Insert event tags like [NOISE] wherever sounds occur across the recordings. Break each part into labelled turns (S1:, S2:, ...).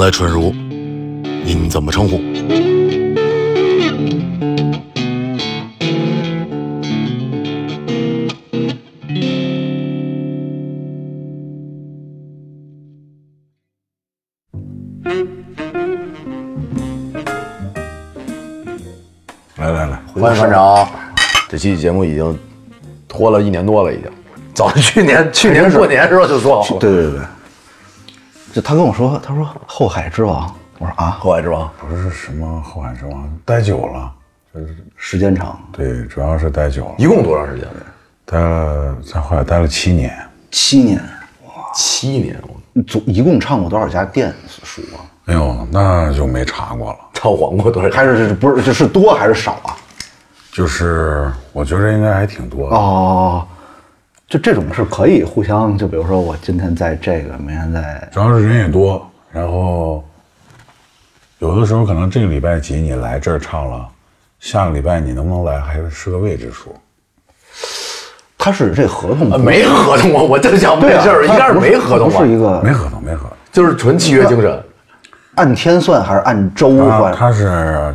S1: 来纯如，您怎么称呼？
S2: 来来来，
S3: 欢迎船长，这期节目已经拖了一年多了，已经。早去年去年过年的时候就说好了，
S2: 对对对，
S4: 就他跟我说，他说后海之王，我说啊，
S3: 后海之王，
S2: 不是什么后海之王，待久了，
S4: 时间长，
S2: 对，主要是待久了，
S3: 一共多长时间了？
S2: 待了在后海待了七年，
S4: 七年，
S3: 七年，我
S4: 总一共唱过多少家店数啊？
S2: 哎呦，那就没查过了。
S3: 唱黄瓜多少？
S4: 还是不是就是多还是少啊？
S2: 就是我觉得应该还挺多的，
S4: 哦，就这种是可以互相，就比如说我今天在这个，明天在，
S2: 主要是人也多，然后有的时候可能这个礼拜几你来这儿唱了，下个礼拜你能不能来还是个未知数。
S4: 他是这合同
S3: 啊没合同啊，我正想问
S4: 对
S3: 这
S4: 啊，
S3: 事，一
S4: 他
S3: 开始
S4: 不是
S3: 没合同
S4: 不是一
S3: 吧？
S4: 个
S2: 没合同，没合同。
S3: 就是纯契约精神。
S4: 按天算还是按周
S2: 他
S3: 啊
S4: 算？
S2: 他是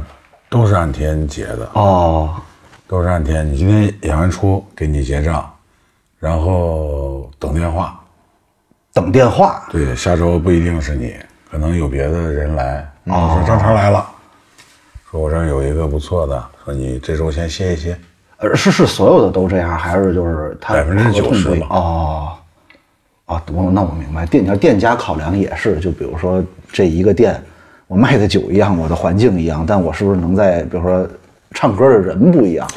S2: 都是按天结的，
S4: 哦，
S2: 都是按天。你今天演完出给你结账，然后等电话。
S4: 等电话，
S2: 对，下周不一定是你，可能有别的人来。哦，说张成来了，说我这儿有一个不错的，说你这周先歇一歇。
S4: 呃是是所有的都这样，还是就是他
S2: 90%
S4: 合同不一
S2: 吧
S4: 哦。啊，我那我明白，店你要店家考量也是，就比如说这一个店，我卖的酒一样，我的环境一样，但我是不是能在比如说唱歌的人不一样？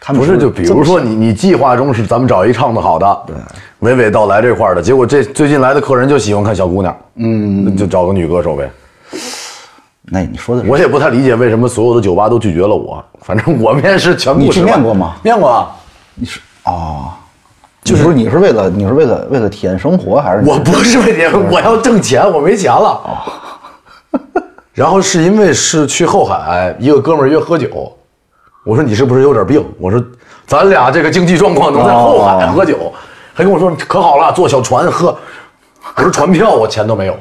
S4: 他们
S3: 不是，
S4: 是
S3: 就比如
S4: 这么
S3: 说你你计划中是咱们找一唱的好的，对，娓娓道来这块儿的，结果这最近来的客人就喜欢看小姑娘，嗯，那就找个女歌手呗。
S4: 那你说的是
S3: 我也不太理解为什么所有的酒吧都拒绝了我，反正我面试全部
S4: 你去
S3: 失败
S4: 面过吗
S3: 面过啊，
S4: 哦，就是你是为了你是为了为了体验生活还是你
S3: 我不是为钱，我要挣钱，我没钱了。 [LAUGHS] 然后是因为是去后海，一个哥们儿约喝酒，我说你是不是有点病？我说咱俩这个经济状况能在后海喝酒，还跟我说可好了，坐小船喝。我说船票我钱都没有。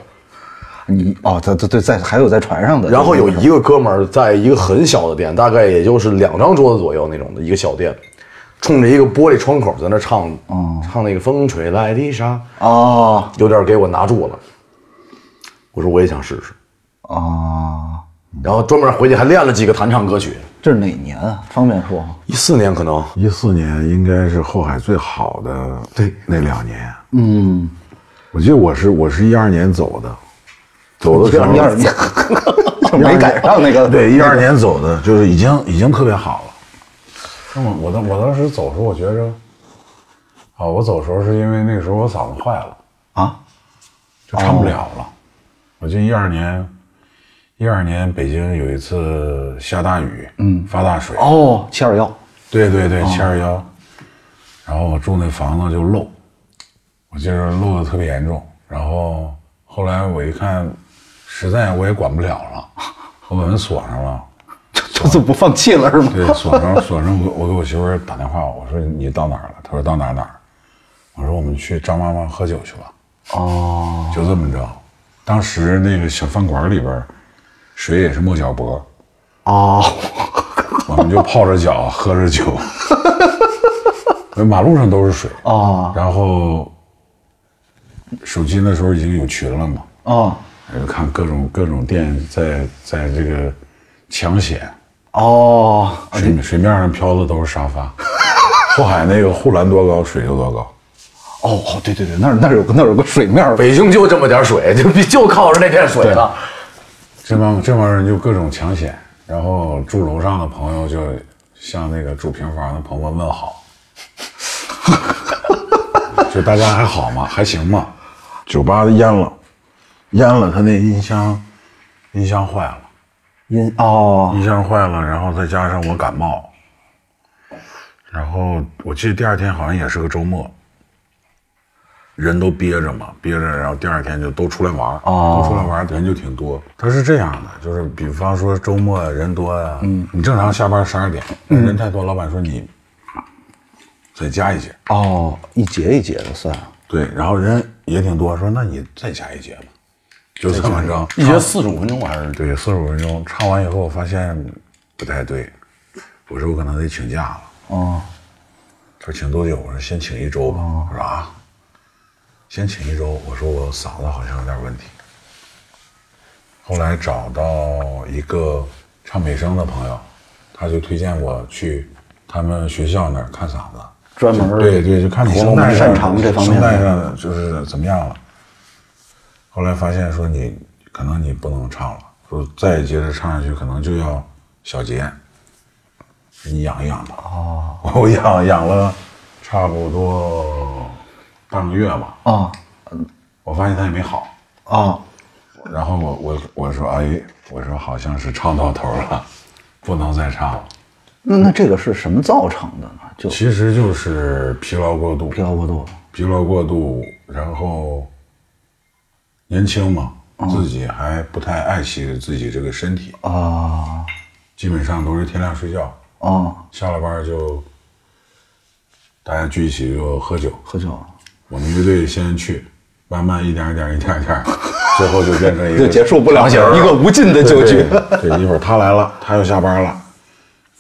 S4: 你哦，对对对，在还有在船上的，
S3: 然后有一个哥们儿在一个很小的店，大概也就是两张桌子左右那种的一个小店，冲着一个玻璃窗口在那唱，唱那个风吹来的沙，
S4: 哦
S3: 有点给我拿住了。我说我也想试试，
S4: 哦，
S3: 然后专门回去还练了几个弹唱歌曲。
S4: 这是哪年啊？方
S3: [LAUGHS]
S4: 便说吗？
S3: 一四年可能
S2: 一四年应该是后海最好的对那两年。嗯，我记得我是我是一二年走的，走的时候
S4: 一二
S3: [LAUGHS]
S4: 年就没赶上那 [LAUGHS] 个
S2: 对一二年走的，就是已经已经特别好了。那么我当我当时走的时候，我觉着，啊，我走的时候是因为那个时候我嗓子坏了，
S4: 啊，
S2: 就唱不了了。我记得一二年，一二年北京有一次下大雨，嗯，发大水，
S4: 哦，七二幺，
S2: 对对对，七二幺。然后我住那房子就漏，我记得漏的特别严重。然后后来我一看，实在我也管不了了，我把门锁上了。
S4: 这次不放弃了是吗？
S2: 对，锁上锁上我，我给我媳妇儿打电话，我说你到哪儿了？她说到哪儿哪儿。我说我们去张妈妈喝酒去了。哦，就这么着。当时那个小饭馆里边儿，水也是莫小波，
S4: 哦，
S2: 我们就泡着脚喝着酒，马路上都是水。
S4: 哦
S2: 然后手机那时候已经有群了嘛，
S4: 哦
S2: 就看各种各种店在在这个抢险。
S4: 哦，
S2: 啊水面水面上飘的都是沙发，后海那个护栏多高，水就多高。
S4: 哦，对对对，那儿那儿有个那儿有个水面儿，
S3: 北京就这么点水，就就靠着那片水了。
S2: 这帮这帮人就各种抢险，然后住楼上的朋友就向那个住平房的朋友问好， [LAUGHS] 就大家还好吗？还行吗？酒吧淹了，淹了，他那音箱音箱坏了，
S4: 音哦
S2: 音箱坏了，然后再加上我感冒，然后我记得第二天好像也是个周末，人都憋着嘛，憋着，然后第二天就都出来玩儿，都出来玩儿，人就挺多。他是这样的，就是比方说周末人多呀、嗯，你正常下班十二点，人太多，老板说你再加一节，
S4: 哦，一节一节的算，
S2: 对，然后人也挺多，说那你再加一节吧，就这么着。
S3: 一节四十五分钟还是？
S2: 对，四十五分钟唱完以后，我发现不太对，我说我可能得请假了。
S4: 哦，
S2: 他说请多久？我说先请一周吧。我说啊，先请一周。我说我嗓子好像有点问题。后来找到一个唱美声的朋友，他就推荐我去他们学校那儿看嗓子。
S4: 专门儿
S2: 对对，就看你
S4: 活
S2: 声
S4: 动
S2: 带上
S4: 擅长这方面
S2: 声带上就是怎么样了。后来发现说你可能你不能唱了，说再接着唱下去可能就要小结，你养一养吧。哦，我养养了差不多半个月吧，
S4: 啊
S2: 我发现它也没好。
S4: 啊，
S2: 然后我我我说哎，我说好像是唱到头了，不能再唱了。
S4: 那那这个是什么造成的呢？就
S2: 其实就是疲劳过度，
S4: 疲劳过度
S2: 疲劳过度，然后年轻嘛，
S4: 嗯
S2: 自己还不太爱惜自己这个身体，
S4: 啊
S2: 基本上都是天亮睡觉，
S4: 啊，
S2: 下了班就大家聚一起就喝酒。
S4: 喝酒
S2: 我们乐队先去，慢慢一点一点一点一点，最后就变成一个
S4: [LAUGHS] 就结束不了
S2: 长
S4: 一个无尽 [LAUGHS] 的酒局。
S2: 对，对一会儿他来了，他又下班了，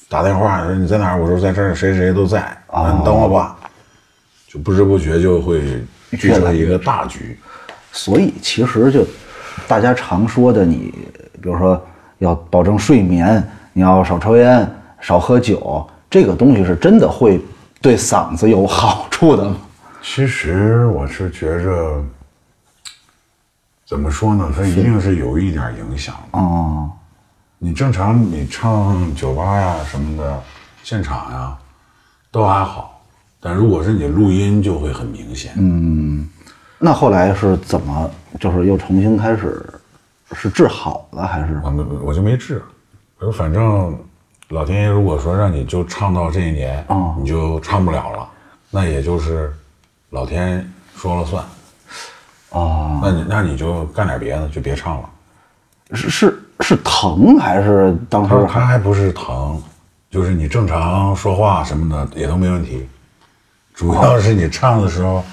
S2: 打电话说你在哪儿？我说在这儿，谁谁都在。啊，你等我吧。就不知不觉就会聚成一个大局。
S4: 所以其实就大家常说的你，比如说要保证睡眠，你要少抽烟、少喝酒，这个东西是真的会对嗓子有好处的吗？
S2: 其实我是觉着，怎么说呢？它一定是有一点影响的。
S4: 哦、
S2: 你正常你唱酒吧呀什么的，现场呀，都还好。但如果是你录音，就会很明显。嗯，
S4: 那后来是怎么，就是又重新开始，是治好了还是
S2: 我？们我就啊没治。我说反正老天爷如果说让你就唱到这一年，
S4: 哦
S2: 你就唱不了了，那也就是老天说了算。
S4: 哦，
S2: 那你那你就干点别的，就别唱了。
S4: 是是是疼还是当时
S2: 他他还不是疼，就是你正常说话什么的也都没问题，主要是你唱的时候，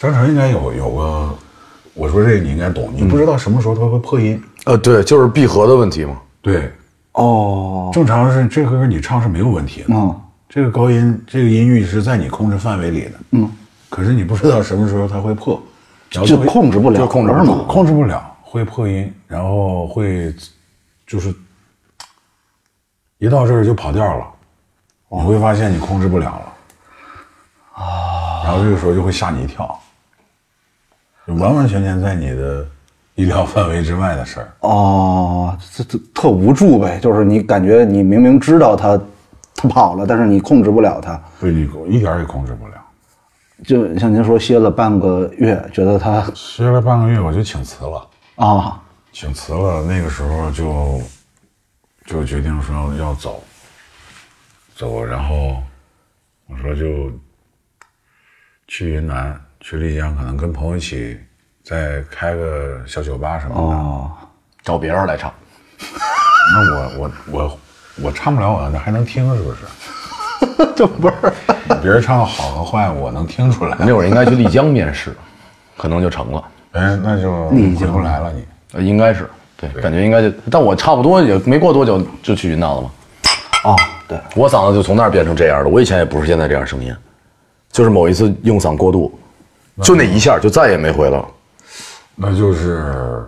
S2: 张成应该有有个，我说这个你应该懂，你不知道什么时候他会破音。
S5: 呃，对，就是闭合的问题嘛。
S2: 对，
S4: 哦，
S2: 正常是这个歌你唱是没有问题的，
S4: 嗯
S2: 这个高音这个音域是在你控制范围里的，嗯，可是你不知道什么时候它会破，然后
S4: 就
S2: 会
S4: 控制不了
S2: 就控制
S4: 是
S2: 不
S4: 吗
S2: 了，控制不了会破音，然后会就是一到这儿就跑调了，你会发现你控制不了了，啊，然后这个时候就会吓你一跳，就完完全全在你的意料范围之外的事儿。
S4: 哦，这这特无助呗，就是你感觉你明明知道他他跑了，但是你控制不了他。
S2: 对你一点儿也控制不了。
S4: 就像您说歇了半个月，觉得他
S2: 歇了半个月，我就请辞了。
S4: 啊
S2: 请辞了，那个时候就就决定说要走，走，然后我说就去云南，去丽江，可能跟朋友一起再开个小酒吧什么的。
S4: 哦，
S3: 找别人来唱，
S2: 那我我我我唱不了，我那还能听是不是？
S4: [LAUGHS] 这不是
S2: 别人唱的好和坏，我能听出来。
S3: 那会儿应该去丽江面试， [LAUGHS] 可能就成了，
S2: 哎，那就回不来了你。
S3: 呃应该是对，感觉应该就，但我差不多也没过多久就去云南了嘛。
S4: 哦，对，
S3: 我嗓子就从那儿变成这样的，我以前也不是现在这样声音，就是某一次用嗓过度，就那一下就再也没回来了。
S2: 那就是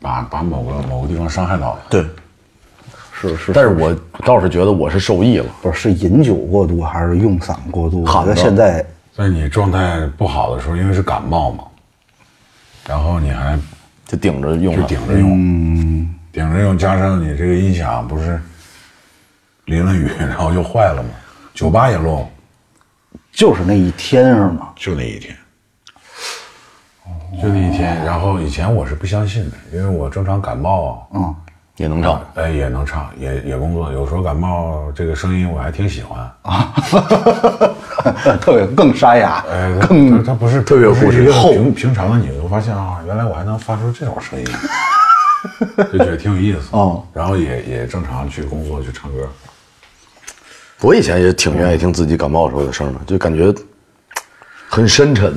S2: 把把某个某个地方伤害到了。
S3: 对，
S4: 是是，
S3: 但是我倒是觉得我是受益了。
S4: 不是是饮酒过度还是用嗓过度？
S3: 喊
S4: 好
S3: 的
S4: 像现在
S2: 在你状态不好的时候，因为是感冒嘛，然后你还
S3: 就顶着用
S2: 就
S3: 了，
S2: 顶着用，顶着用，加上你这个音响不是淋了雨，然后就坏了嘛。酒吧也漏，
S4: 就是那一天是吗？
S2: 就那一天，就那一天。然后以前我是不相信的，因为我正常感冒，啊
S4: 嗯，
S3: 也能唱。
S2: 哎也能唱，也也工作。有时候感冒这个声音我还挺喜欢，
S4: [LAUGHS] 特别更沙哑，
S2: 哎，它它它不是
S5: 特别
S2: 不是
S5: 护士
S2: 一个
S5: 厚
S2: 平平常的你，会发现啊，原来我还能发出这种
S4: [LAUGHS]
S2: 声音，就觉得挺有意思
S4: 哦。
S2: 然后也也正常去工作去唱歌，
S3: 我以前也挺愿意听自己感冒时候的声儿的，就感觉很深沉。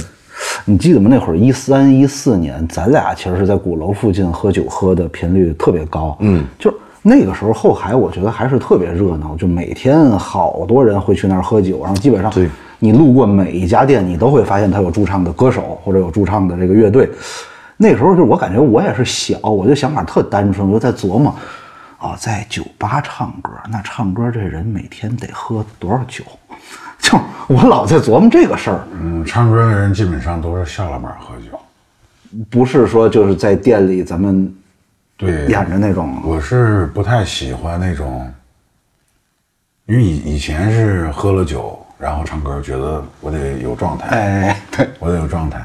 S4: 你记得吗？那会儿一三一四年，咱俩其实是在鼓楼附近喝酒，喝的频率特别高。嗯，就是那个时候后海，我觉得还是特别热闹，就每天好多人会去那儿喝酒，然后基本上
S3: 对
S4: 你路过每一家店，你都会发现他有驻唱的歌手或者有驻唱的这个乐队。那时候就我感觉我也是小，我就想法特单纯，我就在琢磨，啊，在酒吧唱歌，那唱歌这人每天得喝多少酒？ [LAUGHS] 就我老在琢磨这个事儿，
S2: 嗯，唱歌的人基本上都是下了班喝酒。
S4: 不是说就是在店里咱们
S2: 对，
S4: 演着那种，
S2: 我是不太喜欢那种，因为以以前是喝了酒，然后唱歌，觉得我得有状态，
S4: 哎，对，
S2: 我得有状态。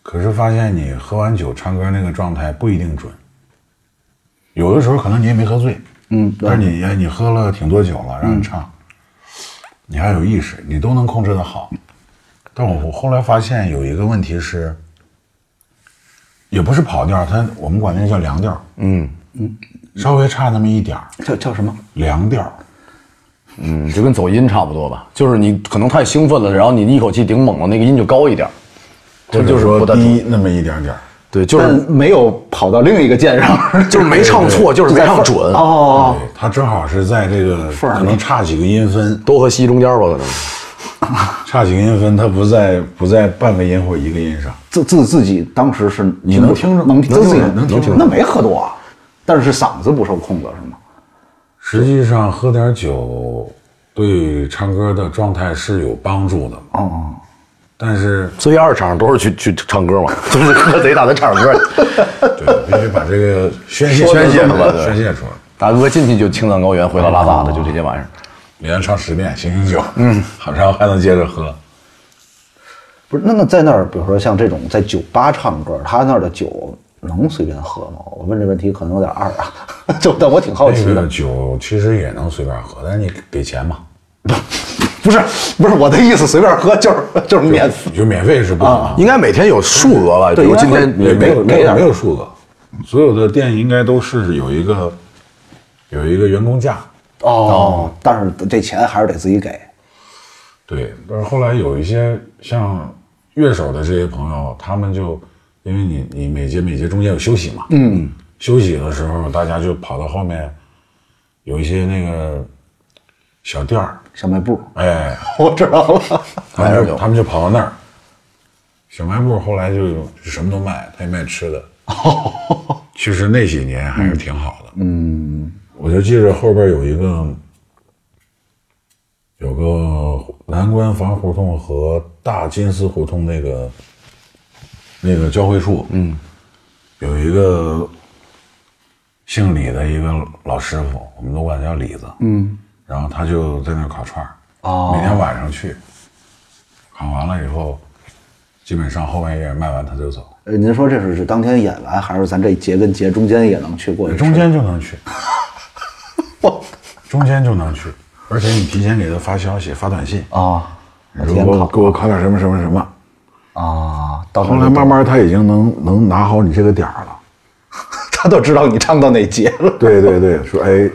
S2: 可是发现你喝完酒唱歌那个状态不一定准，有的时候可能你也没喝醉，
S4: 嗯，
S2: 但是你哎你喝了挺多酒了，让你唱，
S3: 嗯
S2: 你还有意识，你都能控制得好。但我我后来发现有一个问题是，也不是跑调，它我们管那叫凉调，嗯嗯，稍微差那么一点儿，
S4: 叫叫什么？
S2: 凉调。
S3: 嗯，就跟走音差不多吧，就是你可能太兴奋了，然后你一口气顶猛了，那个音就高一点儿，这就是
S2: 或
S3: 不
S2: 者
S3: 太
S2: 说
S3: 准
S2: 低那么一点点儿。
S3: 对，就
S4: 但
S3: 是
S4: 没有跑到另一个键 [LAUGHS] 上，
S3: 就是没唱错，就是没唱准，
S4: 哦，
S2: 对，它正好是在这个
S4: 缝儿里
S2: 可能差几个音分，
S3: 都和西中间吧，可能。
S2: 差几个音分，它不在不在半个音或一个音上。
S4: 自自自己当时是
S2: 你能听着
S4: 能
S2: 能
S4: 自己
S2: 听着能听着
S4: 那没喝多啊，但是嗓子不受控了是吗？
S2: 实际上，喝点酒对唱歌的状态是有帮助的，
S4: 哦，
S2: 但是
S3: 所以二场都是去去唱歌嘛， [LAUGHS] 都是喝贼大的唱歌，
S2: 对，必须把这个宣泄
S3: 说得
S2: 宣泄
S3: 这
S2: 出
S3: 么
S2: 来，
S3: 对
S2: 宣泄出来。
S3: 大哥进去就青藏高原，回到拉萨的，就这些玩意儿。
S2: 每天唱十遍醒醒酒，嗯，然后还能接着喝。
S4: 不是，那那在那儿，比如说像这种在酒吧唱歌，他那儿的酒能随便喝吗？我问这问题可能有点二啊， [LAUGHS] 就但我挺好奇
S2: 那个
S4: 的。
S2: 酒其实也能随便喝，但是你给钱嘛，
S4: 不是不是我的意思，随便喝就是就是免费。
S2: 就免费是不行的。
S3: 啊应该每天有数额吧？比
S4: 对
S3: 如今
S4: 应该会
S3: 天
S2: 也
S3: 你
S2: 没有
S3: 每
S2: 没有没有数额，所有的店应该都是有一个有一个员工价。
S4: 哦，但是这钱还是得自己给。
S2: 对，但是后来有一些像乐手的这些朋友，他们就因为你你每节每节中间有休息嘛，嗯，休息的时候大家就跑到后面有一些那个小店儿，
S4: 小卖部，
S2: 哎，
S4: 我知道了。
S2: 他们就他们就跑到那儿，小卖部后来就什么都卖，他也卖吃
S4: [LAUGHS]
S2: 的。其实那几年还是挺好的。嗯，我就记着后边有一个有个南关房胡同和大金丝胡同那个那个交汇处，嗯，有一个姓李的一个老师傅，我们都管他叫李子，嗯，哦然后他就在那儿烤串儿，每天晚上去。烤完了以后，基本上后半夜卖完他就走，
S4: 呃，您说这是是当天演完，还是咱这节跟节中间也能去过去吃？
S2: 中间就能 [LAUGHS] 去，中间就能去，而且你提前给他发消息、发短信，
S4: 啊
S2: 你说给我给我烤点什么什么什么。
S4: 啊，到时
S2: 后
S4: 候
S2: 来慢慢他已经能能拿好你这个点儿了。
S4: 他都知道你唱到哪节了。
S2: [LAUGHS] 对对对，说哎，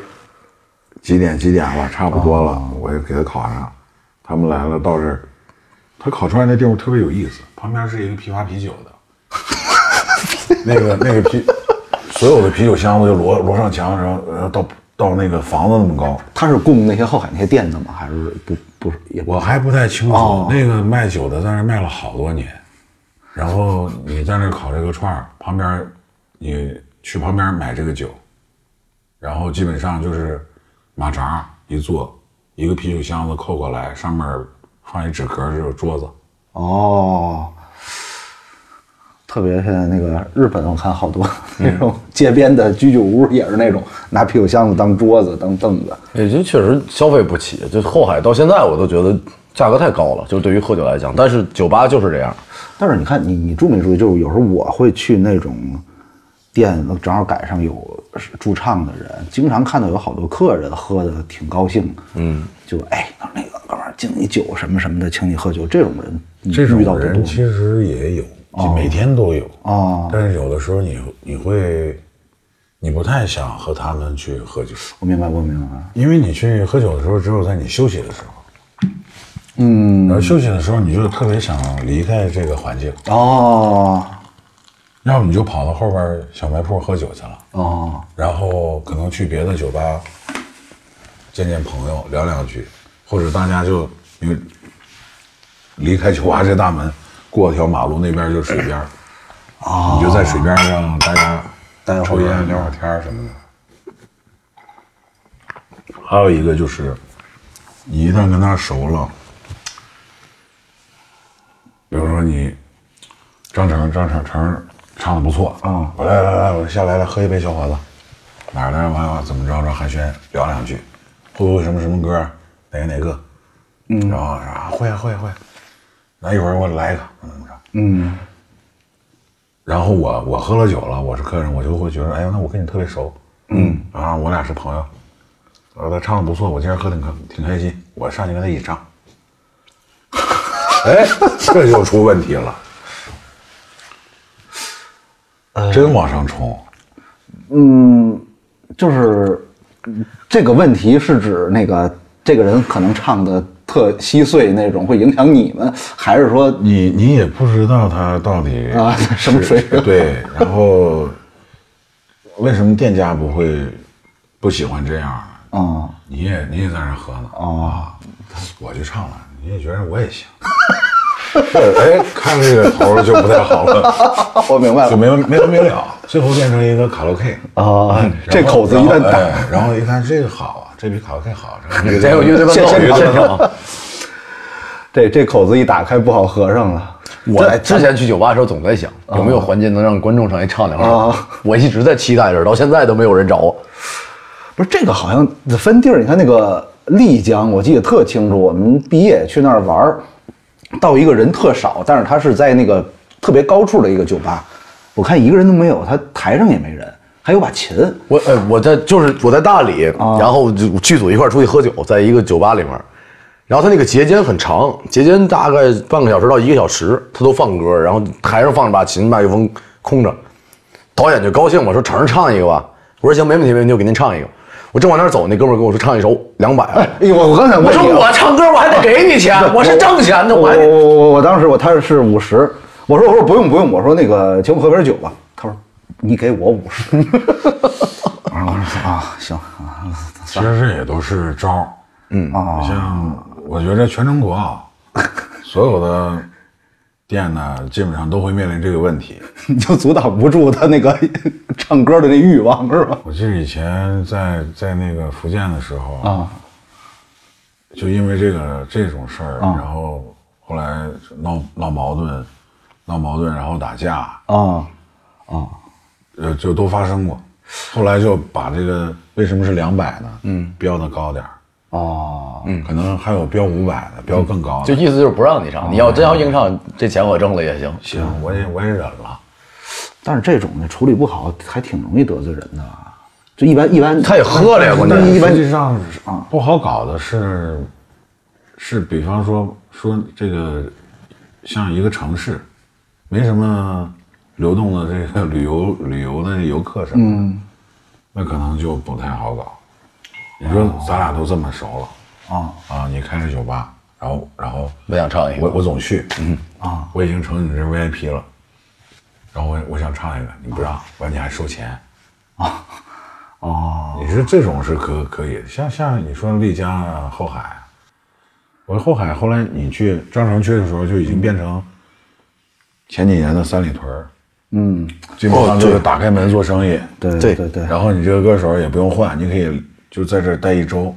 S2: 几点几点了，差不多了，我就给他烤上。他们来了，到这儿，他烤串那地方特别有意思，旁边是一个批发啤酒的， [LAUGHS] 那个那个啤，所有的啤酒箱子就摞摞上墙，然后然后到到那个房子那么高。
S4: 他是供那些后海那些店的吗？还是不不是也不
S2: 我还不太清楚，
S4: 哦
S2: 那个卖酒的在那儿卖了好多年，然后你在那儿烤这个串儿，旁边儿你去旁边儿买这个酒，然后基本上就是马扎一坐，一个啤酒箱子扣过来，上面儿放一纸壳儿，就是桌子。
S4: 哦，特别现在那个日本，我看好多 [LAUGHS] 那种街边的居酒屋也是那种拿啤酒箱子当桌子当凳子。
S3: 也就确实消费不起，就后海到现在我都觉得价格太高了，就对于喝酒来讲。但是酒吧就是这样，
S4: 但是你看，你你注没注意？就是有时候我会去那种店，正好赶上有驻唱的人，经常看到有好多客人喝的挺高兴，嗯，就哎，那个哥们儿敬你酒什么什么的，请你喝酒，这种人你
S2: 这
S4: 遇到不多
S2: 种人
S4: 吗。
S2: 其实也有，就每天都有
S4: 哦
S2: 但是有的时候你你会，你不太想和他们去喝酒。
S4: 我明白，我明白。
S2: 因为你去喝酒的时候，只有在你休息的时候，嗯，然后休息的时候你就特别想离开这个环境，
S4: 哦
S2: 要么你就跑到后边小卖铺喝酒去了，
S4: 哦，
S2: 然后可能去别的酒吧见见朋友聊两句，或者大家就因为离开酒吧这大门，过条马路那边就是水边，啊，你就在水边上大家
S4: 哦待会儿嗯
S2: 抽烟聊会儿天儿什么的。还有一个就是，你一旦跟他熟了，比如说你张成，张成成唱的不错，
S4: 嗯
S2: 我来来来，我下来来喝一杯，小伙子，哪儿来完了怎么着着寒暄聊两句，会不会什么什么歌啊，哪个哪个，嗯，然后说啊会啊会啊会啊，来一会儿给我来一个，怎么怎么着，
S4: 嗯
S2: 然后我我喝了酒了，我是客人，我就会觉得，哎呀，那我跟你特别熟，嗯，啊，我俩是朋友，然后他唱的不错，我今天喝挺开挺开心，我上去跟他一起唱，哎，这就出问题 [LAUGHS] 了，真往上冲，
S4: 嗯，就是这个问题是指那个这个人可能唱的特稀碎那种，会影响你们，还是说
S2: 你你也不知道他到底
S4: 啊什么水啊平
S2: 是对，然后为什么店家不会不喜欢这样？
S4: 啊
S2: 你也你也在那喝呢啊，我就唱了，你也觉得我也行。 [LAUGHS] 这哎，看这个头儿就不太好了，
S4: 我明白
S2: 就
S4: 了
S2: 没完没完没了，最后变成一个卡拉 OK，嗯
S4: 啊，这
S2: 然后
S4: 口子一旦
S2: 然后
S4: 打，
S2: 哎然后一看这个好啊，这比卡拉 OK 好，
S4: [LAUGHS]
S2: 这
S5: 这有乐队伴奏，
S4: 现
S5: 乐队伴奏
S4: 场这这口子一打开不好合上了
S3: 我之前去酒吧的时候总在想，有没有环节能让观众上来唱两首
S4: 啊？
S3: 我一直在期待着，到现在都没有人找我。
S4: 不是这个好像分地儿，你看那个丽江，我记得特清楚，我们毕业去那儿玩儿，到一个人特少，但是他是在那个特别高处的一个酒吧，我看一个人都没有，他台上也没人，还有把
S3: [LAUGHS]
S4: 琴，
S3: 我呃，我在就是我在大理，然后就剧组一块儿出去喝酒，在一个酒吧里面，然后他那个节间很长，节间大概半个小时到一个小时，他都放歌，然后台上放着把琴，麦克风空着，导演就高兴，我说成唱一个吧，我说行，没问题，没问题，我给您唱一个。我正往那儿走，那哥们儿跟我说唱一首两 [LAUGHS] 百，啊
S4: 哎呦，我我刚才
S3: 我说
S4: 你啊
S3: 我唱歌我还得给你 [LAUGHS] 钱，我是挣钱的，我
S4: 我
S3: 还得
S4: 我我我当时我他是五十，我说我说不用不用，我说那个请我喝瓶酒吧，他说你给我五十，我说我说啊行 [LAUGHS] 啊
S2: 其实这也都是招儿。嗯
S4: 啊
S2: 像我觉得全中国 [LAUGHS] 啊，所有的店呢，基本上都会面临这个问题。
S4: 你就阻挡不住他那个唱歌的那欲望是吧？
S2: 我记得以前在在那个福建的时候
S4: 啊，
S2: 就因为这个这种事儿，然后后来闹闹矛盾，闹矛盾，然后打架，
S4: 啊
S2: 呃，就都发生过。后来就把这个为什么是两百呢？嗯，标的高点儿，
S4: 哦，
S2: 嗯，可能还有标五百的，标更高
S3: [LAUGHS]
S2: 的。
S3: 就意思就是不让你唱，你要真要硬唱，这钱我挣了也行。
S2: 行，我也我也忍了。
S4: 但是这种呢处理不好还挺容易得罪人的，啊就一般一般
S3: 他也喝了呀，关键
S2: 但
S3: 是
S2: 一般实际上不好搞的是，是比方说说这个，像一个城市，没什么流动的这个旅游旅游的游客什么的，那可能就不太好搞。你说咱俩都这么熟了
S4: 啊
S2: 啊，你开着酒吧，然后然后
S3: 我想唱一
S2: 我
S3: 个，
S2: 我总去，嗯
S4: 啊，
S2: 我已经成你这 VIP 了，然后我我想唱一个，你不让，完你还收钱。
S4: 哦
S2: 你说这种是可可以，像像你说丽江啊、后海啊，我后海后来你去张成去的时候就已经变成前几年的三里屯儿，嗯，基本上就是打开门做生意，
S4: 对
S3: 对
S4: 对对，
S2: 然后你这个歌手也不用换，你可以就在这儿待一周，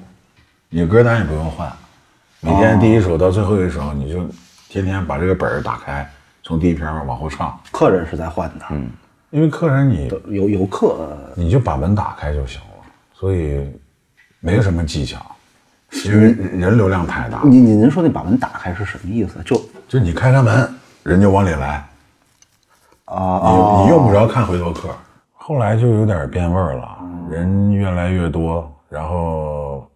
S2: 你歌单也不用换，每天第一首到最后一首，你就天天把这个本儿打开，从第一篇儿往后唱，
S4: 客人是在换的，嗯，
S2: 因为客人你
S4: 游游客
S2: 你就把门打开就行了，所以没有什么技巧，因为人流量太大，
S4: 您您您说那把门打开是什么意思？就
S2: 就你开开门，人就往里来，
S4: 啊
S2: 你你用不着看回头客。后来就有点变味儿了，人越来越多，然后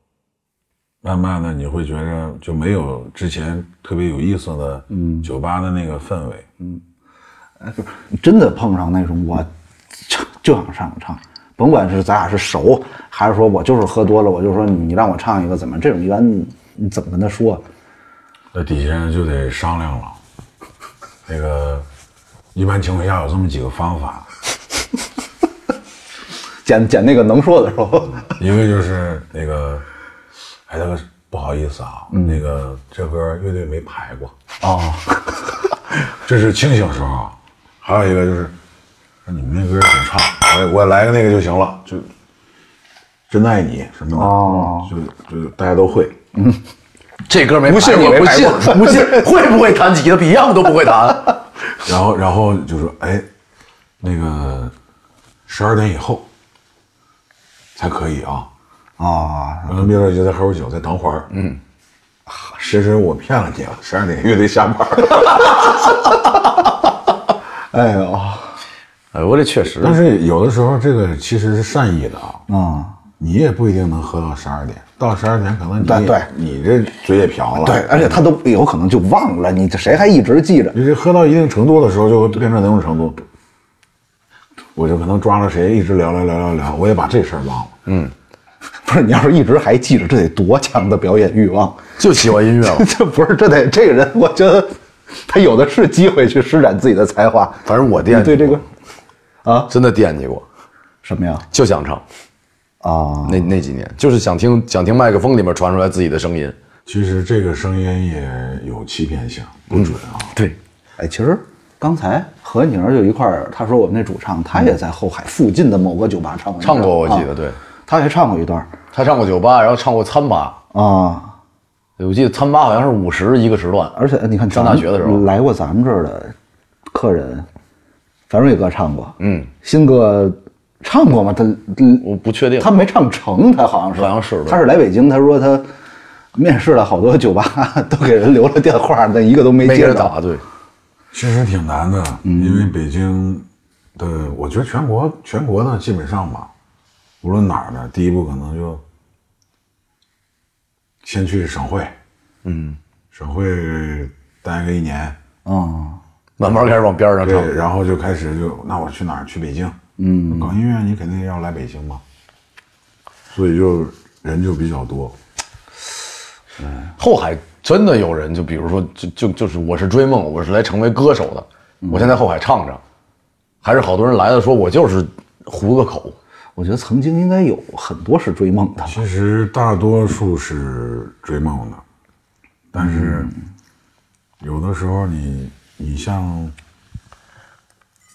S2: 慢慢的你会觉着就没有之前特别有意思的酒吧的那个氛围。
S4: 真的碰上那种我唱就想上唱，甭管是咱俩是熟，还是说我就是喝多了，我就说你让我唱一个怎么这种一般你怎么跟他说？
S2: 那底下就得商量了。那个，一般情况下有这么几个方法，
S4: 捡捡那个能说的时候， [LAUGHS]
S2: 一个就是那个，哎，大哥不好意思啊，那个这歌乐队没排过
S4: 嗯哦，
S2: [LAUGHS] 这是清醒时候。还有一个就是，你们那歌挺差，我也我也来个那个就行了，就真爱你什么的，
S4: 哦
S2: 就就大家都会。
S3: 这歌没不
S4: 信
S3: 我
S4: 我没
S3: 不
S4: 排
S3: 信
S4: 过，
S3: 不信，会不会弹吉他？Beyond 都不会弹，
S2: 然后然后就说，哎，那个十二点以后才可以啊。
S4: 啊，
S2: 然后别人就在喝口酒，再等会儿。嗯，其实我骗了你了，啊十二点乐队下
S4: [LAUGHS]
S2: 班了。
S4: 哎呦，
S3: 哎，我这确实
S2: 但是有的时候这个其实是善意的啊，
S4: 嗯，
S2: 你也不一定能喝到十二点，到十二点可能你
S4: 对对
S2: 你这嘴也瓢了。
S4: 对，而且他都有可能就忘了，你这谁还一直记着？
S2: 你这喝到一定程度的时候，就会变成那种程度。我就可能抓着谁一直聊聊聊聊聊，我也把这事儿忘了。
S4: [LAUGHS] 不是，你要是一直还记着，这得多强的表演欲望！ [LAUGHS]
S3: 就喜欢音乐嘛。
S4: 这不是，这得这个人，我觉得 [LAUGHS] 他有的是机会去施展自己的才华。
S3: 反正我惦
S4: 你
S3: 记过
S4: 对这个
S3: 真的惦记过，
S4: 什么呀？
S3: 就想唱。
S4: 啊，
S3: 那那几年就是想听想听麦克风里面传出来自己的声音。
S2: 其实这个声音也有欺骗性，不准啊。
S3: 对，
S4: 哎，其实刚才和宁儿就一块儿，他说我们那主唱，他也在后海附近的某个酒嗯吧唱过一段，
S3: 唱过我记得
S4: 啊
S3: 对，
S4: 他还唱过一段
S3: 他唱过酒吧，然后唱过餐吧。
S4: 啊，
S3: 对我记得餐吧好像是五十一个时段，
S4: 而且哎你看咱
S3: 上大学的时候
S4: 来过咱们这儿的客人，樊瑞哥唱过，
S3: 嗯，
S4: 新哥唱过吗？他嗯
S3: 我不确定
S4: 他没唱成，他好像是，
S3: 好像是对
S4: 他是来北京，他说他面试了好多酒吧，都给人留了电话，但一个都没
S3: 没
S4: 接
S3: 人
S4: 着
S3: 打。对，
S2: 其实挺难的，因为北京的，我觉得全国全国的基本上吧，无论哪儿的，第一步可能就先去省会，
S3: 嗯，
S2: 省会待个一年，
S4: 嗯，
S3: 慢慢开始往边上唱。
S2: 对，然后就开始就那我去哪儿？去北京，嗯，搞音乐你肯定要来北京嘛，所以就人就比较多，
S3: 后海真的有人，就比如说，就就就是我是追梦，我是来成为歌手的，我先在后海唱唱，还是好多人来了说我就是糊个口，
S4: 我觉得曾经应该有很多是追梦的吧，
S2: 其实大多数是追梦的，但是有的时候你你像，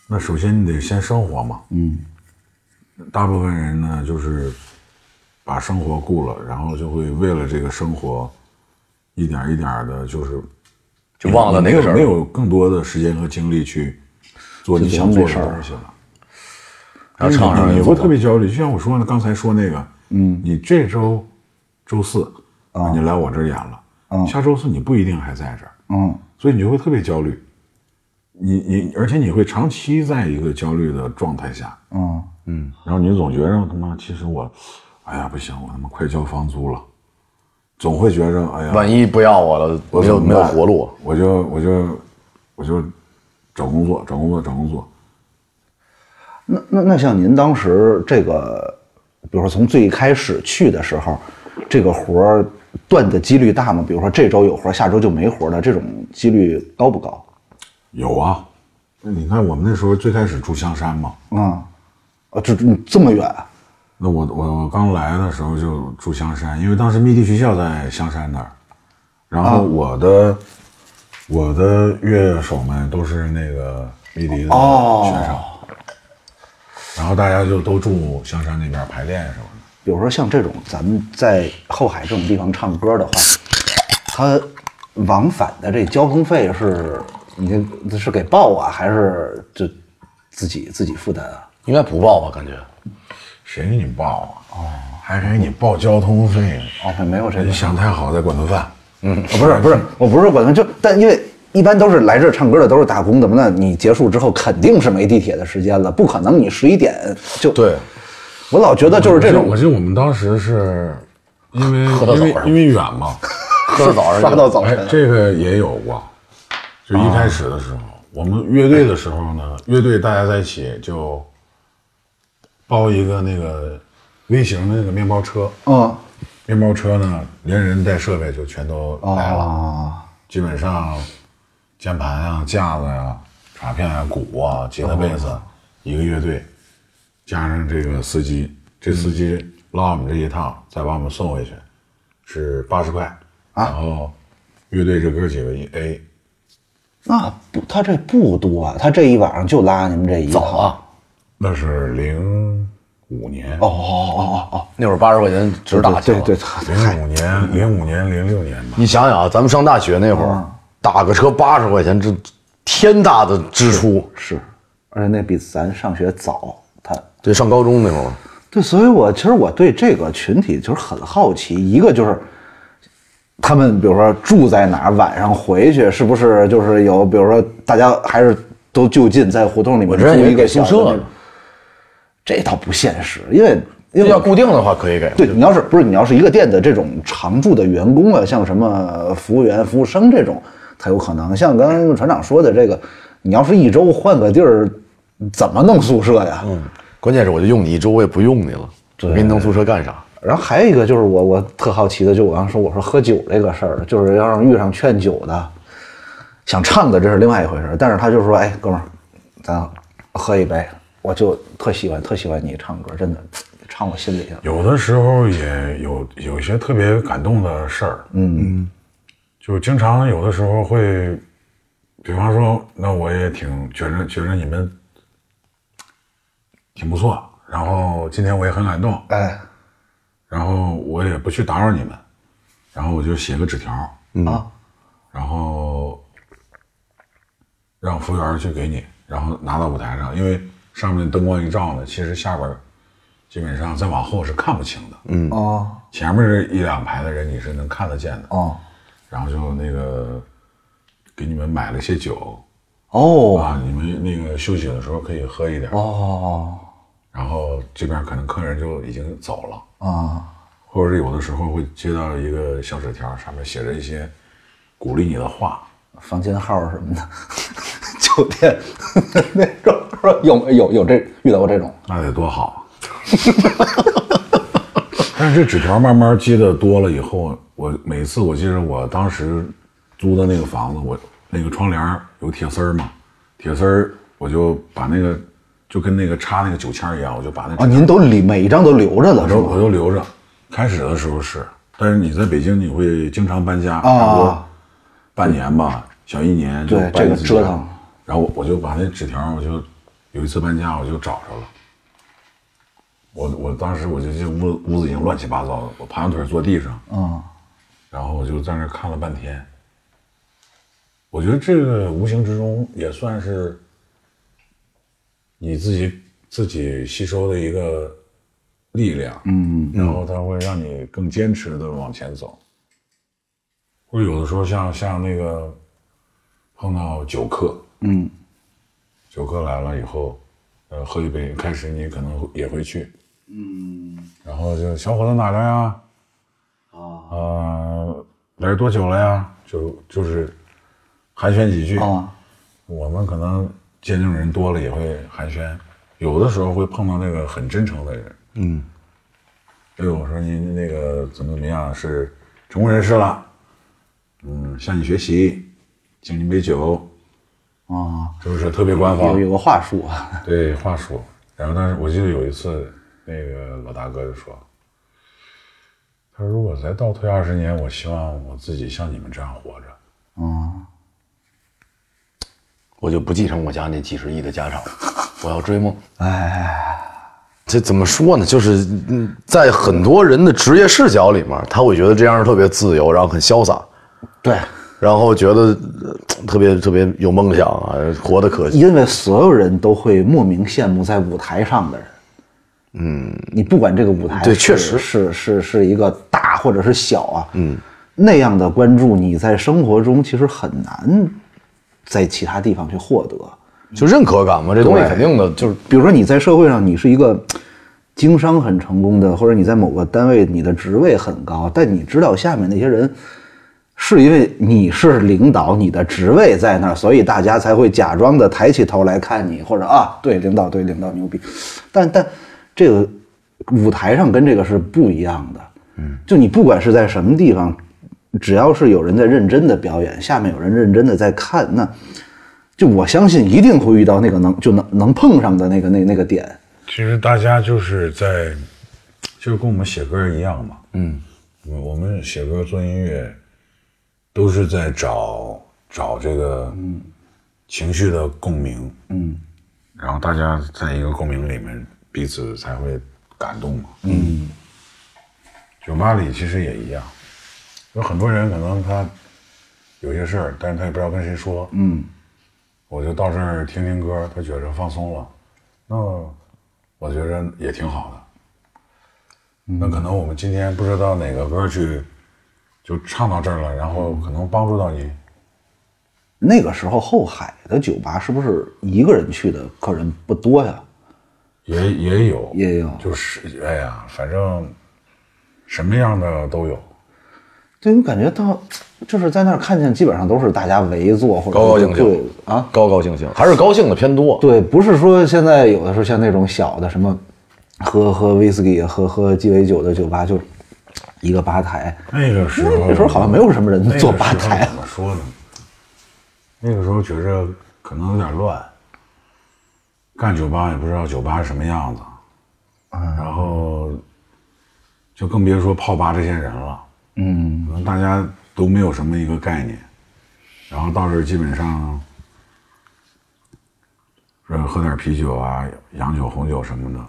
S2: 那首先你得先生活嘛，嗯，大部分人呢就是把生活顾了，然后就会为了这个生活一点一点的，就是
S3: 就忘了那
S2: 没
S3: 个
S2: 有
S3: 事
S2: 嗯没
S3: 儿。
S2: 有更多的时间和精力去做你想做的东西了。
S3: 然后唱上
S2: 你你
S3: 就
S2: 会
S3: 走
S2: 特别焦虑，就像我说的，刚才说那个，嗯，你这周周四啊，你来我这儿演了，
S3: 啊
S2: 下周四你不一定还在这儿，
S4: 嗯，
S2: 所以你就会特别焦虑。你你，而且你会长期在一个焦虑的状态下，
S4: 嗯，
S2: 然后你总觉着他妈，其实我，哎呀不行，我他妈快交房租了，总会觉着哎呀，
S3: 万一不要我了，
S2: 我
S3: 没有
S2: 怎么
S3: 没有
S2: 办
S3: 活路，，
S2: 我就我就我就找工作，找工作，找工作。
S4: 那那那像您当时这个，比如说从最开始去的时候，这个活儿断的几率大吗？比如说这周有活儿，下周就没活儿了，这种几率高不高？
S2: 有啊，那你看我们那时候最开始住香山嘛，
S4: 嗯，啊，这这这么远，
S2: 那我我我刚来的时候就住香山，因为当时密地学校在香山那儿，然后我的、我的乐手们都是那个密迪的学生，然后大家就都住香山那边排练什么的。
S4: 比如说像这种咱们在后海这种地方唱歌的话，它往返的这交通费是你这是给报啊，还是就自己自己负担啊？
S3: 应该不报吧？感觉
S2: 谁给你报啊？哦，还给你报交通费？
S4: 哦，没有这
S2: 你
S4: 个。
S2: 想太好，再管顿饭。
S4: 啊不是不是，我不是管他，就但因为一般都是来这儿唱歌的都是打工的嘛，那你结束之后肯定是没地铁的时间了，不可能你十一点就。
S3: 对，
S4: 我老觉得就是这
S2: 我
S4: 种
S2: 记得我们当时是因为
S3: 喝到
S2: 因为
S3: 早上
S2: 因为远嘛，
S3: 喝到早上
S4: 发
S3: 就
S4: 到 [LAUGHS] 早
S2: 哎
S4: 晨，。
S2: 这个也有过，就一开始的时候，
S4: 啊
S2: 我们乐队的时候呢，乐队大家在一起就包一个那个微型的那个面包车，
S4: 嗯
S2: 面包车呢连人带设备就全都来了，
S4: 啊
S2: 基本上键盘啊、架子呀、镲片啊、鼓啊、吉他、贝斯，一个乐队，加上这个司机，这司机拉我们这一趟，再把我们送回去，是八十块然后乐队这哥几个一 A，
S4: 那不，他这不多啊，他这一晚上就拉你们这一套啊。
S2: 那是零五年
S4: 哦哦哦哦哦，
S3: 那会儿八十块钱直打去
S4: 对
S3: 了。
S4: 对，对他
S2: 零五年、零五年、零六年吧。
S3: 你想想啊，咱们上大学那会儿，打个车八十块钱，这天大的支出。
S4: 是，而且那比咱上学早，他
S3: 对，上高中那会儿，
S4: 对，所以我其实我对这个群体就是很好奇，一个就是他们比如说住在哪儿，晚上回去是不是就是有，比如说大家还是都就近在胡同里面
S3: 这
S4: 住
S3: 也
S4: 一个
S3: 给宿
S4: 小的
S3: 舍
S4: 那
S3: 了
S4: 种，这倒不现实，因为因为
S3: 要固定的话可以给。
S4: 对你要是不是你要是一个店的这种常驻的员工啊，像什么服务员、服务生这种，他有可能。像刚刚船长说的这个，你要是一周换个地儿，怎么弄宿舍呀？嗯。
S3: 关键是我就用你一周，我也不用你了，我给你弄宿舍干啥？
S4: 然后还有一个就是我我特好奇的，就我刚说我说喝酒这个事儿，就是要让遇上劝酒的，想唱的这是另外一回事儿，但是他就说，哎，哥们儿，咱喝一杯，我就特喜欢特喜欢你唱歌，真的唱我心里去了。
S2: 有的时候也有有一些特别感动的事儿，嗯，就经常有的时候会，比方说，那我也挺觉着觉着你们挺不错，然后今天我也很感动，
S4: 哎，
S2: 然后我也不去打扰你们，然后我就写个纸条，
S4: 啊，
S2: 然后让服务员去给你，然后拿到舞台上，因为上面灯光一照呢，其实下边儿基本上再往后是看不清的，嗯。
S4: 哦
S2: 前面这一两排的人你是能看得见的，
S4: 哦
S2: 然后就那个给你们买了些酒
S4: 哦
S2: 啊，你们那个休息的时候可以喝一点，
S4: 哦
S2: 然后这边可能客人就已经走了，
S4: 啊
S2: 或者是有的时候会接到一个小纸条，上面写着一些鼓励你的话，
S4: 房间号什么的， [LAUGHS] 酒店 [LAUGHS] 那种说有有有这遇到过这种
S2: 那得多好啊！ [LAUGHS] 但是这纸条慢慢接的多了以后，我每次我记得我当时租的那个房子，我那个窗帘儿有铁丝儿嘛，铁丝儿我就把那个就跟那个插那个酒签儿一样，我就把那
S4: 啊，
S2: 纸
S4: 您都理每一张都留着了
S2: 我
S4: 是
S2: 都
S4: 吗
S2: 我？都留着。开始的时候是，但是你在北京你会经常搬家，差不多
S4: 啊
S2: 半年吧，小一年就
S4: 对
S2: 搬
S4: 这
S2: 一
S4: 个
S2: 次
S4: 折
S2: 家
S4: 腾。
S2: 然后我就把那纸条，我就有一次搬家，我就找着了。我我当时我就这屋子屋子已经乱七八糟了，我盘着腿坐地上，
S4: 嗯。
S2: 然后我就在那儿看了半天。我觉得这个无形之中也算是你自己自己吸收的一个力量，嗯，然后它会让你更坚持的往前走。或者有的时候像像那个碰到酒客，嗯，酒客来了以后，呃，喝一杯，开始你可能也会去，嗯，然后就小伙子哪来啊？啊，呃，来多久了呀？就就是寒暄几句
S4: 啊，
S2: 我们可能见证人多了也会寒暄，有的时候会碰到那个很真诚的人，嗯，哎呦，我说您那个怎么怎么样是成功人士了，嗯，向你学习，敬您杯酒，
S4: 啊，
S2: 就是特别官方
S4: 有，有个话术啊，
S2: 对话术。然后，但是我记得有一次，那个老大哥就说：“他说如果再倒退二十年，我希望我自己像你们这样活着。
S3: 我就不继承我家那几十亿的家产，我要追
S4: [LAUGHS]
S3: 梦。哎，这怎么说呢？就是嗯，在很多人的职业视角里面，他会觉得这样是特别自由，然后很潇洒，
S4: [LAUGHS] 对，
S3: 然后觉得呃特别特别有梦想啊，活得可
S4: 因为所有人都会莫名羡慕在舞台上的人。嗯，你不管这个舞台是，
S3: 对确实
S4: 是是是一个大或者是小啊，嗯，那样的关注你在生活中其实很难在其他地方去获得。
S3: 就认可感嘛。这东西
S4: 对
S3: 肯定的，就是
S4: 比如说你在社会上你是一个经商很成功的，或者你在某个单位你的职位很高，但你知道下面那些人是因为你是领导，你的职位在那儿，所以大家才会假装的抬起头来看你，或者啊，对领导，对领导牛逼，但但这个舞台上跟这个是不一样的，嗯，就你不管是在什么地方。只要是有人在认真的表演，下面有人认真的在看，那就我相信一定会遇到那个能就能能碰上的那个那那个点。
S2: 其实大家就是在，就是跟我们写歌一样嘛。嗯，我我们写歌做音乐，都是在找找这个情绪的共鸣。嗯，然后大家在一个共鸣里面，彼此才会感动嘛。嗯，酒吧里其实也一样，有很多人可能他有些事儿，但是他也不知道跟谁说。嗯，我就到这儿听听歌，他觉着放松了，那我觉着也挺好的。那可能我们今天不知道哪个歌去，就唱到这儿了，然后可能帮助到你。
S4: 那个时候后海的酒吧是不是一个人去的客人不多呀？
S2: 也也有，
S4: 也有
S2: 就是哎呀，反正什么样的都有。
S4: 对我感觉到，就是在那儿看见基本上都是大家围坐或者
S3: 高高兴
S4: 对
S3: 兴
S4: 啊，，
S3: 高高兴兴，还是高兴的偏多。
S4: 对，不是说现在有的时候像那种小的什么喝喝威士忌、喝喝鸡尾酒的酒吧，就一个吧台，
S2: 那个时候，
S4: 那个时候好像没有什么人坐吧台啊
S2: 那个时候怎么说呢？那个时候觉着可能有点乱，干酒吧也不知道酒吧是什么样子，
S4: 嗯
S2: 然后就更别说泡吧这些人了。嗯，可能大家都没有什么一个概念，然后到这儿基本上，是喝点啤酒啊、洋酒、红酒什么的，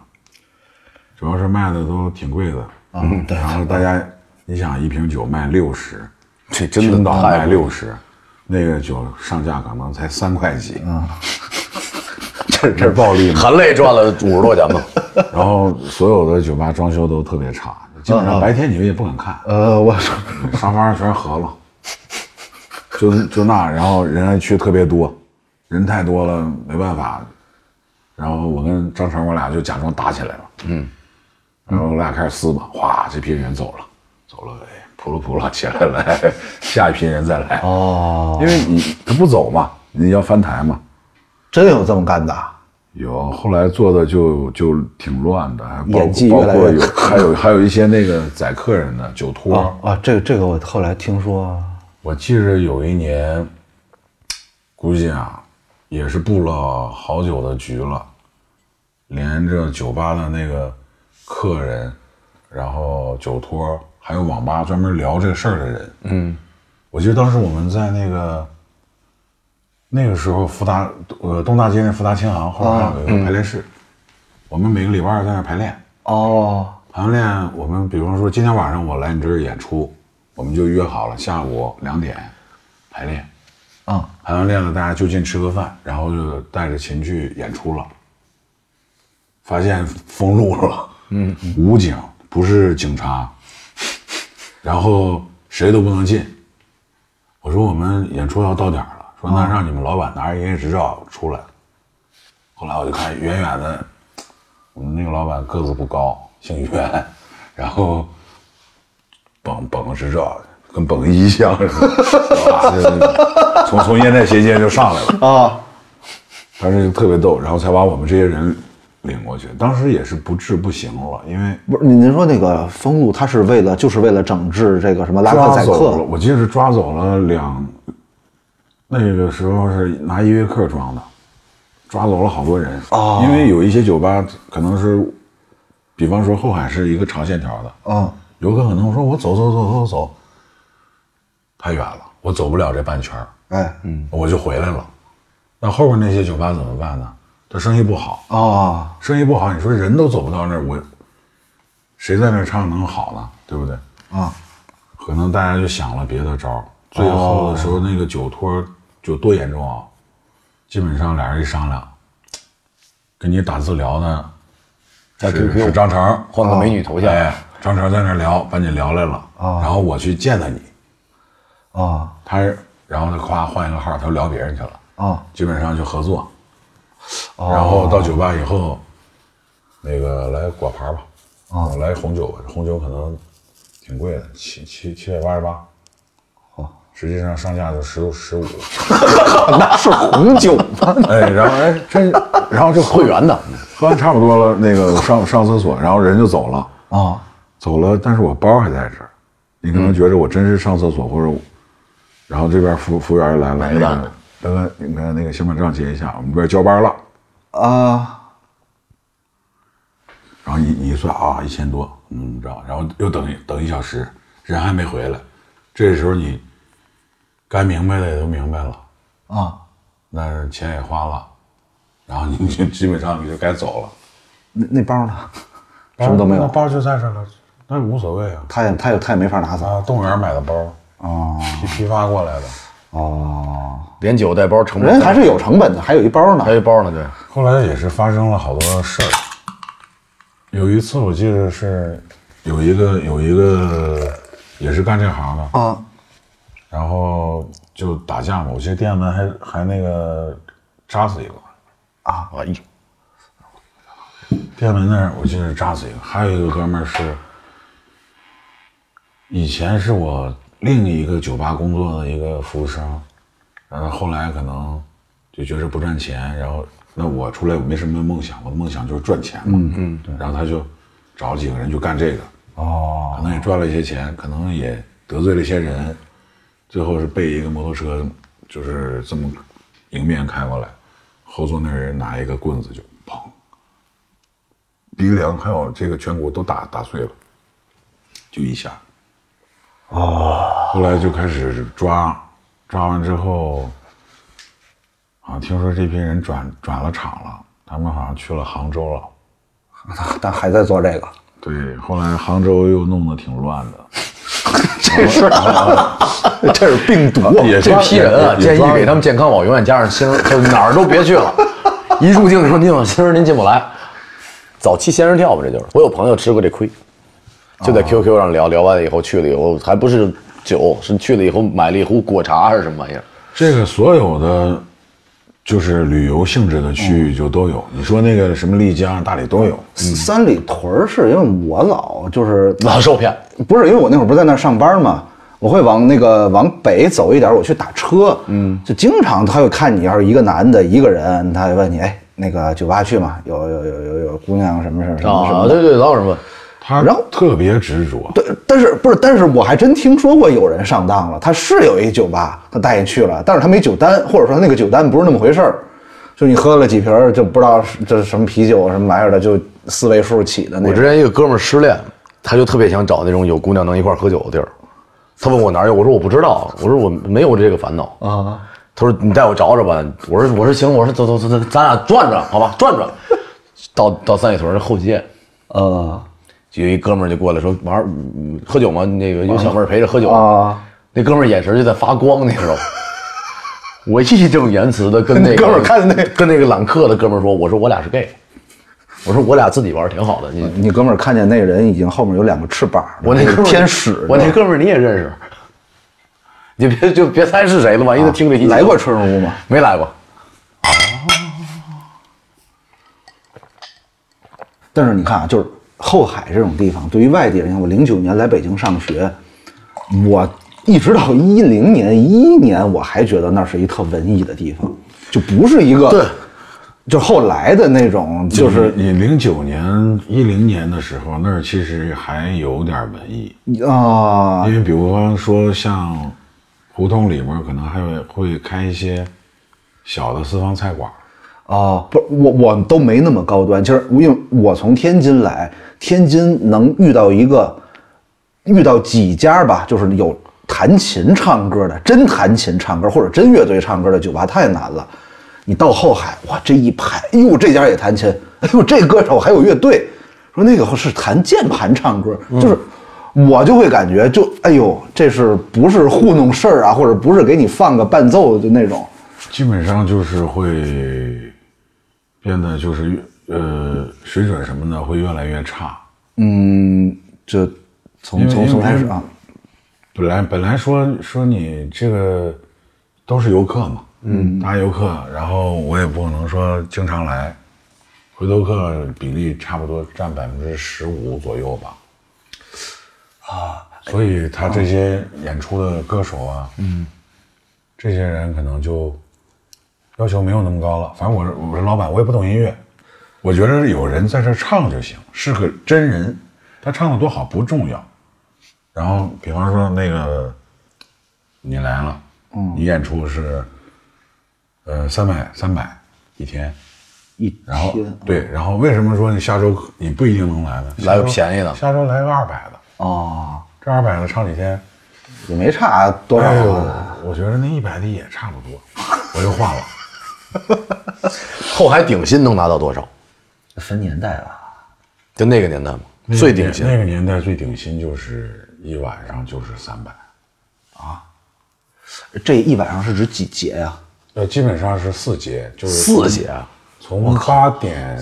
S2: 主要是卖的都挺贵的。
S3: 啊
S2: 嗯，然后大家，你想一瓶酒卖六十，
S3: 这
S2: 青
S3: 真的
S2: 岛
S3: 太
S2: 卖六十，那个酒上架可能才三块几，
S3: 啊
S2: 这这暴利嘛。
S3: 含泪赚了五十多钱吧。
S2: 然后所有的酒吧装修都特别差，基本
S3: 嗯
S2: 上白天你也不敢看，
S4: 呃，我说
S2: 沙发上全是盒了，就就那，然后人还去特别多，人太多了没办法，然后我跟张成我俩就假装打起来了，嗯，然后我俩开始撕吧，哗，这批人走了，走了，哎，扑噜扑噜起来了， [LAUGHS] 哎下一批人再来，哦，因为你他不走嘛，你要翻台嘛，
S4: 真有这么干的啊，
S2: 有，后来做的就就挺乱的，还包
S4: 演技
S2: 包
S4: 越来
S2: 括
S4: 越 [LAUGHS]
S2: 有还有还有一些那个宰客人的酒托。
S4: 啊，这个这个我后来听说，
S2: 我记着有一年，估计啊，也是布了好久的局了，连着酒吧的那个客人，然后酒托，还有网吧专门聊这个事儿的人，嗯，我记得当时我们在那个那个时候福达呃东大街那福达琴行后面还有一个排练室，我们每个礼拜二在那儿排练，
S4: 哦，
S2: 排练，我们比方说今天晚上我来你这儿演出，我们就约好了下午两点排练。
S4: 嗯，
S2: 排完练了，大家就近吃个饭，然后就带着琴去演出了。发现封路了，嗯，武警不是警察，然后谁都不能进。我说我们演出要到点儿了，说那让你们老板拿着营业执照出来。后来我就看远远的我们那个老板个子不高，姓袁，然后绷绷个执照，跟绷衣箱似的，
S4: [LAUGHS]
S2: 哇这从从烟袋斜肩就上来了啊！
S4: 哦
S2: 当时就特别逗，然后才把我们这些人领过去。当时也是不治不行了，因为
S4: 不是您您说那个封路，他是为了就是为了整治这个什么拉客
S2: 抓
S4: 宰
S2: 走了，
S4: 客，
S2: 我记得是抓走了两，那个时候是拿依维柯装的，抓走了好多人
S4: 哦
S2: 因为有一些酒吧可能是，比方说后海是一个长线条的，
S4: 嗯，
S2: 游客可能说我走走走走走，太远了，我走不了这半圈儿
S4: 哎，
S2: 我就回来了。那后边那些酒吧怎么办呢？他生意不好，
S4: 哦，
S2: 生意不好，你说人都走不到那儿，我谁在那儿唱能好呢？对不对？
S4: 啊，
S2: 可能大家就想了别的招儿。最后的时候，那个酒托就多严重啊！基本上俩人一商量，跟你打字聊呢，是是张成，
S3: 换个美女头哦像，
S2: 哦哎，张成在那儿聊，把你聊来了，然后我去见了你，
S3: 哦
S4: 啊
S2: 他然后他夸换一个号，他聊别人去了，
S3: 哦
S4: 啊，
S2: 基本上就合作。然后到酒吧以后，那个来果盘吧，
S3: 哦
S2: 啊，来红酒吧，红酒可能挺贵的，七七七百八十八，
S3: 哦
S2: 实际上上架就十
S3: [LAUGHS]
S2: 十五，
S4: 那是红酒吗？
S2: 哎，然后哎真，然后就喝
S3: 会员的，
S2: 喝完差不多了，那个上上厕所，然后人就走了，
S4: 啊，
S2: 走了，但是我包还在这儿，你可能觉着我真是上厕所或者我，然后这边服服务员来了，那个大哥，你看那个先把账结一下，我们这边交班了。
S4: 啊，
S2: 然后一一算啊，一千多，嗯，你知道，然后又等一等一小时，人还没回来，这时候你该明白的也都明白了，
S4: 啊，
S2: 但是钱也花了，然后你就基本上你就该走了，
S4: 那那包呢？什么都没有
S2: 那包就在这儿了，那无所谓啊。
S4: 他也他也他也没法拿走。
S2: 啊，动物园买的包，
S4: 哦
S2: 批批发过来的。
S4: 哦，
S3: 连酒带包成本
S4: 人还是有成本的，还有一包呢
S3: 还。有包呢，对，
S2: 后来也是发生了好多事儿。有一次我记得是有一个有一个也是干这行的，
S4: 啊，
S2: 然后就打架嘛，我记得店门还还那个扎死一个，
S3: 啊，一
S2: 店门那儿我记得是扎死一个，还有一个哥们儿是以前是我另一个酒吧工作的一个服务生，然后后来可能就觉着不赚钱，然后那我出来我没什么梦想，我的梦想就是赚钱嘛，嗯嗯，然后他就找几个人就干这个，
S4: 哦，
S2: 可能也赚了一些钱，可能也得罪了一些人，最后是被一个摩托车就是这么迎面开过来，后座那人拿一个棍子就砰，鼻梁还有这个颧骨都打打碎了，就一下。哦，后来就开始抓，抓完之后，好像听说这批人转转了场了，他们好像去了杭州了。
S4: 但还在做这个。
S2: 对，后来杭州又弄得挺乱的。
S3: 这是这是病毒啊，
S2: 也
S3: 这
S2: 抓
S3: 批人啊，
S2: 也也
S3: 建议
S2: 抓
S3: 给他们健康宝永远加上星，就哪儿都别去 [LAUGHS] 了。一入境说您往星儿您进不来，早期仙人跳吧，这就是。我有朋友吃过这亏，就在 QQ 上聊聊完了以后去了以后，还不是酒，是去了以后买了一壶果茶还是什么玩意儿。
S2: 这个所有的就是旅游性质的区域就都有。
S3: 嗯
S2: 你说那个什么丽江、大理都有，
S4: 三里屯儿是因为我老就是
S3: 老受骗，
S4: 不是因为我那会儿不是在那儿上班嘛，我会往那个往北走一点，我去打车，嗯，就经常他会看你要是一个男的一个人，他会问你，哎，那个酒吧去吗？有有有有有姑娘什么什么什么什
S3: 啊，
S4: 么的。
S3: 对对，老有人问，
S2: 他
S4: 然后
S2: 特别执着。
S4: 对，但是不是？但是我还真听说过有人上当了。他是有一酒吧，他带你去了，但是他没酒单，或者说他那个酒单不是那么回事儿，就你喝了几瓶儿就不知道是这是什么啤酒什么玩意儿的，就四位数起的那
S3: 我之
S4: 种。
S3: 前一个哥们儿失恋，他就特别想找那种有姑娘能一块儿喝酒的地儿。他问我哪儿有，我说我不知道，我说我没有这个烦恼啊。他说你带我找找吧，我说我说行，我说走走走走，咱俩转转好吧，转转。到到三里屯儿后街，
S4: 呃
S3: 有一哥们儿就过来说玩儿嗯喝酒吗？那个有小妹儿陪着喝酒
S4: 啊，
S3: 那哥们儿眼神就在发光，那时候。我义正言辞的跟那个
S4: [LAUGHS] 哥们儿看那
S3: 跟那个揽客的哥们儿说，我说我俩是 gay，我说我俩自己玩儿挺好的，你
S4: 你哥们儿看见那人已经后面有两个翅膀了，
S3: 我那哥们儿
S4: 天使呢，
S3: 我那哥们儿你也认识，你别就别猜是谁了，万一他 [LAUGHS] 听着一
S4: 来过春日屋吗？
S3: 没来过？
S4: 但是你看啊，就是后海这种地方，对于外地人，我零九年来北京上学，我一直到一零年、一一年，我还觉得那是一特文艺的地方，就不是一个对，就后来的那种，就是
S2: 你零九年、一零年的时候，那儿其实还有点文艺，
S4: 啊、
S2: 因为比方说像胡同里面可能还会会开一些小的私房菜馆。
S4: 啊，不，我我都没那么高端。其实，因为我从天津来，天津能遇到一个，遇到几家吧，就是有弹琴唱歌的，真弹琴唱歌或者真乐队唱歌的酒吧太难了。你到后海，哇，这一排，哎呦，这家也弹琴，哎呦，这歌手还有乐队，说那个是弹键盘唱歌，就是。我就会感觉就哎呦，这是不是糊弄事儿啊？或者不是给你放个伴奏的那种？
S2: 基本上就是会变得就是越呃水准什么的会越来越差。
S4: 嗯，这
S2: 因
S4: 从
S2: 为
S4: 从
S2: 因
S4: 从
S2: 为
S4: 开始
S2: 它
S4: 啊，
S2: 本来本来说说你这个都是游客嘛，嗯，大游客，然后我也不可能说经常来，回头客比例差不多占百分之十五左右吧。啊，所以他这些演出的歌手啊，嗯，这些人可能就要求没有那么高了。反正我是我是老板，我也不懂音乐，我觉得有人在这唱就行，是个真人，他唱的多好不重要。然后比方说那个你来了，嗯，你演出是呃三百三百一天，
S4: 一
S2: 然后
S4: 天
S2: 对，然后为什么说你下周你不一定能来呢？
S3: 来个
S2: 下周
S3: 便宜的
S2: 下周来个二百的，
S4: 哦，
S2: 这二百的唱几天？
S4: 也没差多少
S2: 哎
S4: 啊、
S2: 呦，我觉得那一百的也差不多，我就 [LAUGHS] 换了。
S3: 后海顶薪能拿到多少？
S4: 分年代吧，
S3: 就那个年代嘛，
S2: 那个
S3: 最
S2: 年
S3: 顶薪。
S2: 那个年代最顶薪就是一晚上就是三百，
S4: 这一晚上是指几节呀、
S2: 呃，基本上是四节，就是
S3: 四节啊，
S2: 从八点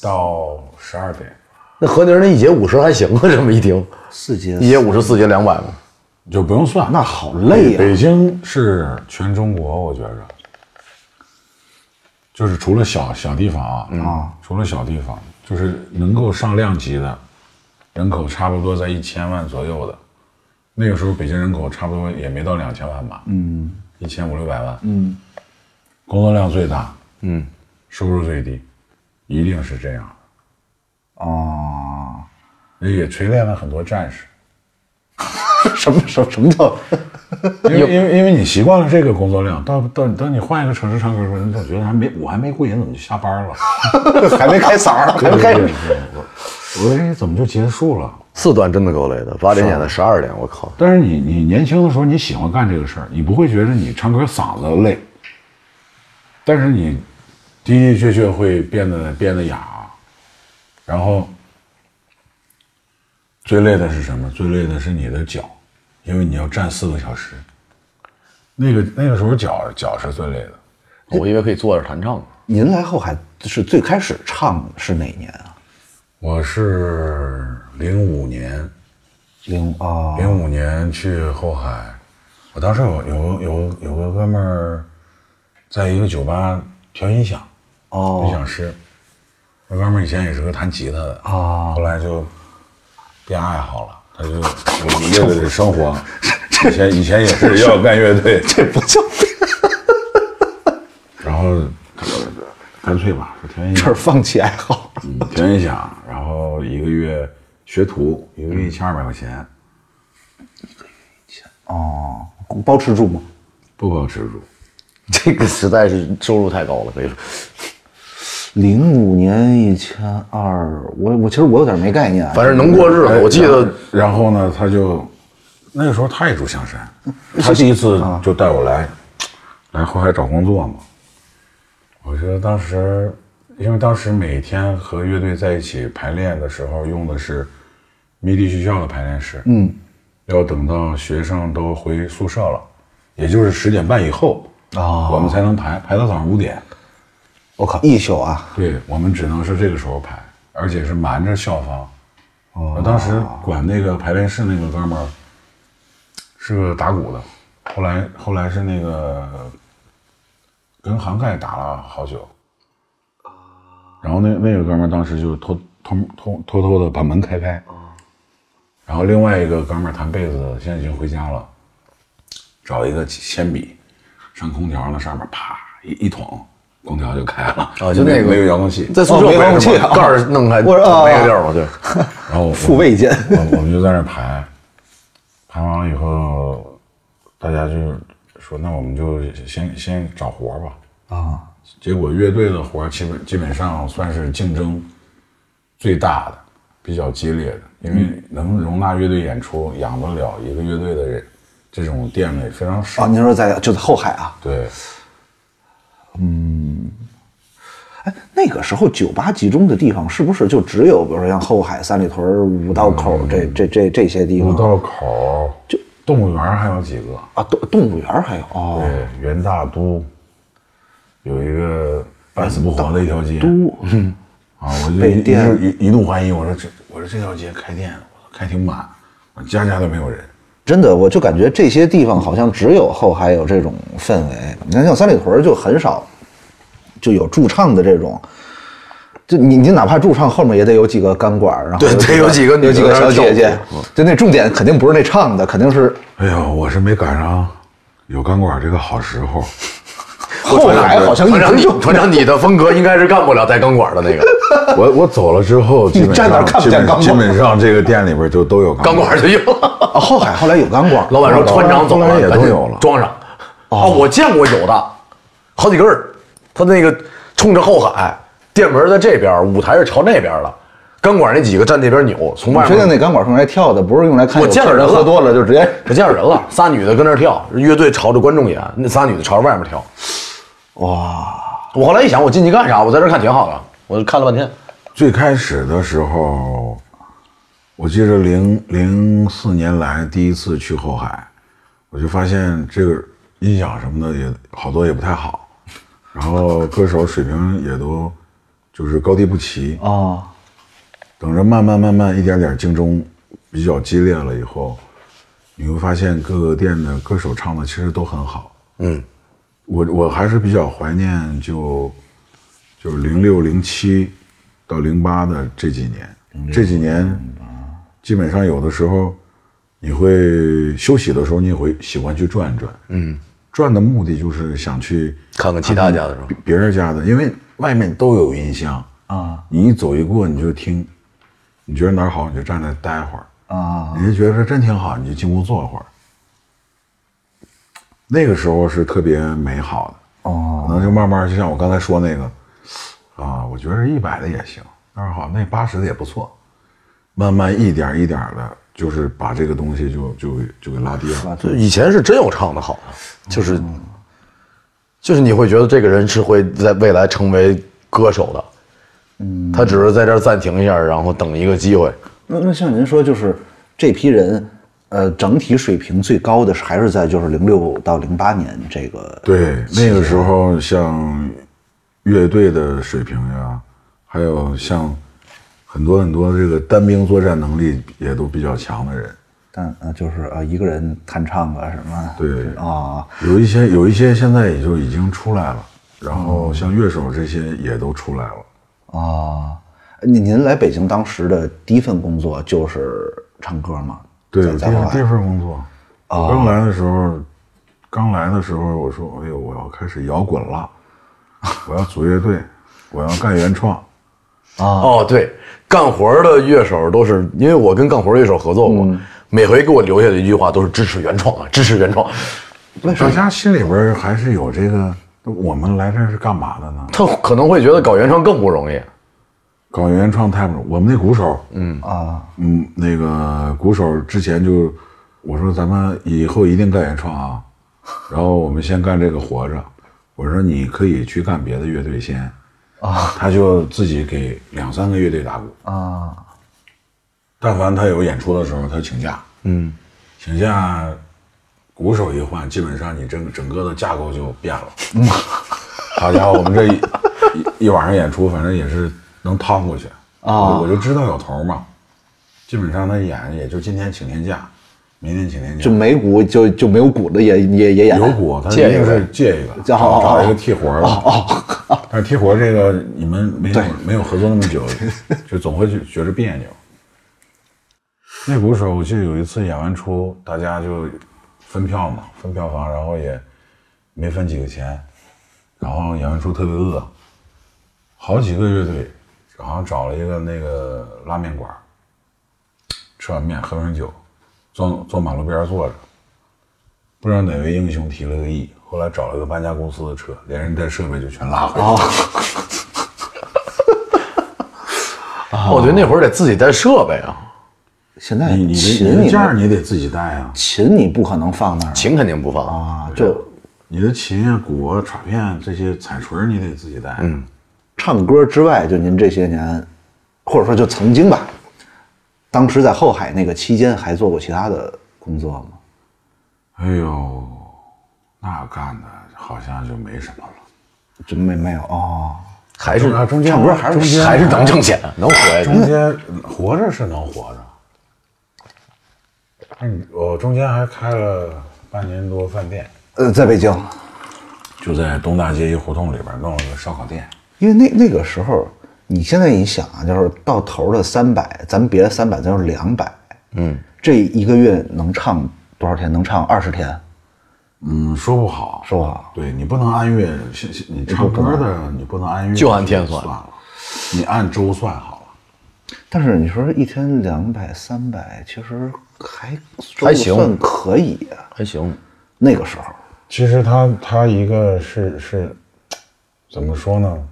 S2: 到十二点，
S3: 那和宁那一节五十还行啊，这么一听，
S4: 四节
S3: [LAUGHS] 一节五十，四节两百嘛。
S2: 就不用算。
S4: 那好累啊呀、
S2: 北京是全中国，我觉着，就是除了小小地方啊，
S4: 嗯
S2: 啊，除了小地方，就是能够上量级的，人口差不多在一千万左右的，那个时候北京人口差不多也没到两千万吧，嗯，一千五六百万，嗯，工作量最大，嗯，收入最低，一定是这样的
S4: 哦，
S2: 也锤炼了很多战士，
S4: 什么什么什么叫 [LAUGHS]
S2: 因为因为因为你习惯了这个工作量，到到等你换一个城市唱歌的时候，你总觉得还没我还没过瘾，怎么就下班了？
S4: 还没开嗓呢，还没开
S2: 对对对我我说哎，怎么就结束了？
S3: 四段真的够累的，八点演到十二点，我靠！
S2: 但是你你年轻的时候你喜欢干这个事儿，你不会觉得你唱歌嗓子累，但是你的的确确会变得变得哑，然后最累的是什么？最累的是你的脚，因为你要站四个小时，那个那个时候脚脚是最累的。
S3: 我以为可以坐着弹唱呢。
S4: 您来后海是最开始唱是哪年啊？
S2: 我是零五年，
S4: 零啊，
S2: 零五年去后海，我当时有有有有个哥们儿，在一个酒吧调音响，
S4: 哦
S2: 音响师。那哥们儿以前也是个弹吉他的
S4: 哦
S2: 后来就变爱好了，他就有乐队的生活。以前以前也是要干乐队， [LAUGHS] 这不叫。然后他说干脆吧，说调音响
S4: 这儿放弃爱好了，
S2: 调音响，然后一个月学徒，一个月一千二百块钱，
S4: 哦，包吃住吗？
S2: 不包吃住。
S3: 这个实在是 [LAUGHS] 收入太高了，可以说。
S4: 零五年一千二，我我其实我有点没概念啊，
S3: 反正能过日子，哎我记得
S2: 然后呢，他就那个时候他也住香山，他第一次
S3: 啊
S2: 就带我来、来后海找工作嘛。我觉得当时，因为当时每天和乐队在一起排练的时候用的是迷笛学校的排练室，嗯，要等到学生都回宿舍了，也就是十点半以后
S4: 哦
S2: 我们才能排，排到早上五点。
S4: 我靠一宿啊，
S2: 对我们只能是这个时候排，而且是瞒着校方。
S3: 哦
S2: 我当时管那个排练室那个哥们儿是个打鼓的，后来后来是那个跟杭盖打了好久，
S3: 啊
S2: 然后那那个哥们儿当时就偷偷偷偷偷的把门开开，
S3: 哦
S2: 然后另外一个哥们儿弹贝斯的现在已经回家了，找一个铅笔上空调那上面啪一一捅，空调就开了
S3: 啊就那个
S2: [LAUGHS] 没有遥控器，
S3: 在宿舍
S4: 哦
S3: 不
S4: 没
S3: 也是
S4: 放弃
S3: 吗
S4: 啊
S3: 盖儿弄 [LAUGHS] 开
S4: 我说啊
S3: 那个地儿嘛，对。
S2: 然后我
S4: 付卫间
S2: 我我们就在那儿排，排完了以后，大家就说那我们就先先找活儿吧。
S4: 啊，
S2: 结果乐队的活儿基本基本上算是竞争最大的，比较激烈的，因为能容纳乐队演出养得了一个乐队的人，这种店位非常
S4: 啊，
S2: 少。
S4: 您说在就在后海啊，
S2: 对，
S4: 那个时候酒吧集中的地方是不是就只有比如说像后海、三里屯、五道口这
S3: 嗯
S4: 这这这些地
S2: 五
S4: 方
S2: 道口就动物园儿还有几个。
S4: 啊？动动物园还有哦，
S2: 对，元大都有一个半死不活的一条街，啊，我就
S4: 被
S2: 一
S4: 电
S2: 一一一度怀疑，我说这我说这条街开店，我说开挺满，我家家都没有人。
S4: 真的我就感觉这些地方好像只有后海有这种氛围。你看像三里屯就很少就有驻唱的这种。就你你哪怕驻唱后面也得有几个钢管，然后
S3: 对
S4: 几
S3: 得有几个女
S4: 有几个
S3: 的
S4: 小姐
S3: 在那
S4: 姐
S3: 儿跳，
S4: 就那重点肯定不是那唱的，肯定是
S2: 哎呦，我是没赶上有钢管这个好时 [LAUGHS] 候，
S4: 后海好像一
S3: 团长
S4: 直
S3: 你
S4: 就
S3: 团长你的风格应该是干不了带钢管的那个，
S2: 我我走了之后，基本
S4: 站那儿
S2: 上
S4: 看不
S2: 基
S4: 见钢
S2: 本
S4: 管
S2: 基本上这个店里边就都有
S3: 钢
S2: 钢
S3: 管就有了。
S4: 啊，后海后来有钢管，
S3: [LAUGHS] 老板说船长走
S2: 后来
S3: 了，
S2: 也
S3: 赶紧
S2: 都有了
S3: 装上。啊，我见过有的，好几根儿。他那个冲着后海，店门在这边，舞台是朝那边的，钢管那几个站那边扭，从外
S4: 你确定
S3: 面。
S4: 那钢管是用来跳的，不是用来看
S3: 我
S4: 有
S3: 见
S4: 客
S3: 着人
S4: 人喝
S3: 了
S4: 多了就直接
S3: 可见着人了，仨女的跟那儿跳，乐队朝着观众演，那仨女的朝着外面跳。哇！我后来一想，我进去干啥？我在这儿看挺好的，我就看了半天。
S2: 最开始的时候，我记着零零四年来第一次去后海，我就发现这个音响什么的也好多也不太好，然后歌手水平也都就是高低不齐。
S4: 啊，
S2: 等着慢慢慢慢一点点竞争比较激烈了以后，你会发现各个店的歌手唱的其实都很好。
S3: 嗯，
S2: 我我还是比较怀念就就是零六零七到零八的这几年，这几年基本上有的时候你会休息的时候，你也会喜欢去转一转。嗯，转的目的就是想去
S3: 看看其他家的时候，
S2: 别别人家的，因为外面都有音箱
S4: 啊，
S2: 你一走一过你就听，你觉得哪儿好你就站那儿待会儿
S4: 啊，
S2: 你就觉得这真挺好，你就进屋坐会儿。那个时候是特别美好的，
S4: 哦，
S2: 可能就慢慢就像我刚才说那个，啊，我觉得一百的也行，那好，那八十的也不错，慢慢一点一点的，就是把这个东西就就就给拉低
S4: 啊
S2: 了。
S3: 就以前是真有唱的好的，就是就是你会觉得这个人是会在未来成为歌手的，嗯，他只是在这儿暂停一下，然后等一个机会。
S4: 那那像您说，就是这批人，呃，整体水平最高的是还是在就是零六到零八年这个
S2: 对，那个时候像乐队的水平呀，还有像很多很多这个单兵作战能力也都比较强的人，
S4: 但呃，就是呃，一个人弹唱啊什么，
S2: 对
S4: 啊，
S2: 有一些有一些现在也就已经出来了，然后像乐手这些也都出来了。
S4: 啊，您您来北京当时的第一份工作就是唱歌吗？
S2: 对，
S4: 在
S2: 第
S4: 在哦后
S2: 一第一
S4: 海
S2: 份工作，刚来的时候，刚来的时候，我说，哎呦，我要开始摇滚了， [LAUGHS] 我要组乐队，我要干原创。
S3: 哦，对，干活儿的乐手都是，因为我跟干活儿乐手合作过，每回给我留下的一句话都是支持原创啊，支持原创。
S2: 大家心里边儿还是有这个，我们来这儿是干嘛的呢？
S3: 他可能会觉得搞原创更不容易，
S2: 搞原创太不容易。我们那鼓手，嗯
S4: 啊，
S2: 嗯，那个鼓手之前就我说咱们以后一定干原创啊，然后我们先干这个活着。我说你可以去干别的乐队先，啊，他就自己给两三个乐队打鼓啊。但凡他有演出的时候，他请假，嗯，请假，鼓手一换，基本上你整整个的架构就变了。 [LAUGHS] 好家伙，我们这一一一晚上演出，反正也是能趟过去啊。我就知道有头嘛，基本上他演也就今天请天假，明天请天假
S4: 就。没鼓就就没有鼓的也也也演
S2: 有鼓，他一
S3: 借一
S2: 定
S3: 个
S2: 是借一个，
S4: 哦哦
S2: 找
S4: 哦
S2: 找一个替活的。但是替活这个你们没有没有合作那
S4: [LAUGHS]
S2: 么久，就总会觉觉着别扭。那鼓手，我记得有一次演完出，大家就分票嘛，分票房，然后也没分几个钱，然后演完出特别饿，好几个乐队，好像找了一个那个拉面馆儿，吃碗面，喝瓶酒，坐坐马路边儿坐着，不知道哪位英雄提了个亿，后来找了个搬家公司的车，连人带设备就全拉回来了。
S3: 哦我觉得那会儿得自己带设备啊，
S4: 现在
S2: 你你的
S4: 琴
S2: 你
S4: 你
S2: 的件儿你得自己带啊，
S4: 琴你不可能放那儿
S3: 琴肯定不放，
S4: 啊，就
S2: 你的琴啊、鼓啊、镲片啊这些彩锤儿你得自己带。嗯，
S4: 唱歌之外，就您这些年，或者说就曾经吧，当时在后海那个期间还做过其他的工作吗？
S2: 哎呦，那干的好像就没什么了。
S4: 真没没有哦，
S3: 还是
S2: 啊，中间
S4: 唱歌还是
S2: 中间
S3: 还是能挣钱，能活下去。
S2: 中间活着是能活着。嗯，我中间还开了半年多饭店，
S4: 呃，在北京，
S2: 就在东大街一胡同里边弄了个烧烤店。
S4: 因为那那个时候，你现在一想啊，就是到头的三百，咱别三百，咱就是两百，嗯，这一个月能唱多少天？能唱二十天，
S2: 嗯，说不好，
S4: 是吧？
S2: 对你不能按月，是是你唱歌的你不能按月，
S3: 就按天算
S2: 算了。你按周算好了。
S4: 但是你说一天两百三百，其实还
S3: 还行
S4: 算可以啊。
S3: 还行，
S4: 那个时候，
S2: 其实他他一个是是，怎么说呢？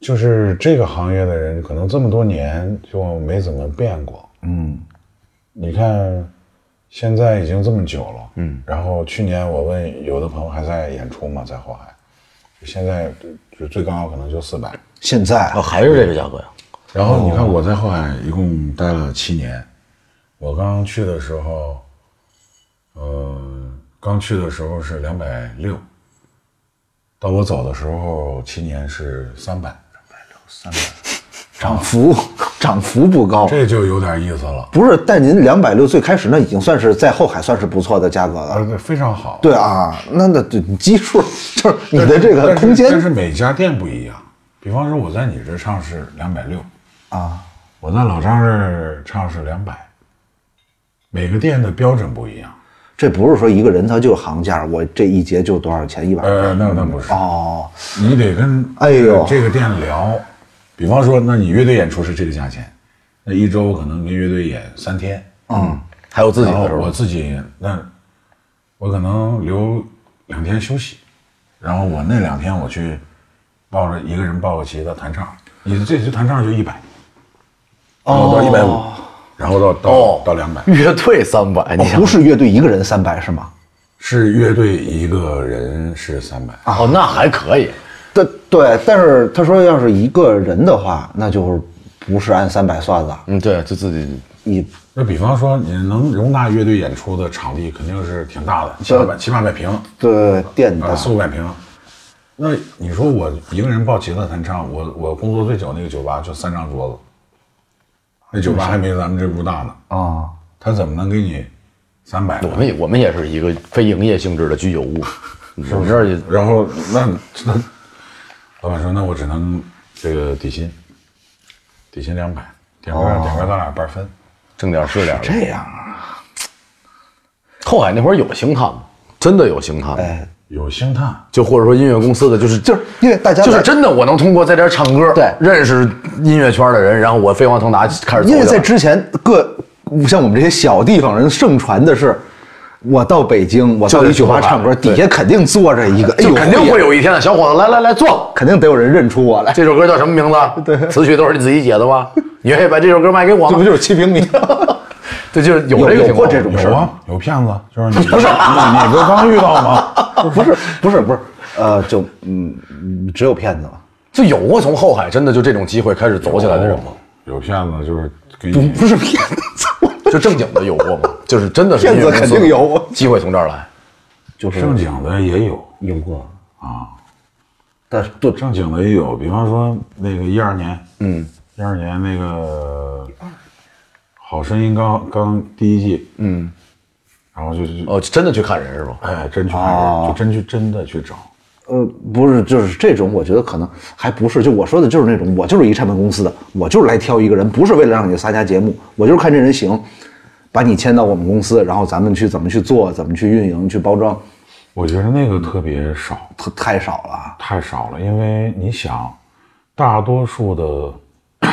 S2: 就是这个行业的人，可能这么多年就没怎么变过。嗯，你看，现在已经这么久了。嗯，然后去年我问有的朋友还在演出嘛，在后海，现在就最高可能就四百。
S4: 现在
S2: 哦
S3: 啊，还是这个价格呀。
S2: 然后你看我在后海一共待了七年，我刚去的时候，呃，刚去的时候是两百六，到我走的时候七年是三百，
S4: [LAUGHS] 涨幅 [LAUGHS] 涨幅不高，
S2: 这就有点意思了，
S4: 不是？但您两百六最开始那已经算是在后海算是不错的价格了。
S2: 而且非常好。
S4: 对啊，那那对你基数就是你
S2: 但是，
S4: 的这个
S2: 但是
S4: 空间
S2: 但是每家店不一样，比方说我在你这唱是两百六，
S4: 啊，
S2: 我在老张这儿唱是两百，每个店的标准不一样。
S4: 这不是说一个人他就行价，我这一节就多少钱一百
S2: 呃，那那不是
S4: 哦，
S2: 你得跟
S4: 哎呦
S2: 这个店聊，比方说，那你乐队演出是这个价钱，那一周可能跟乐队演三天，
S4: 嗯，
S3: 还有自己
S2: 然后
S3: 的时候
S2: 我，自己那我可能留两天休息，然后我那两天我去抱着一个人抱个吉他弹唱，你这次弹唱就一百，
S4: 哦
S2: 然后到一百五，然后到到、到两百，
S3: 哦乐队三百，你想
S4: 哦不是乐队一个人三百是吗？
S2: 是乐队一个人是三百，
S3: 哦，那还可以。
S4: 对对，但是他说要是一个人的话，那就是不是按三百算的，
S3: 嗯，对，就自己
S4: 一
S2: 那比方说你能容纳乐队演出的场地肯定是挺大的，七八百七八百平。
S4: 对电
S2: 啊，
S4: 的
S2: 四五百平。那你说我一个人抱吉他弹唱，我我工作最久那个酒吧就三张桌子，那酒吧还没咱们这屋大呢，
S4: 啊，
S2: 他怎么能给你三百？
S3: 我们也我们也是一个非营业性质的居酒屋，嗯我们这儿也
S2: 然后那那老板说，那我只能这个底薪，底薪两百，点歌点歌咱俩半分。
S3: 挣点是点儿。
S4: 这样啊，
S3: 后海那会儿有星探吗？真的有星探吗？
S4: 哎，
S2: 有星探，
S3: 就或者说音乐公司的，就是就
S4: 就是是因为大家
S3: 就是
S4: 在
S3: 真的，我能通过在这儿唱歌，
S4: 对
S3: 认识音乐圈的人，然后我飞黄腾达开始走起来。
S4: 因为在之前各像我们这些小地方人盛传的是，我到北京，我到
S3: 就得
S4: 一酒吧
S3: 去后海
S4: 唱歌，
S3: 对
S4: 底下肯定坐着一个，哎
S3: 就
S4: 呦，
S3: 肯定会有一天的小伙子，来来来坐。
S4: 肯定得有人认出我来，
S3: 这首歌叫什么名字？对，词曲都是你自己写的吗？你愿意 [LAUGHS] 把这首歌卖给我
S4: 这不
S3: 吗？
S4: 就是七平米？
S3: 对，就是有这个
S4: 有
S3: 情
S4: 有过
S3: 况。
S4: 这种事
S2: 有
S4: 儿吗？
S2: 啊，有骗子，就是你不是你你不是刚遇到
S4: [LAUGHS]
S2: 吗？
S4: 不是不是
S3: [LAUGHS]
S4: 不是，呃，就嗯，嗯只有骗子了。
S3: 就有过从后海真的就这种机会开始走起来的人
S4: [LAUGHS]
S3: 吗？
S2: 有骗子就是给你
S4: 不是骗子，
S3: 就正经的有过吗？就是真的是
S4: 骗子
S3: 音乐公司
S4: 肯定有
S3: 机会从这儿来。
S4: 就是
S2: 正经的也有，
S4: 有过啊，但是对
S2: 正经的也有，比方说那个一二年，嗯，一二年那个《好声音刚》刚第一季，嗯，然后就就、
S3: 哦，真的去看人是吗？
S2: 哎，真去看人，就真去真的去找，
S4: 呃，不是，就是这种，我觉得可能还不是，就我说的就是那种，我就是一唱片公司的，我就是来挑一个人，不是为了让你参加节目，我就是看这人行，把你签到我们公司，然后咱们去怎么去做，怎么去运营，去包装，
S2: 我觉得那个特别少，
S4: 太太少了啊。
S2: 太少了，因为你想，大多数的， [COUGHS]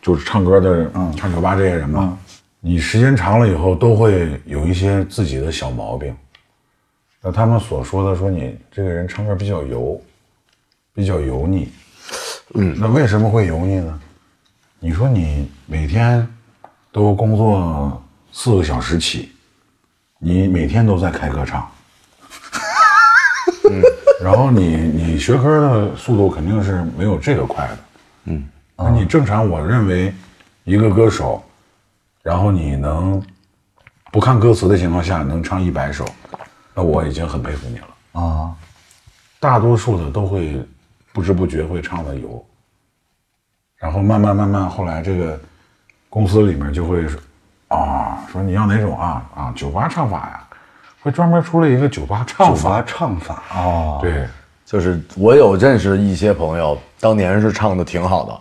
S2: 就是唱歌的，嗯唱酒吧这些人嘛，你时间长了以后都会有一些自己的小毛病。那他们所说的说你这个人唱歌比较油，比较油腻，嗯，那为什么会油腻呢？你说你每天都工作四个小时起，你每天都在开歌唱，然后你你学科的速度肯定是没有这个快的，嗯，那你正常我认为一个歌手，然后你能不看歌词的情况下能唱一百首，那我已经很佩服你了啊。大多数的都会不知不觉会唱的有，然后慢慢慢慢后来这个公司里面就会说啊说你要哪种啊啊酒吧唱法呀，会专门出了一个酒吧唱
S4: 唱
S2: 法，
S4: 法唱法哦，
S2: 对。
S3: 就是我有认识一些朋友，当年是唱的挺好的，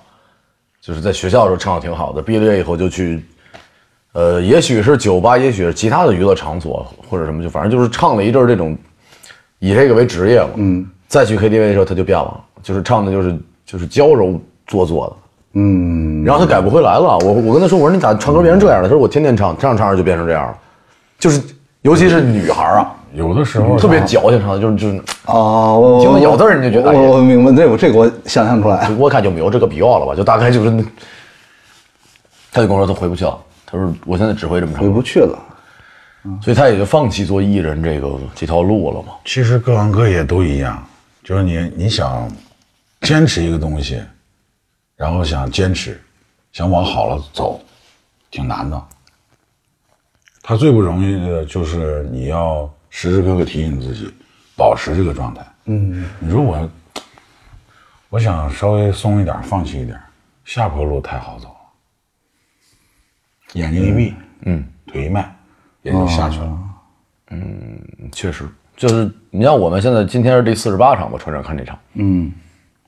S3: 就是在学校的时候唱的挺好的，毕了业以后就去，呃，也许是酒吧，也许是其他的娱乐场所或者什么，就反正就是唱了一阵儿这种，以这个为职业嘛。嗯，再去 KTV 的时候他就变了，就是唱的就是就是娇柔做作的。嗯，然后他改不回来了。我我跟他说，我说你咋唱歌变成这样了？他说我天天唱，唱着唱着就变成这样了，就是尤其是女孩啊，
S2: 有的时候
S3: 特别矫情，唱的就是就是
S4: 哦，我
S3: 听到咬字儿你就觉得哎呀
S4: 我我明白，这我这个我想象出来。
S3: 我看就没有这个必要了吧，就大概就是那，他就跟我说他回不去了，他说我现在只会这么唱
S4: 回，不去了。
S3: 所以他也就放弃做艺人这个这条路了嘛。
S2: 其实各行各业都一样，就是你你想坚持一个东西，然后想坚持，想往好了走，挺难的。它最不容易的就是你要时时刻刻提醒自己，保持这个状态。嗯，你说我，我想稍微松一点，放弃一点，下坡路太好走了。眼睛一闭，嗯，哦腿一迈，也就下去了。
S3: 确实，就是你像我们现在今天是第四十八场吧，船长看这场，嗯，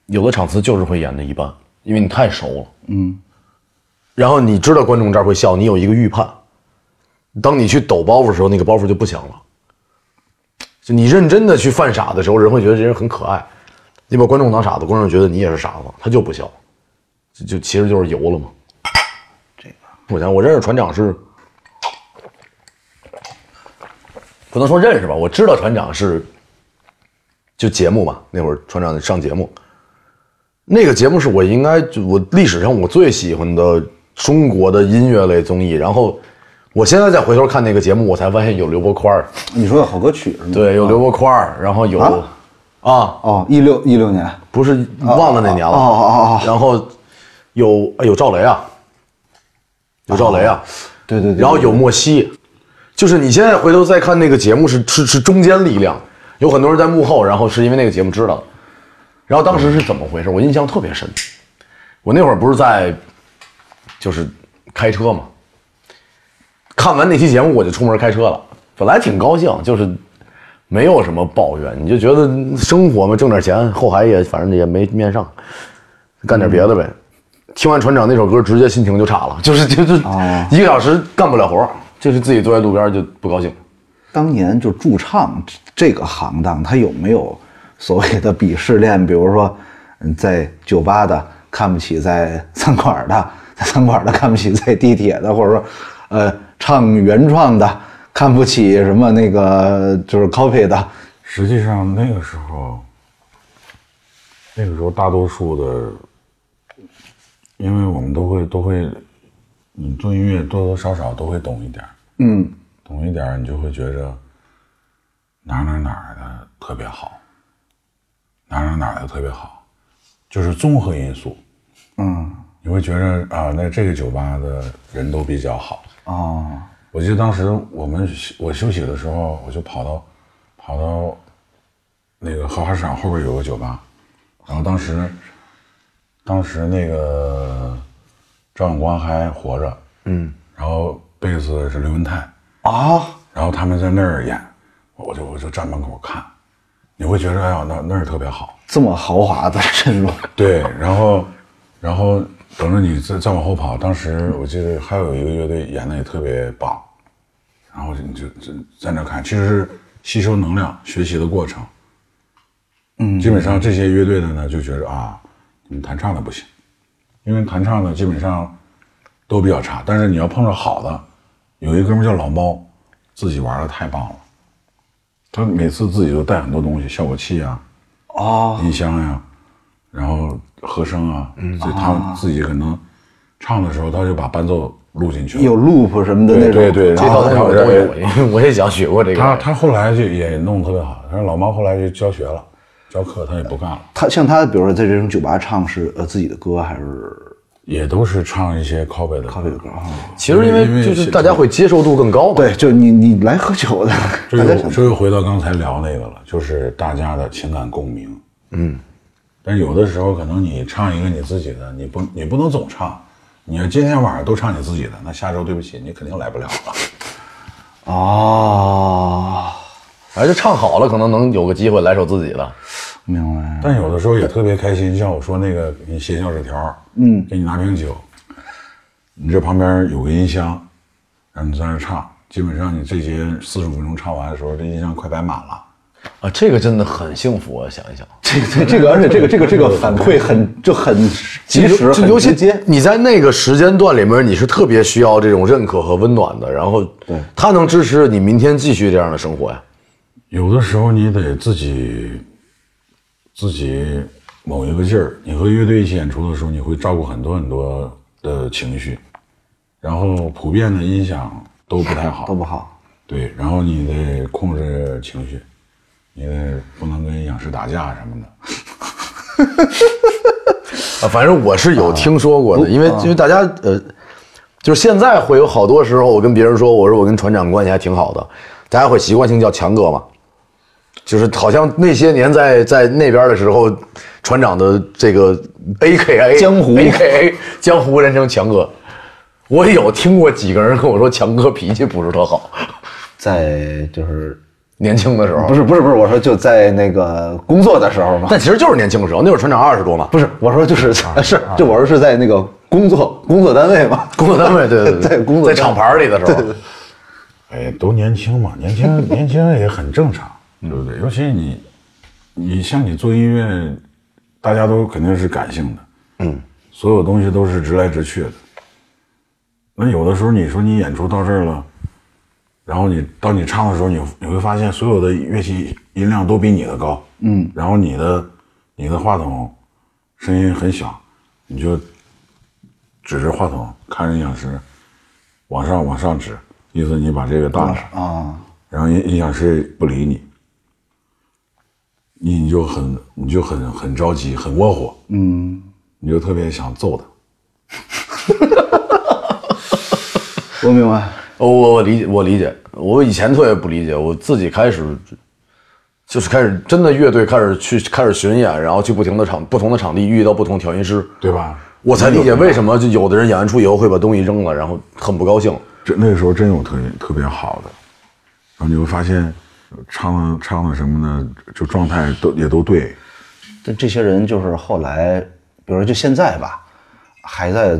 S3: 有的场次就是会演的一般，因为你太熟了，嗯，然后你知道观众这儿会笑，你有一个预判，当你去抖包袱的时候，那个包袱就不响了。就你认真的去犯傻的时候，人会觉得这人很可爱，你把观众当傻子，观众觉得你也是傻子，他就不笑，就就其实就是油了嘛。这个，我想我认识船长是不能说认识吧，我知道船长是就节目嘛，那会儿船长上节目，那个节目是我应该就我历史上我最喜欢的中国的音乐类综艺。然后我现在再回头看那个节目，我才发现有刘伯宽儿，
S4: 你说的好歌曲是吗？
S3: 对，有刘伯宽儿，然后有啊
S4: 哦，一六一六年，
S3: 不是忘了那年了，
S4: 哦哦哦
S3: 然后有哎有赵雷啊，有赵雷啊，
S4: 对对对，
S3: 然后有莫西，就是你现在回头再看那个节目是是是中间力量，有很多人在幕后，然后是因为那个节目知道的。然后当时是怎么回事？我印象特别深。我那会儿不是在，就是开车嘛。看完那期节目，我就出门开车了。本来挺高兴，就是没有什么抱怨，你就觉得生活嘛，挣点钱，后海也反正也没面上，干点别的呗。听完船长那首歌，直接心情就差了， [LAUGHS] 就是就是一个小时干不了活儿，就是自己坐在路边就不高兴。
S4: 当年就驻唱这个行当，它有没有所谓的鄙视链？比如说，嗯在酒吧的看不起在餐馆的，在餐馆的看不起在地铁的，或者说，呃，唱原创的看不起什么那个就是 copy 的，
S2: 实际上那个时候，那个时候大多数的，因为我们都会都会，你做音乐多多少少都会懂一点儿，
S4: 嗯，
S2: 懂一点儿你就会觉着哪儿哪儿哪儿的特别好，哪儿哪儿哪儿的特别好，就是综合因素，嗯，你会觉着啊，那这个酒吧的人都比较好，
S4: 哦，
S2: 我记得当时我们休我休息的时候，我就跑到跑到那个豪华市场后边有个酒吧，然后当时当时那个赵永光还活着，嗯，然后贝斯是刘文泰
S3: 哦
S2: 啊，然后他们在那儿演，我就我就站门口看，你会觉得哎呀，那那儿特别好，
S4: 这么豪华的阵容，
S2: 对，然后，然后等着你再再往后跑。当时我记得还有一个乐队演的也特别棒，然后你就就在那看，其实是吸收能量、学习的过程。嗯，基本上这些乐队的呢，就觉得啊，你们弹唱的不行，因为弹唱的基本上都比较差。但是你要碰上好的，有一哥们儿叫老猫，自己玩的太棒了，他每次自己都带很多东西，效果器啊，
S4: 哦，
S2: 音箱呀、然后和声啊，
S4: 嗯
S2: 所以他自己可能唱的时候，他就把伴奏录进去了。
S4: 有 loop 什么的那
S2: 对
S4: 种，
S2: 对对，
S3: 这
S2: 然
S3: 套东
S2: 后
S3: 西
S2: 然后
S3: 哦我都有，因为我也 [LAUGHS] 想学过这个。
S2: 他他后来就也弄得特别好，但是老猫后来就教学了，教课他也不干了，
S4: 他像他，比如说在这种酒吧唱是呃自己的歌还是
S2: 也都是唱一些 copy 的
S4: copy 的歌啊？
S3: 其实因
S2: 因为
S3: 为就是大家会接受度更高嘛。
S4: 对，就你你来喝酒的，
S2: 这
S4: 大家
S2: 又
S4: 想
S2: 这又回到刚才聊那个了，就是大家的情感共鸣。嗯，但有的时候可能你唱一个你自己的，你不你不能总唱，你要今天晚上都唱你自己的，那下周对不起，你肯定来不了了。
S4: 哦，
S3: 而且唱好了，可能能有个机会来首自己的。
S4: 明白。
S2: 但有的时候也特别开心，像我说那个，给你写小纸条，嗯，给你拿瓶酒，你这旁边有个音箱，让你在那儿唱，基本上你这节四十五分钟唱完的时候，这音箱快摆满了，
S5: 啊，这个真的很幸福啊！想一想，
S4: 这这这个，而且这个这个这个反馈很就很及时，
S3: 就尤
S4: 很直
S3: 其
S4: 接。
S3: 你在那个时间段里面，你是特别需要这种认可和温暖的，然后他能支持你明天继续这样的生活呀。
S2: 有的时候你得自己自己某一个劲儿。你和乐队一起演出的时候，你会照顾很多很多的情绪，然后普遍的音响都不太好，
S4: 都不好，
S2: 对，然后你得控制情绪，你得不能跟影视打架什么的。
S3: 啊，反正我是有听说过的，因
S4: 啊
S3: 为因为大家呃，就是现在会有好多时候，我跟别人说，我说我跟船长关系还挺好的，大家会习惯性叫强哥嘛，就是好像那些年在在那边的时候，船长的这个 A K A
S4: 江湖
S3: A K A 江湖人称强哥，我有听过几个人跟我说强哥脾气不是特好，
S4: 在就是
S3: 年轻的时候
S4: 不，是不是不是，我说就在那个工作的时候嘛，啊
S3: 但其实就是年轻的时候，那会儿船长二十多嘛，
S4: 不是我说就是 [LAUGHS] 是，就我说是在那个工作工作单位嘛，
S3: 工作单位对对
S4: [LAUGHS] 在工作
S3: 在
S4: 单位
S3: 厂牌里的时候，
S2: 哎，都年轻嘛，年 [LAUGHS] 轻年轻也很正常，对不对？尤其你，你像你做音乐，大家都肯定是感性的，嗯，所有东西都是直来直去的。那有的时候你说你演出到这儿了，然后你当你唱的时候，你你会发现所有的乐器音量都比你的高，嗯，然后你的你的话筒声音很小，你就指着话筒看着影师，往上往上指，意思你把这个大了
S4: 啊，
S2: 然后音音响师不理你，你你就很你就很很着急，很窝火，嗯，你就特别想揍他。
S4: 我明白。
S3: 我哦我我理解，我理解。我以前特别不理解，我自己开始就是开始真的乐队开始去开始巡演，然后去不停的场不同的场地遇到不同调音师，
S2: 对吧？
S3: 我才理解为什么就有的人演完出以后会把东西扔了，然后很不高兴。
S2: 这那个时候真有特别特别好的，然后你会发现，唱的唱的什么的，就状态都也都对，
S4: 但这些人就是后来，比如说就现在吧，还在，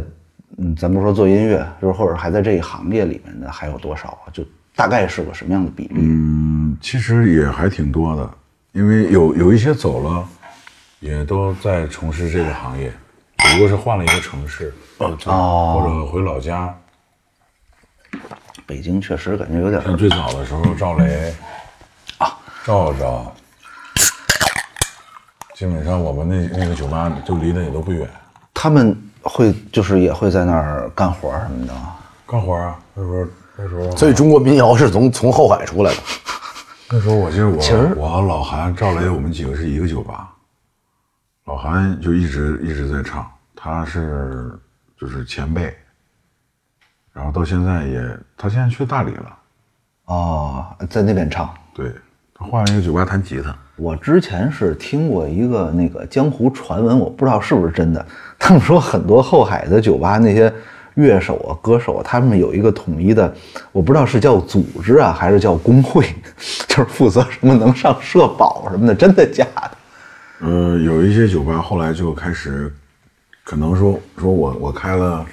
S4: 嗯，咱不说做音乐，就是或者还在这一行业里面的还有多少啊？就大概是个什么样的比例？
S2: 嗯，其实也还挺多的，因为有有一些走了，也都在从事这个行业，只不过是换了一个城市，
S4: 哦，
S2: 或者回老家。
S4: 北京确实感觉有点
S2: 像最早的时候，赵雷啊，赵赵，基本上我们那那个酒吧就离得也都不远。
S4: 他们会就是也会在那儿干活儿什么的吗，
S2: 干活啊，那时候那时候
S3: 所以中国民谣是从从后海出来的，
S2: 那时候我记得我
S4: 实
S2: 我老韩赵雷我们几个是一个酒吧，老韩就一直一直在唱，他是就是前辈，然后到现在也他现在去大理了，
S4: 哦，在那边唱。
S2: 对他换了一个酒吧弹吉他，
S4: 我之前是听过一个那个江湖传闻，我不知道是不是真的。他们说很多后海的酒吧那些乐手啊、歌手啊，他们有一个统一的，我不知道是叫组织啊，还是叫工会， [LAUGHS] 就是负责什么能上社保什么的，真的假的？
S2: 呃，有一些酒吧后来就开始，可能说说我我开了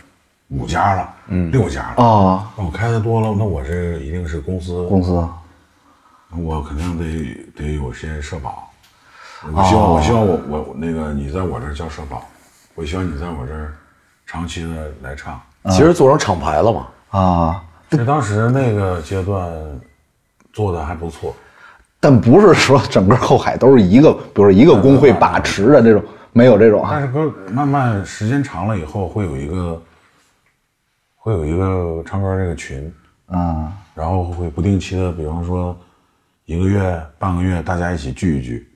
S2: 五家了，嗯，六家了，
S4: 哦，
S2: 那我开的多了，那我这一定是公司，
S4: 公司
S2: 我肯定得得有些社保。我希望、我希望我我我那个你在我这儿交社保，我希望你在我这儿长期的来唱。
S4: 嗯
S3: 其实做成厂牌了嘛。
S4: 啊，
S2: 那当时那个阶段做的还不错，
S4: 但不是说整个后海都是一个，比如说一个工会把持的这种，没有这种啊
S2: 但。是歌慢慢时间长了以后，会有一个会有一个唱歌这个群，
S4: 嗯，
S2: 然后会不定期的，比方说一个月、半个月，大家一起聚一聚。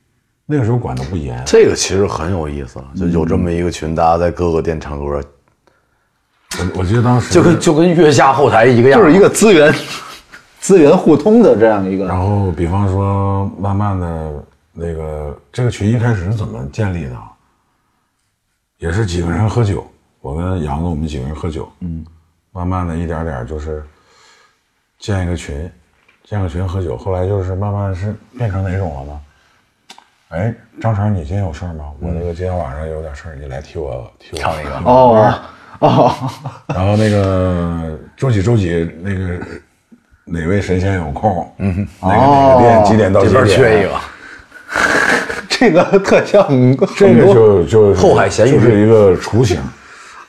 S2: 那个时候管的不严，
S3: 这个其实很有意思，就有这么一个群，大家在各个店唱歌，
S2: 我我记得当时
S3: 就跟就跟月下后台一个样，
S4: 就是一个资源资源互通的这样一个
S2: 然后，比方说，慢慢的，那个这个群一开始是怎么建立的啊？也是几个人喝酒，我跟杨子我们几个人喝酒，嗯，慢慢的一点点就是建一个群，建个群喝酒，后来就是慢慢是变成哪种了呢？哎，张成，你今天有事儿吗？我那个今天晚上有点事儿，你来替我替我唱一个。
S4: 哦哦，
S2: [LAUGHS] 然后那个周几周几那个哪位神仙有空？嗯，那个哪个店几点到
S3: 哦这
S2: 几点？
S4: 啊
S3: 边缺一个，
S4: 这个特效很多
S2: 这个就就
S3: 后海咸鱼
S2: 就是一个雏形。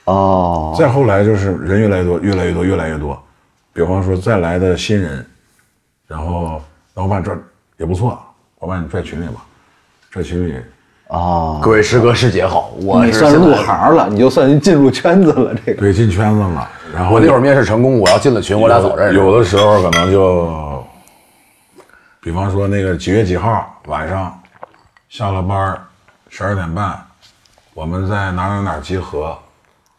S4: 哦，
S2: 再后来就是人越来越多，越来越多，越来越多。比方说再来的新人，然后那我把这也不错，我把你拽群里吧，拽群里
S3: 各位师哥师姐好，我
S4: 你
S3: 是
S4: 算
S3: 现在
S4: 入行了，你就算进入圈子了。这个
S2: 对进圈子了。然后
S3: 啊我那会儿面试成功，我要进了群，我俩早认识。
S2: 有的时候可能就，比方说那个几月几号晚上，下了班十二点半，我们在哪哪哪集合，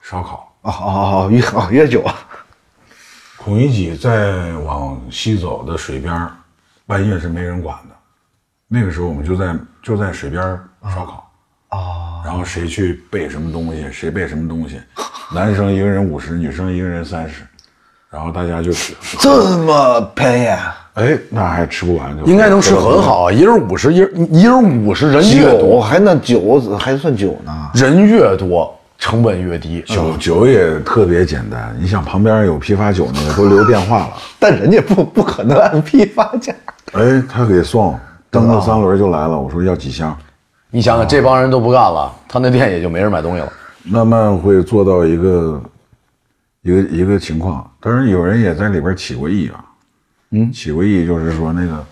S2: 烧烤。
S4: 哦哦哦，越哦越久啊，
S2: 孔乙己再往西走的水边儿，半夜是没人管的。那个时候我们就在就在水边儿烧烤啊，然后谁去背什么东西，谁背什么东西，男生一个人五十，女生一个人三十，然后大家就吃，
S4: 这么便宜啊？
S2: 哎，那还吃不完就
S3: 应该能吃很好，啊一人五十，一人一人五十，人越
S4: 酒
S3: 多，
S4: 还那酒还算酒呢？
S3: 人越多，成本越低。
S2: 酒酒也特别简单，你想旁边有批发酒那个都留电话了，
S4: 但人家不不可能按批发价。
S2: 哎，他给送，蹬个三轮就来了。我说要几箱，
S3: 你想想，这帮人都不干了，他那店也就没人买东西了。
S2: 慢慢会做到一个一个一个情况。当然有人也在里边起过义啊，嗯，起过义就是说那个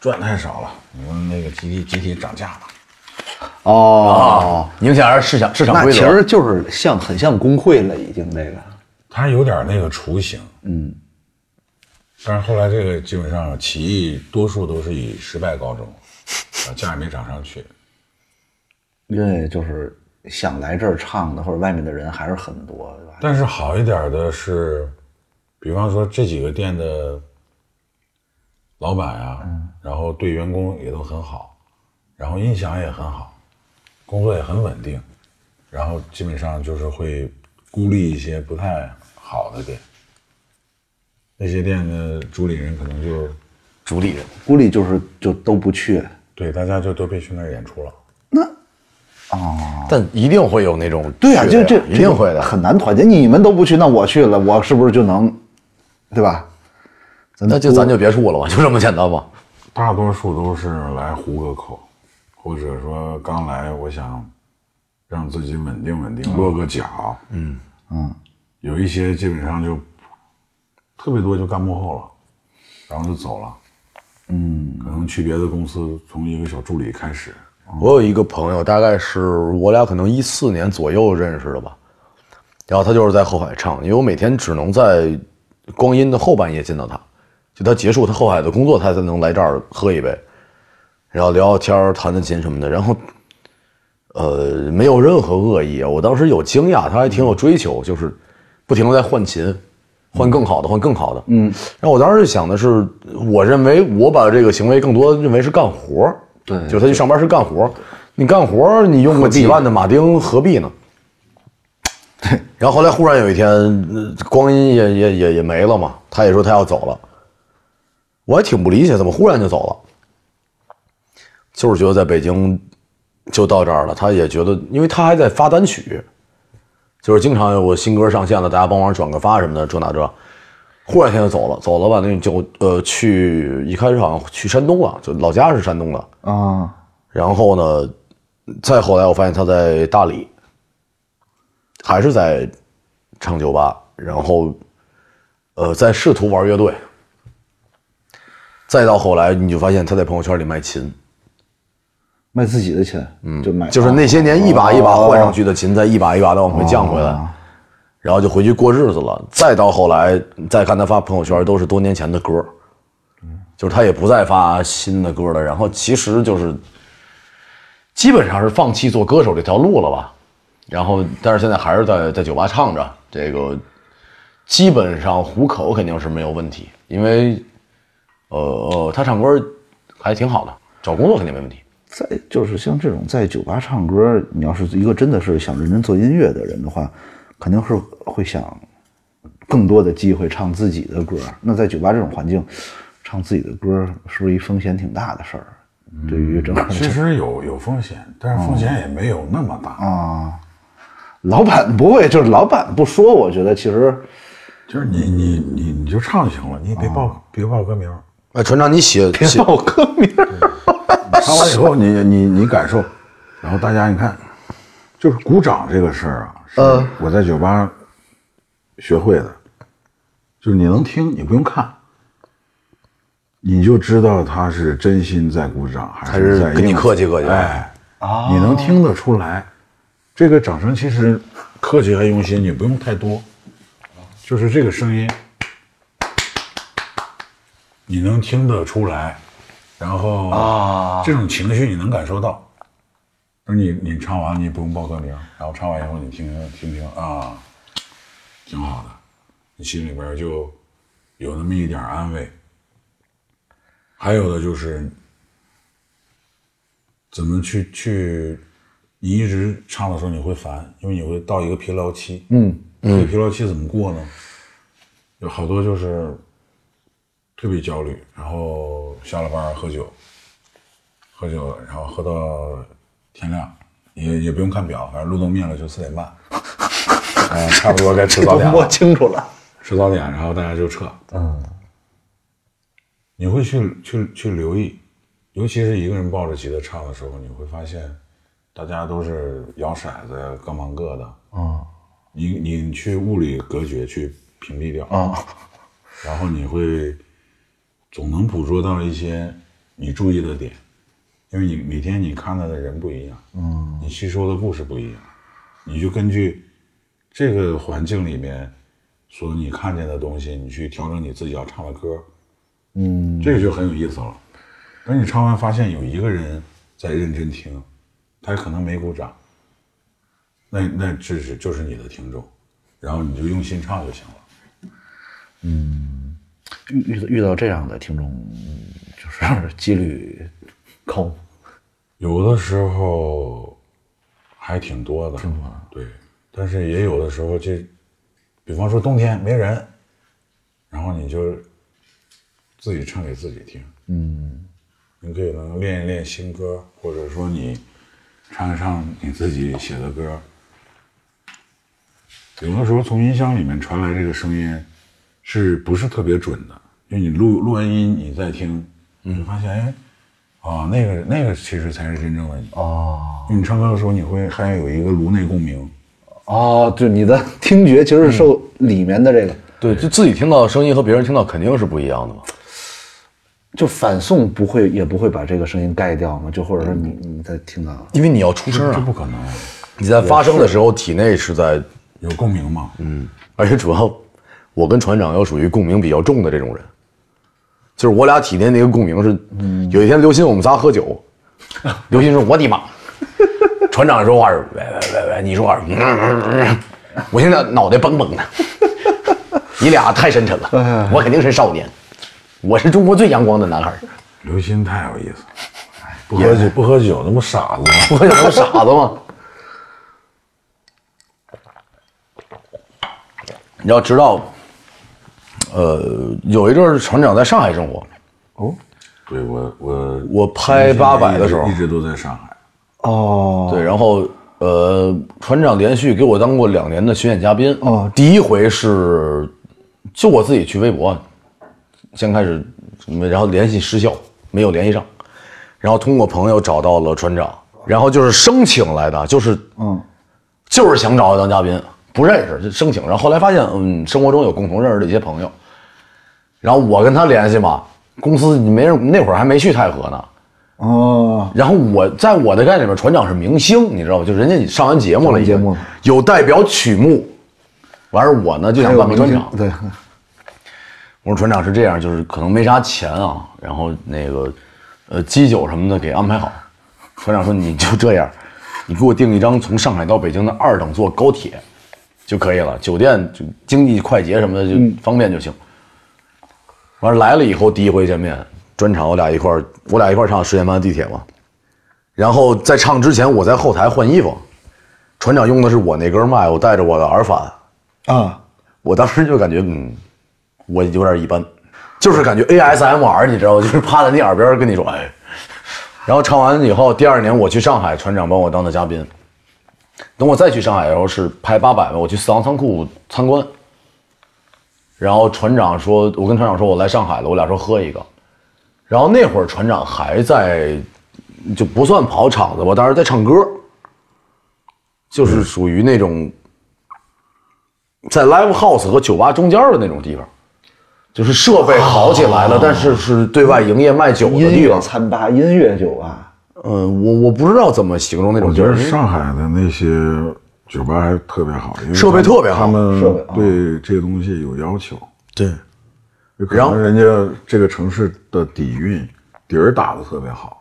S2: 赚太少了，你们那个集体集体涨价吧。
S4: 哦，
S3: 影响还是市场市场
S4: 那
S3: 规
S4: 其
S3: 则。
S4: 实就是像很像工会了，已经这个。
S2: 他有点那个雏形，嗯，但是后来这个基本上起义多数都是以失败告终，啊，价也没涨上去。
S4: 因为就是想来这儿唱的或者外面的人还是很多，对吧？
S2: 但是好一点的是，比方说这几个店的老板啊，然后对员工也都很好，然后印象也很好，工作也很稳定，然后基本上就是会孤立一些不太好的店，那些店的主理人可能就
S3: 主理人，
S4: 估计就是就都不去。
S2: 对大家就都被去那儿演出了。
S3: 但一定会有那种
S4: 对啊，
S3: 缺
S4: 就这
S3: 一定会
S4: 这
S3: 的。
S4: 很难团结。你们都不去，那我去了，我是不是就能，对吧？
S3: 那就咱就别处了吧，就这么简单吧。
S2: 大多数都是来糊个口，或者说刚来，我想让自己稳定稳定，落个脚。嗯嗯，有一些基本上就特别多就干幕后了，然后就走了。嗯，可能去别的公司，从一个小助理开始。
S3: 我有一个朋友，大概是我俩可能一四年左右认识的吧，然后他就是在后海唱，因为我每天只能在光阴的后半夜见到他，就他结束他后海的工作，他才能来这儿喝一杯，然后聊聊天儿、弹弹琴什么的，然后。呃，没有任何恶意啊！我当时有惊讶，他还挺有追求，就是不停的在换琴，换更好的，换更好的。嗯，然后我当时就想的是，我认为我把这个行为更多地认为是干活儿
S4: 对
S3: 就他去上班是干活儿你干活儿你用个几万的马丁何必呢？对。然后后来忽然有一天，呃光阴也也也也没了嘛，他也说他要走了，我还挺不理解，怎么忽然就走了？就是觉得在北京就到这儿了。他也觉得，因为他还在发单曲，就是经常有我新歌上线了，大家帮忙转个发什么的，这那这。忽然间就走了，走了吧，那就呃去一开始好像去山东了，就老家是山东的。
S4: 啊，
S3: 然后呢，再后来我发现他在大理，还是在唱酒吧，然后呃在试图玩乐队。再到后来，你就发现他在朋友圈里卖琴，
S4: 卖自己的琴，嗯，就买，
S3: 就是那些年一把一把换上去的琴，再一把一把的往回降回来，然后就回去过日子了。再到后来，再看他发朋友圈，都是多年前的歌，就是他也不再发新的歌了。然后其实就是基本上是放弃做歌手这条路了吧。然后，但是现在还是在在酒吧唱着，这个基本上糊口肯定是没有问题，因为呃呃，他唱歌还挺好的，找工作肯定没问题。
S4: 在就是像这种在酒吧唱歌，你要是一个真的是想认真做音乐的人的话，肯定是会想更多的机会唱自己的歌。那在酒吧这种环境，唱自己的歌是不是一风险挺大的事儿？
S3: 嗯
S4: 对于整个
S2: 其实有有风险，但是风险也没有那么大。
S4: 老板不会，就是老板不说，我觉得其实
S2: 就是你你你你就嗯唱就行了，你别报、别报歌名儿，
S3: 哎，船长，你写写 [LAUGHS]
S4: 报歌名儿，
S2: 唱完以后你你你感受，然后大家你看，就是鼓掌这个事儿啊，是
S3: 嗯
S2: 我在酒吧学会的，就是你能听，你不用看。你就知道他是真心在鼓掌，还
S3: 是
S2: 是在
S3: 跟你
S2: 应付
S3: 客气客气
S2: 哎，你能听得出来，这个掌声其实客气和用心，你不用太多，就是这个声音，你能听得出来，然后啊，这种情绪你能感受到。那你你唱完你不用报歌名，然后唱完以后你听听听听啊，挺好的，你心里边就有那么一点安慰。还有的就是怎么去去，你一直唱的时候你会烦，因为你会到一个疲劳期。嗯，这个疲劳期怎么过呢？有好多就是特别焦虑，然后下了班喝酒，喝酒然后喝到天亮，也也不用看表，反正路灯灭了就四点半， [LAUGHS] 哎，差不多该吃早
S4: 都
S2: 点
S4: 摸
S2: 了，
S4: 清楚了。
S2: 吃早点，然后大家就撤。嗯，你会去去去留意，尤其是一个人抱着吉他唱的时候，你会发现大家都是摇骰子，各忙各的。嗯，
S3: 啊
S2: 你你去物理隔绝去屏蔽掉啊，然后你会总能捕捉到一些你注意的点，因为你每天你看到的人不一样，嗯，你吸收的故事不一样，你就根据这个环境里面。所你看见的东西，你去调整你自己要唱的歌，嗯，这个就很有意思了。等你唱完，发现有一个人在认真听，他可能没鼓掌，那那这是就是你的听众，然后你就用心唱就行了。
S4: 遇遇到遇到这样的听众，嗯就是 [LAUGHS] 几率高。
S2: 有的时候还挺多的，挺多的，对。但是也有的时候就，比方说冬天没人，然后你就自己唱给自己听，嗯，你可以能练一练新歌，或者说你唱一唱你自己写的歌。有的时候从音箱里面传来这个声音，是不是特别准的？因为你录录完音，你再听，你就发现，哎，啊，那个那个其实才是真正的你。哦，因为你唱歌的时候，你会还有一个颅内共鸣。
S4: 哦，对，你的听觉其实是受里面的这个，
S3: 对，就自己听到的声音和别人听到肯定是不一样的嘛。
S4: 就反送不会也不会把这个声音盖掉吗？就或者说你你在听到
S3: 因为你要出声
S2: 这
S3: 啊，
S2: 不可能，
S3: 你在发声的时候，体内是在，
S2: 有共鸣嘛？嗯，
S3: 而且主要我跟船长又属于共鸣比较重的这种人，就是我俩体内那个共鸣是，有一天刘鑫我们仨喝酒，刘鑫说：“我的妈！”船长说话是：“喂喂喂喂，你说话是，嗯嗯嗯嗯我现在脑袋蹦蹦的，你俩太深沉了，我肯定是少年，我是中国最阳光的男孩儿，
S2: 刘鑫太有意思了，哎不喝酒不喝酒，那不傻子吗？
S3: 我有那么傻子吗？”你要知道，呃，有一阵儿船长在上海生活，
S2: 对我我
S3: 我拍
S2: 现在
S3: 八百的
S2: 一直
S3: 时候
S2: 一直都在上海。
S4: 哦
S3: 对，然后呃，船长连续给我当过两年的巡演嘉宾。哦，第一回是就我自己去微博，先开始，嗯然后联系失效，没有联系上，然后通过朋友找到了船长，然后就是生请来的，就是嗯，就是想找他当嘉宾，不认识就生请，然后后来发现嗯，生活中有共同认识的一些朋友，然后我跟他联系嘛，公司没人，那会儿还没去太和呢。
S4: 哦，
S3: 然后我在我的概念里面，船长是明星，你知道吧？就人家上完节目了已经，
S4: 上完节目
S3: 有代表曲目。完事儿我呢就想
S4: 还有
S3: 当个船长，
S4: 对，
S3: 我说船长是这样，就是可能没啥钱啊，然后那个，呃，基酒什么的给安排好。船长说你就这样，你给我订一张从上海到北京的二等座高铁就可以了，酒店就经济快捷什么的就方便就行。完了来了以后，第一回见面，专场我俩一块儿，我俩一块儿唱十点半的地铁嘛。然后在唱之前，我在后台换衣服，船长用的是我那根麦，我带着我的耳返。
S4: 啊，
S3: 我当时就感觉，嗯，我有点一般，就是感觉 ASMR，你知道吗？就是趴在你耳边跟你说，哎。然后唱完以后，第二年我去上海，船长帮我当的嘉宾。等我再去上海的时候是拍八百嘛，我去四行仓库参观。然后船长说，我跟船长说我来上海了，我俩说喝一个。然后那会儿船长还在就不算跑场子吧，但是在唱歌，就是属于那种在 live house 和酒吧中间的那种地方，就是设备好起来了，但是是对外营业卖酒的
S4: 音
S3: 地
S4: 乐
S3: 方。
S4: 餐吧、音乐酒啊吧，
S3: 嗯，我我不知道怎么形容那种
S2: 我
S3: 地
S2: 觉
S3: 儿
S2: 得，上海的那些酒吧还特别好，因为
S3: 设备特别好
S2: 他们
S4: 设备啊
S2: 对这东西有要求，
S3: 对，
S2: 有可
S3: 然后
S2: 能人家这个城市的底蕴底儿打得特别好。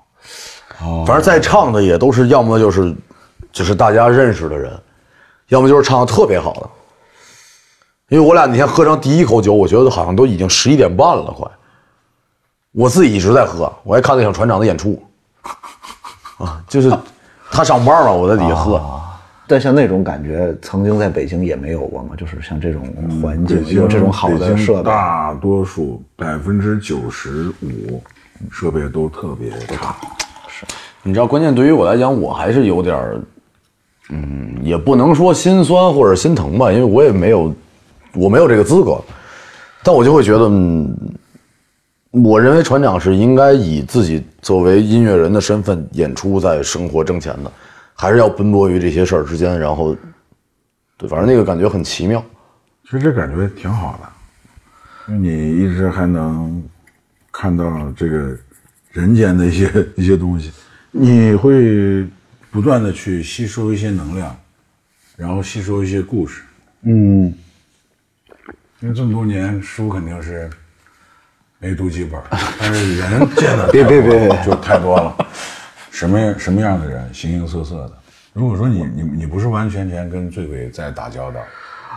S3: 反正在唱的也都是要么就是就是大家认识的人，要么就是唱的特别好的。因为我俩那天喝上第一口酒，我觉得好像都已经十一点半了，快。我自己一直在喝，我还看了一场船长的演出， [LAUGHS] 啊，就是他上班嘛，我在底下
S2: 啊
S3: 喝。
S4: 但像那种感觉，曾经在北京也没有过嘛，就是像这种环境
S2: 北，京
S4: 有这种好
S2: 北
S4: 的
S2: 京
S4: 设备，
S2: 大多数百分之九十五设备都特别差。
S3: 你知道，关键对于我来讲，我还是有点儿，嗯，也不能说心酸或者心疼吧，因为我也没有，我没有这个资格，但我就会觉得，嗯，我认为船长是应该以自己作为音乐人的身份演出，在生活挣钱的，还是要奔波于这些事儿之间，然后，对，反正那个感觉很奇妙。
S2: 其实这感觉挺好的，你一直还能看到这个人间的一些 [LAUGHS] 一些东西，你会不断的去吸收一些能量，然后吸收一些故事。
S4: 嗯，
S2: 因为这么多年书肯定是没读几本儿，但是人见的
S4: 别别别别
S2: 就太多了，什么什么样的人，形形色色的。如果说你你你不是完全全跟醉鬼在打交道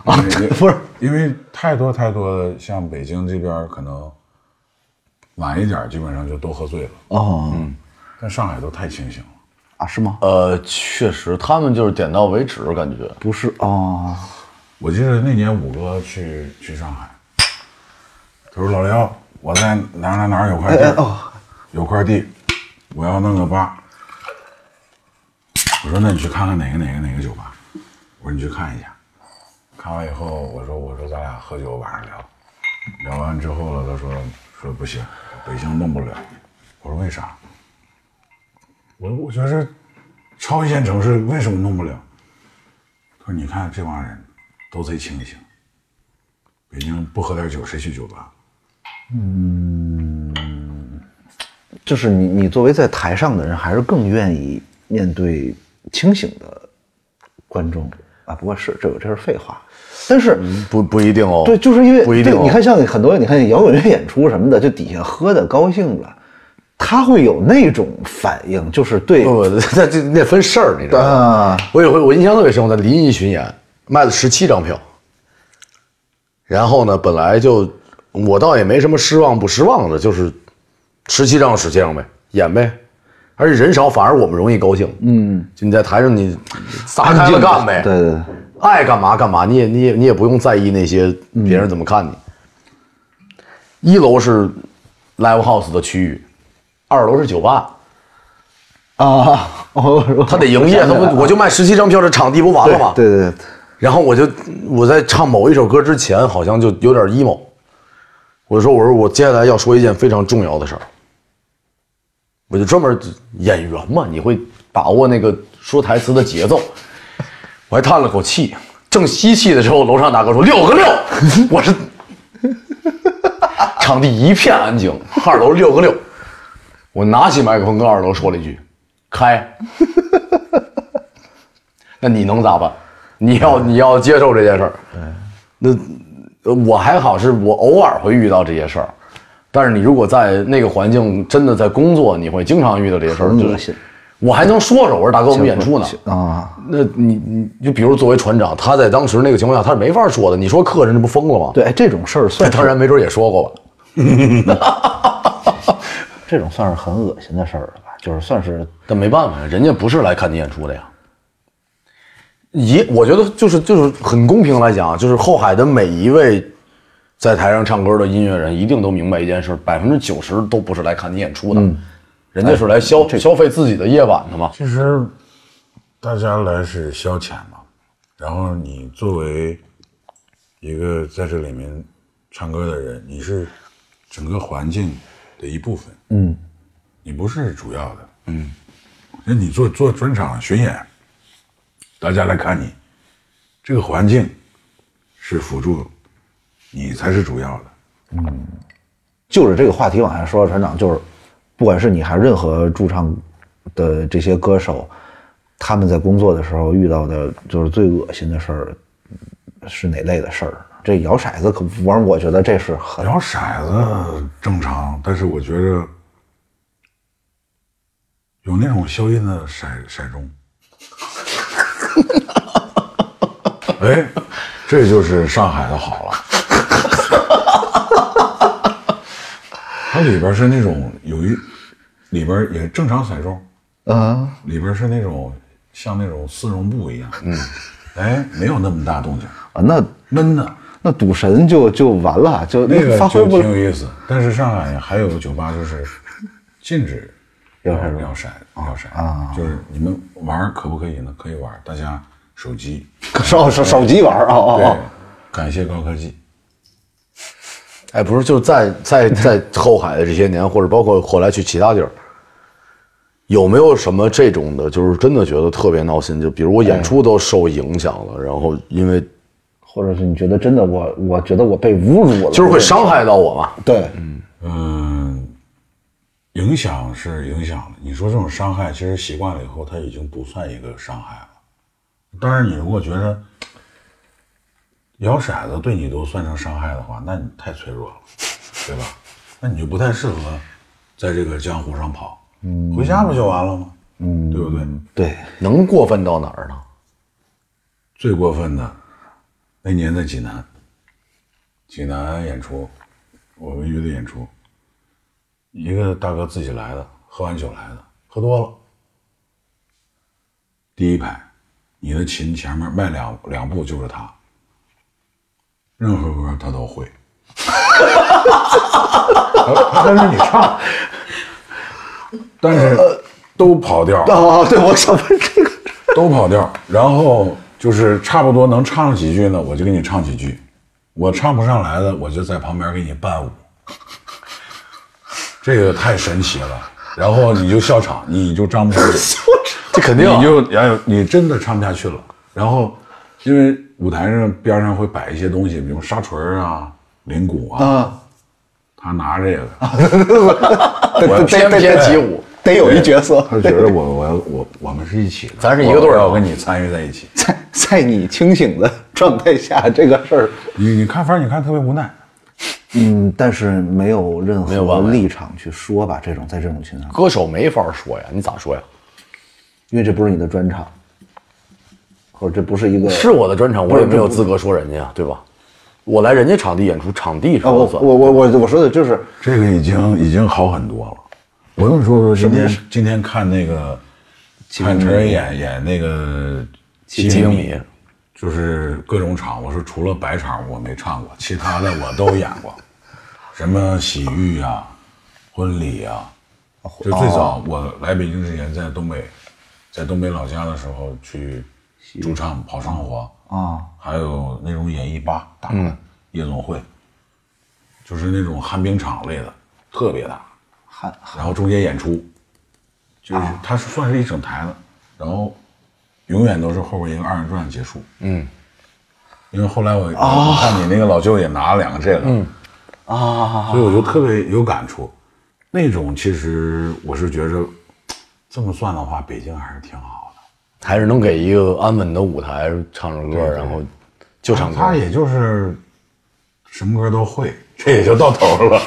S2: 啊，
S4: [LAUGHS]
S2: 不是，因为太多太多的，像北京这边儿可能晚一点儿基本上就都喝醉了，嗯
S4: 哦，
S2: 但上海都太清醒了。
S4: 啊，是吗？
S3: 呃，确实，他们就是点到为止，感觉。
S4: 不是哦，
S2: 我记得那年五哥去去上海，他说老廖，我在哪儿哪儿哪儿有块地儿，有块地，我要弄个吧。我说那你去看看哪个哪个哪个酒吧，我说你去看一下。看完以后，我说我说咱俩喝酒晚上聊，聊完之后了，他说说不行，北京弄不了。我说为啥？我我觉得超一线城市为什么弄不了？他说：“你看这帮人都贼清醒，北京不喝点酒谁去酒吧？
S4: 就是你你作为在台上的人，还是更愿意面对清醒的观众啊。不过是这个这是废话，但是。
S3: 不不一定哦，
S4: 对，就是因为
S3: 不一定、
S4: 对
S3: 哦。
S4: 你看，像很多你看摇滚乐演出什么的，就底下喝的高兴了，他会有那种反应，就是对啊
S3: 不不， [LAUGHS] 那这那分事儿，你知道吗？我有回我印象特别深，我在临沂巡演卖了十七张票，然后呢，本来就我倒也没什么失望不失望的，就是十七张十七张呗，演呗，而且人少反而我们容易高兴。嗯，就你在台上你撒开了干呗，
S4: 对对对。
S3: 爱干嘛干嘛，你也你也你也不用在意那些
S4: 嗯
S3: 别人怎么看你。一楼是 live house 的区域，二楼是酒吧。
S4: 啊，我我
S3: 他得营业，他不我就卖十七张票，这场地不完了吗？
S4: 嗯啊对对对，
S3: 然后我就我在唱某一首歌之前，好像就有点 emo，我就说我说我接下来要说一件非常重要的事儿，我就专门演员嘛，你会把握那个说台词的节奏。我还叹了口气，正吸气的时候，楼上大哥说六个
S4: [LAUGHS]
S3: 六，我是，场地一片安静，二楼六个六，我拿起麦克风跟二楼说了一句开。 [LAUGHS] 那你能咋办？你要
S4: 嗯
S3: 你要接受这件事儿。那呃我还好，是我偶尔会遇到这些事儿，但是你如果在那个环境真的在工作，你会经常遇到这些事儿，
S4: 很恶
S3: 就是
S4: 心
S3: 我还能说说，我说大哥，我们演出呢。
S4: 啊，
S3: 那你你就比如作为船长，他在当时那个情况下，他是没法说的。你说客人这不疯了吗？，
S4: 对，哎这种事儿
S3: [LAUGHS]
S4: 算
S3: 当然没准也说过吧。
S4: 这种算是很恶心的事儿了吧？就是算是
S3: 但没办法，人家不是来看你演出的呀。也，我觉得就是就是很公平来讲，啊就是后海的每一位在台上唱歌的音乐人，一定都明白一件事：百分之九十都不是来看你演出的，人家是来消、消费自己的夜晚的嘛。
S2: 其实大家来是消遣嘛，然后你作为一个在这里面唱歌的人，你是整个环境的一部分，嗯，你不是主要的，嗯，那你做做专场巡演，大家来看你，这个环境是辅助，你才是主要的。
S4: 就着这个话题往下说，船长就是，不管是你还是任何驻唱的这些歌手，他们在工作的时候遇到的就是最恶心的事儿，是哪类的事儿呢？这摇骰子可不，反正我觉得这是很
S2: 摇骰子正常，但是我觉着有那种消音的骰骰盅，哎，这就是上海的好了。它里边是那种有一里边也正常骰盅，
S4: 啊，
S2: 里边是那种像那种丝绒布一样，嗯，哎，没有那么大动静，
S4: 啊那
S2: 闷的。
S4: 那赌神就就完了，就
S2: 那个
S4: 发挥
S2: 就
S4: 不
S2: 挺
S4: 了。
S2: 有意思。但是上海还有个酒吧就是禁止
S4: 摇
S2: 要
S4: 骰子
S2: 要骰要骰啊，就是你们玩儿可不可以呢？可以玩儿，大家手机
S4: 手手手机玩儿哦哦
S2: 对
S4: 哦，，
S2: 感谢高科技。
S3: 哎，不是，就在在在后海的这些年，或者包括后来去其他地儿，有没有什么这种的，就是真的觉得特别闹心？就比如我演出都受影响了，然后因
S4: 哎
S3: 为
S4: 或者是你觉得真的我，我觉得我被侮辱了，
S3: 就是会伤害到我嘛。
S4: 对，
S2: 嗯，影响是影响了。你说这种伤害，其实习惯了以后，它已经不算一个伤害了。当然，你如果觉得摇骰子对你都算成伤害的话，那你太脆弱了，对吧？那你就不太适合在这个江湖上跑。嗯，回家不就完了吗？嗯，对不对？
S4: 对，
S3: 能过分到哪儿呢？
S2: 最过分的，那年在济南，济南演出，我们乐队演出，一个大哥自己来的，喝完酒来的，喝多了，第一排，你的琴前面迈两两步就是他，任何歌他都会，他他跟着你唱，但是都跑调。
S4: 哦，对我什么这个
S2: [LAUGHS] 都跑调，然后就是差不多能唱上几句呢，我就给你唱几句；我唱不上来的，我就在旁边给你伴舞。这个太神奇了，然后你就笑场，你就张不开嘴，
S3: 这肯定啊
S2: 你就哎呦，你真的唱不下去了。然后，因为舞台上边上会摆一些东西，比如沙锤儿啊、铃鼓啊，
S4: 啊，
S2: 他拿这个，
S4: 得
S3: 翩翩起舞，
S4: 得有一角色，
S2: 他觉得我我我我们是一起的，
S3: 咱是一个队儿
S2: 我要跟你参与在一起。
S4: [LAUGHS] 在在你清醒的状态下，这个事儿，
S2: 你你看，反正你看特别无奈。
S4: 嗯，但是没有任
S3: 没有完
S4: 何
S3: 美
S4: 立场去说吧，这种在这种情况下，
S3: 歌手没法说呀，你咋说呀？
S4: 因为这不是你的专场，或者这不是一个
S3: 是我的专场，我也没有资格说人家，对吧？我来人家场地演出，场地
S4: 啊，
S3: 说
S4: 我
S3: 了算。
S4: 我我我我说的就是
S2: 这个已经已经好很多了。我跟你说说，今天今天看那个看陈瑞演演那个
S3: 七厘米，
S2: 就是各种场，我说除了白场我没唱过，其他的我都演过， [LAUGHS] 什么洗浴啊、婚礼啊，就最早我来北京之前，在东北，在东北老家的时候去驻唱跑生活，
S4: 啊，
S2: 还有那种演艺吧大的夜总会，就是那种旱冰场类的，特别大。
S4: 还
S2: 然后中间演出，就是它是算是一整台的，然后永远都是后边一个二人转结束。嗯，因为后来我我看你那个老舅也拿了两个这个，
S4: 啊，
S2: 所以我就特别有感触。那种其实我是觉着，这么算的话，北京还是挺好的。
S3: 还是能给一个安稳的舞台唱唱歌，
S2: 对
S3: 然后就唱歌。
S2: 他也就是什么歌都会， [LAUGHS] 这也就到头了。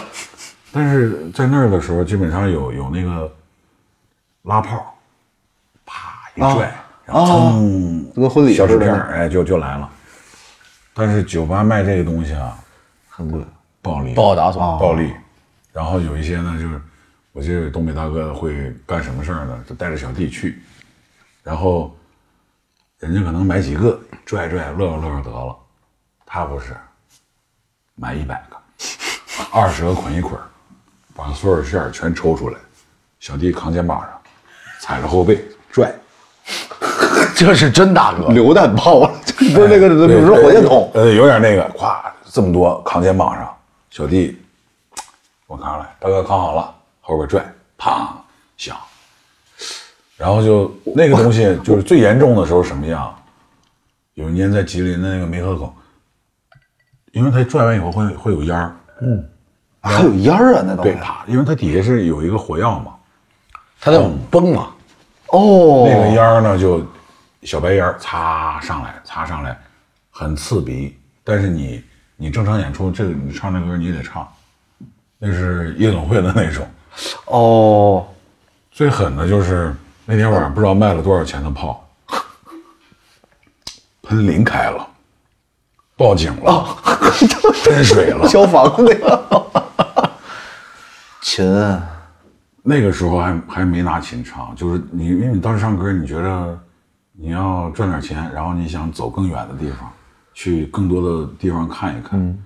S2: 但是在那儿的时候，基本上有有那个拉炮，啪一拽，然后噌、
S4: 啊跟婚礼
S2: 小
S4: 似
S2: 纸
S4: 的
S2: 片
S4: 那
S2: 儿，哎，就就来了。但是酒吧卖这个东西啊，
S4: 很贵，
S2: 暴力，
S3: 不好打扫，
S2: 暴力。然后有一些呢，就是我记得东北大哥会干什么事儿呢？就带着小弟去，然后人家可能买几个，拽拽乐呵乐呵得了，他不是，买一百个，二十个捆一捆儿，把所有馅儿全抽出来，小弟扛肩膀上，踩着后背拽，
S3: 这是真大哥。
S4: 榴弹炮 [LAUGHS] 了，就不是那个，
S2: 对
S4: 不是火箭筒，
S2: 呃，有点那个，咵，这么多扛肩膀上，小弟，我扛上来，大哥扛好了，后边拽，砰响，然后就那个东西就是最严重的时候什么样？有一年在吉林的那个梅河口，因为它拽完以后会会有烟儿，
S4: 还有烟儿啊，那都
S2: 对，啪，因为它底下是有一个火药嘛，
S3: 它在往崩嘛，
S4: 哦，
S2: 那个烟儿呢就小白烟儿擦上来，擦上来，很刺鼻。但是你你正常演出，这个你唱这歌你也得唱，那是夜总会的那种。
S4: 哦，
S2: 最狠的就是那天晚上不知道卖了多少钱的炮， [LAUGHS] 喷淋开了，报警了， [LAUGHS] 喷水了。
S4: 消防的那个 [LAUGHS] 琴，
S2: 那个时候还还没拿琴唱，就是你因为你当时唱歌，你觉得你要赚点钱，然后你想走更远的地方，去更多的地方看一看，
S4: 嗯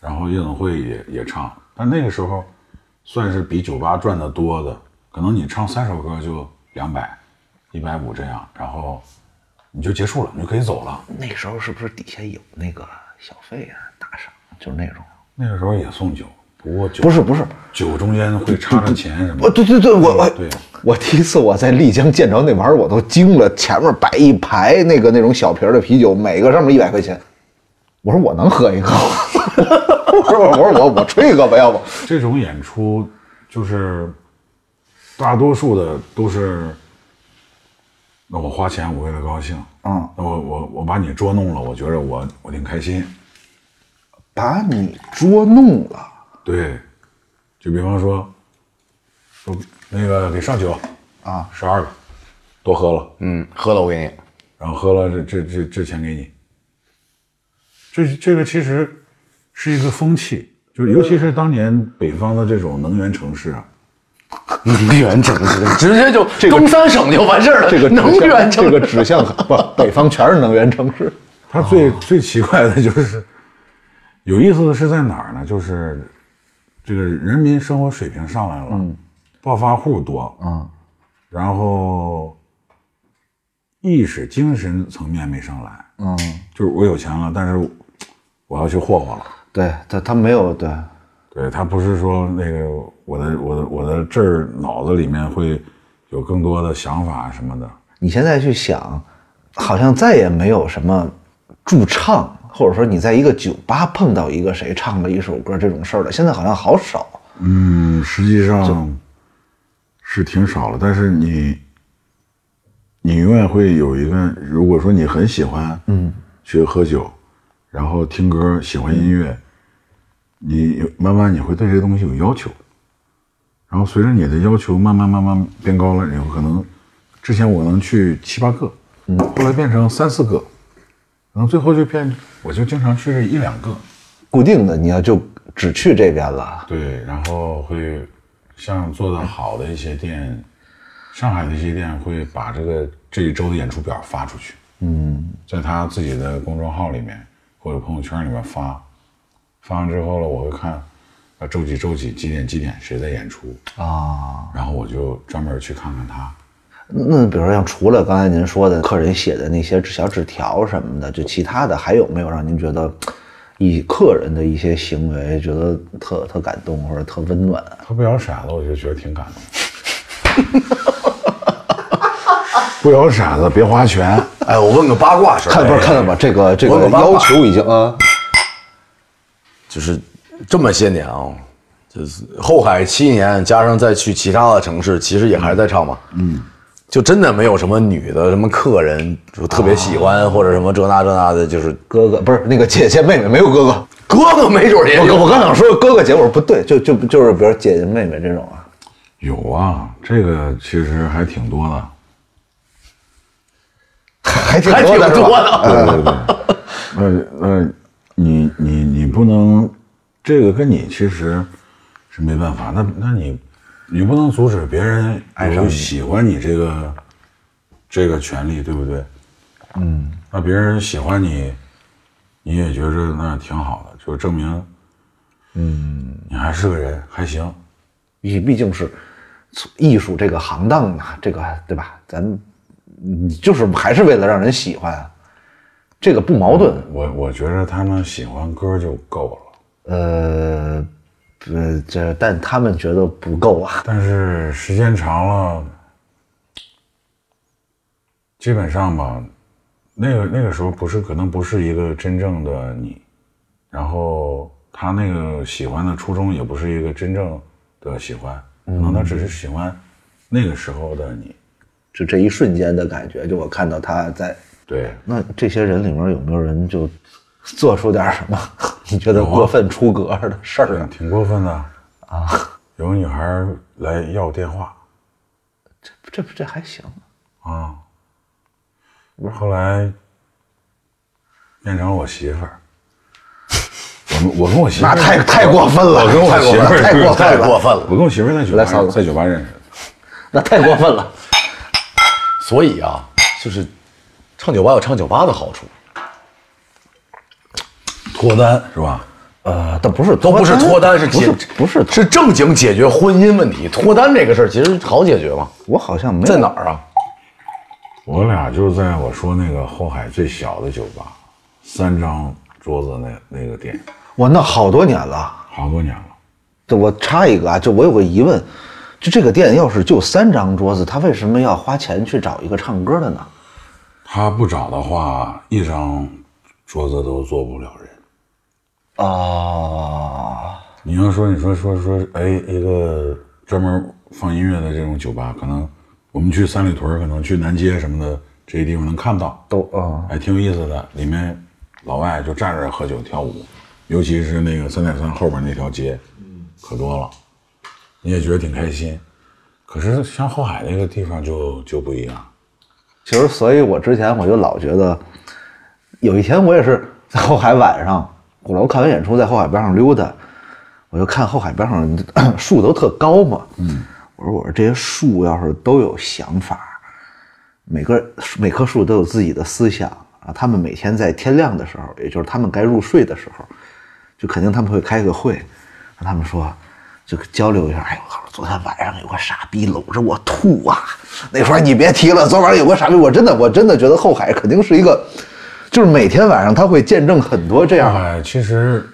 S2: 然后夜总会也也唱，但那个时候算是比酒吧赚的多的，可能你唱三首歌就两百、一百五这样，然后你就结束了，你就可以走了。
S4: 那时候是不是底下有那个小费啊、打赏，就是那种？
S2: 那个时候也送酒，不过酒
S4: 不是不是，
S2: 酒中间会插着钱什么
S4: 我
S2: 的，
S4: 对对对，我我
S2: 对
S4: [LAUGHS] 我第一次我在丽江见着那玩意儿，我都惊了。前面摆一排那个那种小瓶儿的啤酒，每个上面一百块钱。我说我能喝一个， [LAUGHS] 我说我我说我我吹一个吧，要不
S2: 这种演出就是大多数的都是，那我花钱我为了高兴，
S4: 嗯，
S2: 那我我我把你捉弄了，我觉着我我挺开心。
S4: 把你捉弄了。
S2: 对，就比方说，说那个给上酒啊，十二个，多喝了，
S3: 嗯，喝了我给你， [LAUGHS]
S2: 然后喝了这这这这钱给你。这这个其实是一个风气，就是尤其是当年北方的这种能源城市啊，
S3: 能源城市直接就东三省就完事儿了，
S4: 这个指向
S3: 能源城
S4: 这个指向不，北方全是能源城市。
S2: 它最、最奇怪的就是，有意思的是在哪儿呢？就是这个人民生活水平上来了，暴发户多，嗯，然后意识精神层面没上来，
S4: 嗯，
S2: 就是我有钱了，但是我要去霍霍了。
S4: 对他他没有对，
S2: 对他不是说那个我的我的我的这儿脑子里面会有更多的想法什么的，
S4: 你现在去想，好像再也没有什么驻唱，或者说你在一个酒吧碰到一个谁唱了一首歌这种事儿了。现在好像好少。
S2: 嗯，实际上是挺少了，但是你，你永远会有一个，如果说你很喜欢，嗯，去喝酒，然后听歌，喜欢音乐，你有慢慢你会对这东西有要求，然后随着你的要求慢慢慢慢变高了，有可能之前我能去七八个，嗯，后来变成三四个，然后最后就变，我就经常去这一两个，
S4: 固定的，你要就只去这边了。
S2: 对，然后会像做的好的一些店，上海的一些店会把这个这一周的演出表发出去，嗯，在他自己的公众号里面或者朋友圈里面发，发完之后了，我会看，啊，周几周几几点几点谁在演出啊，然后我就专门去看看他，
S4: 那比如说像除了刚才您说的客人写的那些小纸条什么的，就其他的还有没有让您觉得以客人的一些行为觉得特特感动或者特温暖？啊
S2: 他不摇骰子，我就觉得挺感动。 [LAUGHS] 不摇骰子，别花拳。
S3: 哎，我问个八卦事儿，
S4: 看不是看到吧，这个这
S3: 我
S4: 个
S3: 有八卦
S4: 要求已经啊，
S3: 哎就是这么些年啊，就是后海七年，加上再去其他的城市，其实也还在唱嘛。嗯，就真的没有什么女的什么客人就特别喜欢、或者什么这那这那的，就是
S4: 哥哥不是那个姐姐妹妹没有哥哥，
S3: 哥哥没准儿也
S4: 我
S3: 有。
S4: 我刚想说哥哥姐，我说不对，就就就是比如姐姐妹妹这种啊，
S2: 有啊，这个其实还挺多的。
S4: 还挺
S3: 还挺
S4: 多的是吧
S3: 多的，
S2: 对对对，那那你你你不能，这个跟你其实是没办法。那那你你不能阻止别人有喜欢你这个这个权利，对不对？嗯，那别人喜欢你，你也觉着那挺好的，就证明，嗯，你还是个人，还行。
S4: 你毕竟是从艺术这个行当嘛，这个对吧？咱你就是还是为了让人喜欢啊，这个不矛盾。
S2: 我我觉着他们喜欢歌就够了。
S4: 呃，呃，这但他们觉得不够啊，
S2: 但是时间长了，基本上吧，那个那个时候不是可能不是一个真正的你，然后他那个喜欢的初衷也不是一个真正的喜欢，可能他只是喜欢那个时候的你。
S4: 就这一瞬间的感觉，就我看到他在
S2: 对，
S4: 那这些人里面有没有人就做出点什么 [LAUGHS] 你觉得
S3: 啊
S4: 过分出格的事儿啊？
S2: 挺过分的啊！有个女孩来要我电话
S4: 这这还行，
S2: 啊，后来变成了我媳妇儿。我们我跟我媳妇儿
S4: 那太太过分了，
S2: 我跟我
S4: 太过
S2: 媳
S4: 分
S2: 妇
S4: 了，
S2: 儿
S4: 太过分
S2: 太
S4: 了，
S2: 过分了。我跟我媳妇儿在酒
S4: 来嫂
S2: 吧
S4: 子
S2: 在酒吧认识的。
S4: 那太过
S3: [LAUGHS]
S4: 分了。
S3: 所以啊，就是唱酒吧有唱酒吧的好处，
S2: 脱单是吧？
S4: 呃，但不是
S3: 都不是脱单，是
S4: 不
S3: 解
S4: 是不是，
S3: 是正经解决婚姻问题。脱单这个事儿其实好解决嘛，
S4: 我好像没有
S3: 在哪儿啊？
S2: 我俩就是在我说那个后海最小的酒吧，三张桌子那那个店，
S4: 我那好多年了。
S2: 好多年了。
S4: 对，我插一个啊，就我有个疑问，就这个店要是就三张桌子，他为什么要花钱去找一个唱歌的呢？
S2: 他不找的话，一张桌子都坐不了人。
S4: 啊，
S2: 你要说你说说说，哎，一个专门放音乐的这种酒吧，可能我们去三里屯儿，可能去南街什么的这些地方能看到，
S4: 都啊，
S2: 还挺有意思的。里面老外就站着喝酒跳舞，尤其是那个三点三后边那条街，可多了，你也觉得挺开心。可是像后海那个地方就就不一样，
S4: 其实，所以我之前我就老觉得，有一天我也是在后海晚上，鼓楼看完演出，在后海边上溜达，我就看后海边上 [COUGHS] 树都特高嘛，嗯，我说我说这些树要是都有想法，每个每棵树都有自己的思想啊，他们每天在天亮的时候，也就是他们该入睡的时候，就肯定他们会开个会，让他们说，就交流一下。哎呦，我昨天晚上有个傻逼搂着我吐啊！那会儿你别提了，昨晚上有个傻逼，我真的我真的觉得后海肯定是一个，就是每天晚上他会见证很多这
S2: 后
S4: 样
S2: 海其实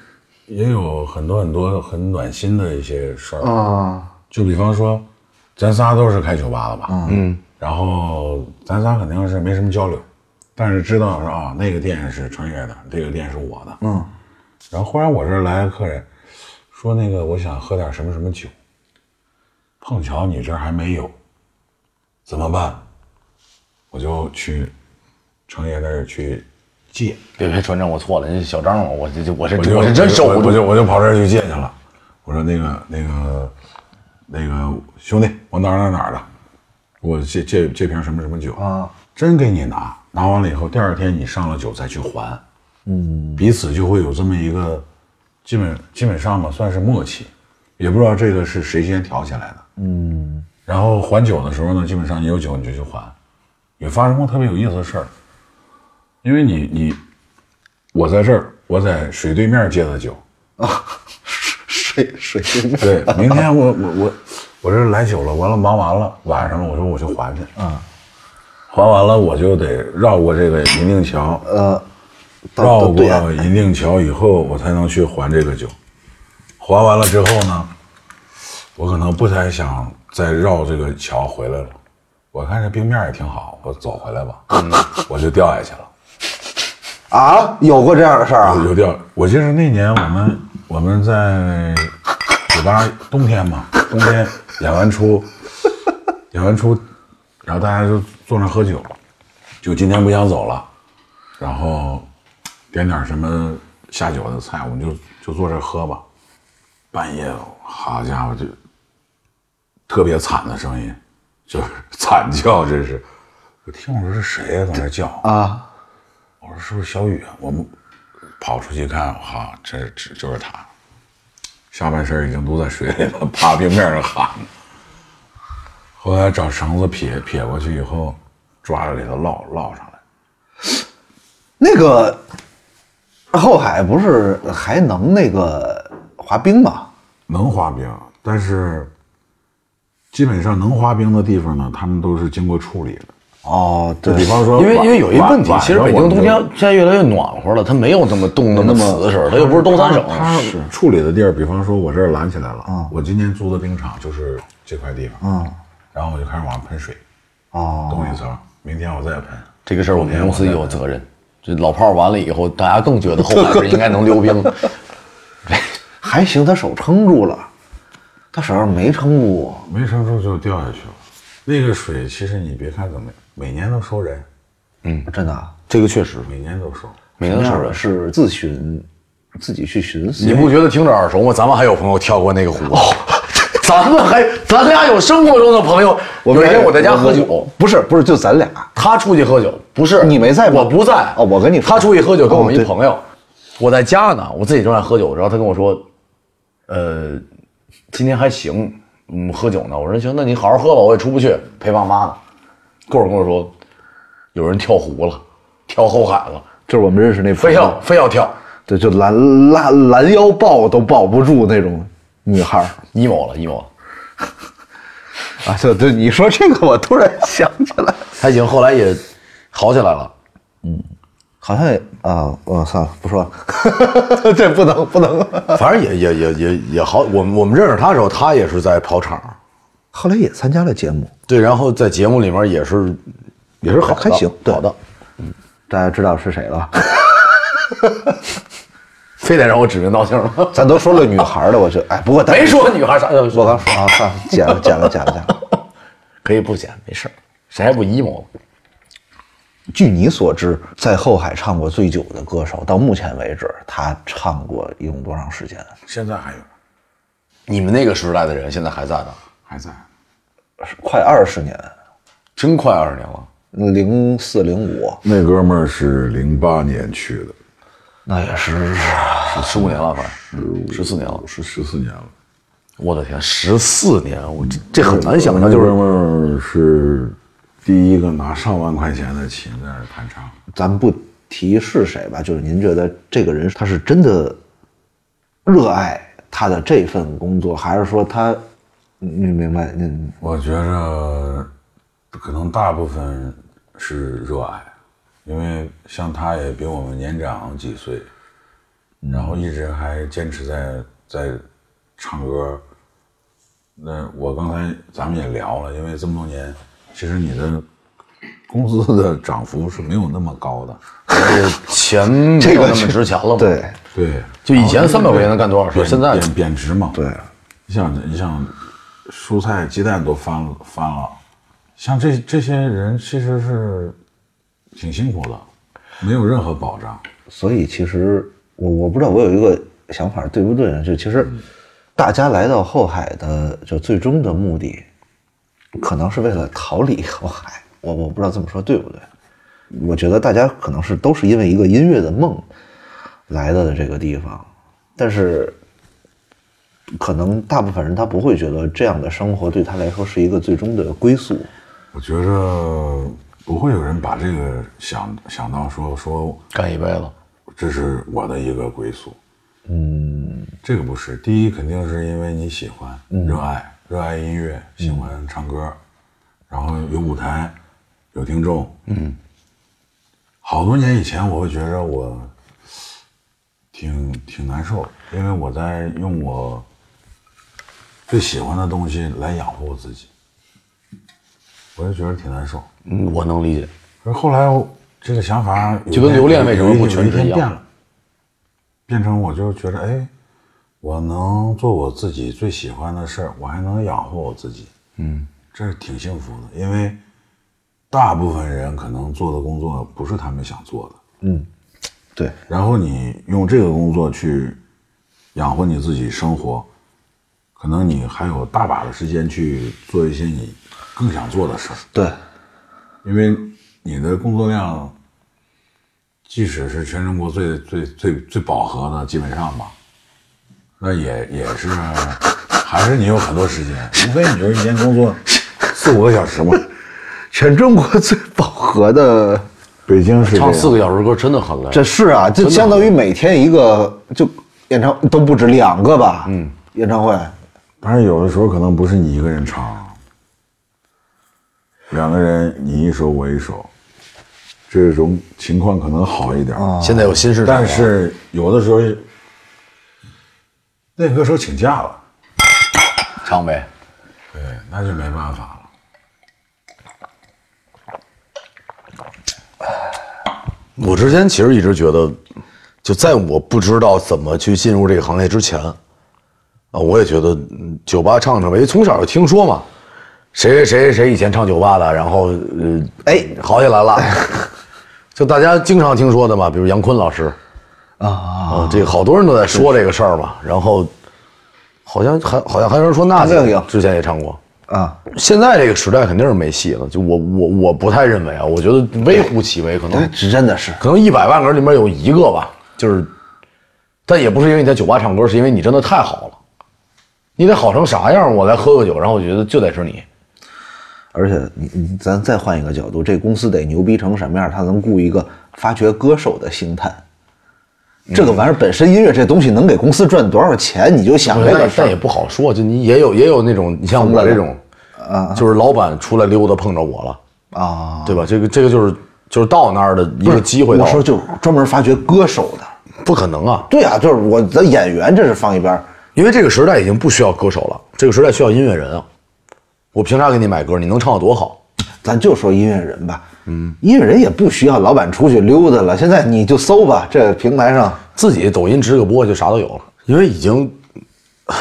S2: 也有很多很多很暖心的一些事儿。
S4: 啊
S2: 就比方说，咱仨都是开酒吧的吧，嗯，然后咱仨肯定是没什么交流，但是知道说啊，那个店是穿越的，这个店是我的，嗯，然后忽然我这儿来个客人，说那个我想喝点什么什么酒，碰巧你这儿还没有，怎么办？我就去程爷那儿去借，
S3: 别别，船长，我错了，这小张，我这这我是
S2: 我就
S3: 我是真
S2: 就
S3: 受不
S2: 我
S3: 住，
S2: 就我就跑这儿去借去了。我说那个那个那个兄弟，我哪儿哪儿哪儿的，我借借借瓶什么什么酒
S4: 啊，
S2: 真给你拿，拿完了以后，第二天你上了酒再去还，嗯，彼此就会有这么一个基本基本上吧，算是默契，也不知道这个是谁先挑起来的，嗯，然后还酒的时候呢，基本上你有酒你就去还，也发生过特别有意思的事儿，因为你你我在这儿，我在水对面借的酒，
S4: 水水
S2: 对，明天我我我我这来酒了，完了忙完了，晚上了，我说我去还去，嗯，还完了我就得绕过这个银锭桥，
S4: 呃，
S2: 绕
S4: 到
S2: 过
S4: 对啊岸
S2: 银锭桥以后，我才能去还这个酒。还完了之后呢，我可能不太想再绕这个桥回来了。我看这冰面也挺好，我走回来吧，
S4: 嗯
S2: [LAUGHS] 我就掉下去了。
S4: 啊，有过这样的事儿啊
S2: 我就掉。我记得那年我们我们在酒吧冬天嘛，冬天演完出，演完出，然后大家就坐那儿喝酒，就今天不想走了，然后点点什么下酒的菜，我们就就坐这儿喝吧。半夜，好家伙，就特别惨的声音，就是 [LAUGHS] 惨叫，这是。我听我说是谁呀、在那叫啊？
S4: 啊，
S2: 我说是不是小雨啊？我们跑出去看，哈，这这就是他，下半身已经都在水里了，趴冰面上喊。后来找绳子撇撇过去以后，抓着给他捞捞上来。
S4: 那个后海不是还能那个滑冰吗？
S2: 能滑冰，啊但是基本上能滑冰的地方呢，他们都是经过处理的。
S4: 哦，对，
S2: 比方说
S3: 因
S2: 晚，
S3: 为因为有一个问题，
S2: 晚
S3: 其实北京冬天
S2: 晚上我们
S3: 现在越来越暖和了，它没有那么冻得那么死实，它又不是东三省
S2: 就。他他处理的地儿，比方说我这儿拦起来了，我今天租的冰场就是这块地方，
S4: 嗯，
S2: 然后我就开始往上喷水，
S4: 哦，
S2: 动一层，明天我再喷。
S3: 这个事儿我们公司也有责任。这老炮儿完了以后，大家更觉得
S2: [LAUGHS]
S3: 后海是应该能溜冰。
S4: 还行，他手撑住了，他手上没撑住。
S2: 没撑住就掉下去了。那个水其实你别看怎么样，每年都收人，
S4: 真的啊，
S3: 这个确实，
S2: 每年都收。
S3: 嗯没
S4: 什么
S3: 那事
S4: 样
S3: 儿
S4: 的是自寻，自己去寻死。
S3: 你不觉得听着耳熟吗？咱们还有朋友跳过那个湖，
S4: 哦
S3: [LAUGHS] 咱们还咱俩有生活中的朋友。
S4: 我
S3: 有
S4: 没
S3: 一天我在家喝
S4: 我
S3: 酒，
S4: 不是不是，就咱俩。
S3: 他出去喝酒，不是
S4: 你没在吧
S3: 我不在
S4: 哦我跟你说
S3: 他出去喝酒跟我们
S4: 哦
S3: 一
S4: 对
S3: 朋友，我在家呢，我自己正在喝酒，然后他跟我说，呃，今天还行，嗯，喝酒呢。我说行，那你好好喝吧，我也出不去陪爸妈呢。过会儿跟我说，有人跳湖了，跳后海了，
S4: 就是我们认识那朋
S3: 非
S4: 友
S3: 要，非要跳
S4: 对，就拦拉拦腰抱都抱不住那种女孩儿
S3: ，emo 了，emo 了。
S4: 啊！对对，你说这个，我突然想起来，
S3: 还行，后来也好起来了。
S4: 好像也
S3: 呃
S4: 啊，我操，不说 [LAUGHS] 了，这不能不能。
S3: [LAUGHS] 反正也也也也也好，我们我们认识他的时候，他也是在跑场，
S4: 后来也参加了节目，
S3: 对，然后在节目里面也是也是好的
S4: 还行对
S3: 好的，
S4: 大家知道是谁了？
S3: 非得让我指名道姓吗？ [LAUGHS]
S4: 咱都说了女孩儿了，我觉得哎，不过咱
S3: 没说女孩啥，
S4: 我刚说啊，算了，剪了剪了剪了剪了。 [LAUGHS]
S3: 可以不剪，没事儿，谁还不 emo？
S4: 据你所知，在后海唱过最久的歌手，到目前为止，他唱过一共多长时间？
S2: 现在还有，
S3: 你们那个时代的人现在还在呢，
S2: 还在。
S4: 是快二十年，
S3: 真快二十年了。
S4: 零四零五，
S2: 那哥们儿是零八年去的，
S4: 那也是
S3: 十五年了，反正十四年了。
S2: 是十四年了。
S3: 我的天，十四年，我这这很难想象，
S2: 那
S3: 就
S2: 哥
S3: 是
S2: 们儿是第一个拿上万块钱的琴在那儿弹唱，
S4: 咱不提是谁吧，就是您觉得这个人他是真的热爱他的这份工作，还是说他，你明白？嗯，
S2: 我觉着可能大部分是热爱，因为像他也比我们年长几岁，然后一直还坚持在在唱歌。那我刚才咱们也聊了，因为这么多年，其实你的工资的涨幅是没有那么高的。
S3: 钱没有那么值钱了嘛。
S4: 对，
S2: 对，
S3: 就以前三百块钱能干多少事儿，
S2: 贬
S3: 现在
S2: 贬贬值嘛。
S4: 对，
S2: 你想，你想，蔬菜、鸡蛋都翻了翻了，像这这些人其实是挺辛苦的，没有任何保障。
S4: 所以其实我我不知道我有一个想法对不对呢？啊就其实大家来到后海的就最终的目的，可能是为了逃离后海。我我不知道这么说对不对？我觉得大家可能是都是因为一个音乐的梦来到的这个地方，但是可能大部分人他不会觉得这样的生活对他来说是一个最终的归宿。
S2: 我觉着不会有人把这个想想到说说
S3: 干一辈子。
S2: 这是我的一个归宿。嗯，这个不是。第一，肯定是因为你喜欢、热爱、热爱音乐，喜欢唱歌，然后有舞台，有听众。嗯，好多年以前，我会觉得我挺挺难受，因为我在用我最喜欢的东西来养活我自己，我就觉得挺难受。
S3: 嗯，我能理解。
S2: 可是后来我这个想法有一天
S3: 就跟留恋为什么不全
S2: 有一天
S3: 是一样
S2: 变了，变成我就觉得哎，我能做我自己最喜欢的事儿，我还能养活我自己，嗯，这是挺幸福的。因为大部分人可能做的工作不是他们想做的，
S3: 嗯
S4: 对，
S2: 然后你用这个工作去养活你自己生活，可能你还有大把的时间去做一些你更想做的事儿。
S4: 对，
S2: 因为你的工作量，即使是全中国最最最最饱和的，基本上吧，那也也是，还是你有很多时间，无非你就是一天工作四五个小时嘛。
S4: 全中国最饱和的。
S2: 北京是
S3: 唱四个小时歌真的很累。
S4: 这是啊，这相当于每天一个就演唱都不止两个吧？嗯，演唱会
S2: 但是有的时候可能不是你一个人唱，两个人你一首我一首，这种情况可能好一点啊
S3: 现在有新市场了，
S2: 但是有的时候，那歌手请假了。
S3: 唱呗。
S2: 对，那就没办法了。
S3: 我之前其实一直觉得，就在我不知道怎么去进入这个行业之前，啊，我也觉得嗯酒吧唱唱吧，因为从小就听说嘛，谁谁谁谁以前唱酒吧的，然后呃，哎，好起来 [LAUGHS] 了，就大家经常听说的嘛，比如杨坤老师啊，这个好多人都在说这个事儿嘛，然后好像还好像还有人说那
S4: 谭咏
S3: 姐
S4: 麟
S3: 之前也唱过。
S4: 啊，
S3: 现在这个时代肯定是没戏了，就我我我不太认为啊，我觉得微乎其微，可能
S4: 这哎真的是
S3: 可能一百万个人里面有一个吧，就是，但也不是因为你在酒吧唱歌，是因为你真的太好了，你得好成啥样，我来喝个酒，然后我觉得就得是你，
S4: 而且你你咱再换一个角度，这公司得牛逼成什么样，他能雇一个发掘歌手的星探？这个玩意儿本身音乐这东西能给公司赚多少钱，你就想
S3: 哎
S4: 这
S3: 但
S4: 个
S3: 也
S4: 事
S3: 但
S4: 儿
S3: 也不好说，就你也有也有那种，你像我这种，
S4: 啊
S3: 就是老板出来溜达碰着我了，
S4: 啊！
S3: 对吧？这个这个就是就是到那儿的一
S4: 不
S3: 个
S4: 是
S3: 机会到
S4: 我
S3: 了，
S4: 说就是专门发掘歌手的。
S3: 不可能啊，
S4: 对啊，就是我咱演员这是放一边儿，
S3: 因为这个时代已经不需要歌手了，这个时代需要音乐人啊，我凭啥给你买歌？你能唱得多好？
S4: 咱就说音乐人吧。嗯，音乐人也不需要老板出去溜达了，现在你就搜吧，这平台上
S3: 自己抖音直个播就啥都有了，因为已经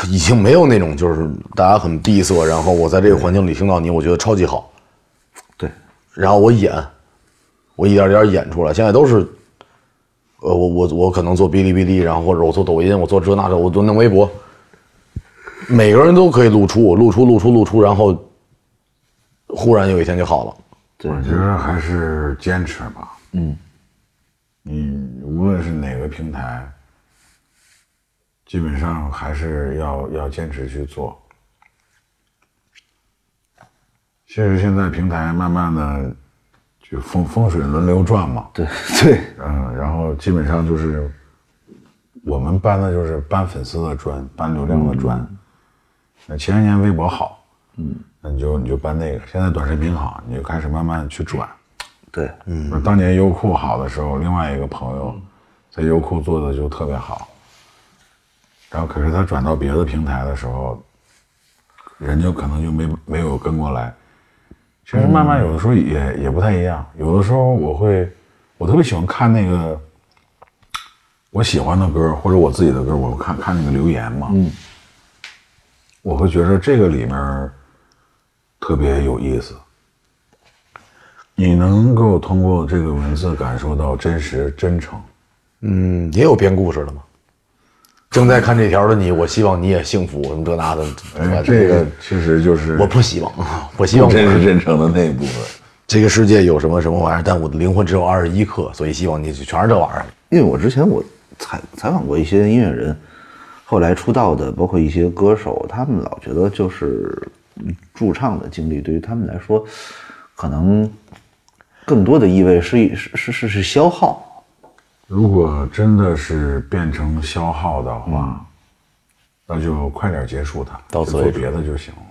S3: 已经没有那种就是大家很闭塞，然后我在这个环境里听到你，我觉得超级好，
S4: 对，
S3: 然后我演，我一点儿一点儿演出来，现在都是，呃，我我我可能做哔哩哔哩，然后或者我做抖音，我做这那的，我做弄微博，每个人都可以露出，露出露出露出，然后忽然有一天就好了。
S2: 我觉得还是坚持吧。嗯，你无论是哪个平台，基本上还是要要坚持去做。其实现在平台慢慢的就风风水轮流转嘛，
S4: 对 [LAUGHS] 对，
S2: 嗯，然后基本上就是我们搬的就是搬粉丝的砖，搬流量的砖。那前些年微博好，嗯，那你就你就搬那个。现在短视频好，你就开始慢慢去转。
S4: 对，
S2: 嗯，当年优酷好的时候，另外一个朋友在优酷做的就特别好，然后可是他转到别的平台的时候，人就可能就没没有跟过来。其实慢慢有的时候也也不太一样，有的时候我会，我特别喜欢看那个我喜欢的歌或者我自己的歌，我看看那个留言嘛，嗯，我会觉得这个里面儿特别有意思。你能够通过这个文字感受到真实、真诚。
S3: 嗯，也有编故事的嘛。正在看这条的你，我希望你也幸福，什么这那的。
S2: 哎，这个其实就是
S3: 我不希望，啊我希望
S2: 真实真诚的那一部分。
S3: 这个世界有什么什么玩意儿，但我的灵魂只有二十一克，所以希望你全是这玩意儿。
S4: 因为我之前我采采访过一些音乐人，后来出道的，包括一些歌手，他们老觉得就是嗯驻唱的经历对于他们来说，可能更多的意味是一是是是是消耗。
S2: 如果真的是变成消耗的话，嗯那就快点结束它，
S3: 到此
S2: 就
S3: 为
S2: 做
S3: 止
S2: 别的就行了。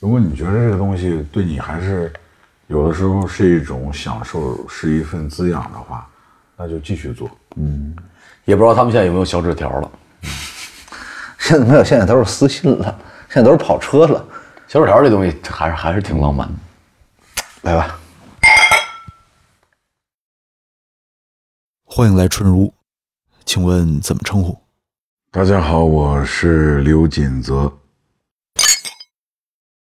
S2: 如果你觉得这个东西对你还是有的时候是一种享受，是一份滋养的话，那就继续做。
S3: 也不知道他们现在有没有小纸条了。
S4: 现在没有，现在都是私信了，现在都是跑车了。
S3: 小纸条这东西还是还是挺浪漫的。
S4: 来吧，
S6: 欢迎来春如，请问怎么称呼？
S2: 大家好，我是刘锦泽。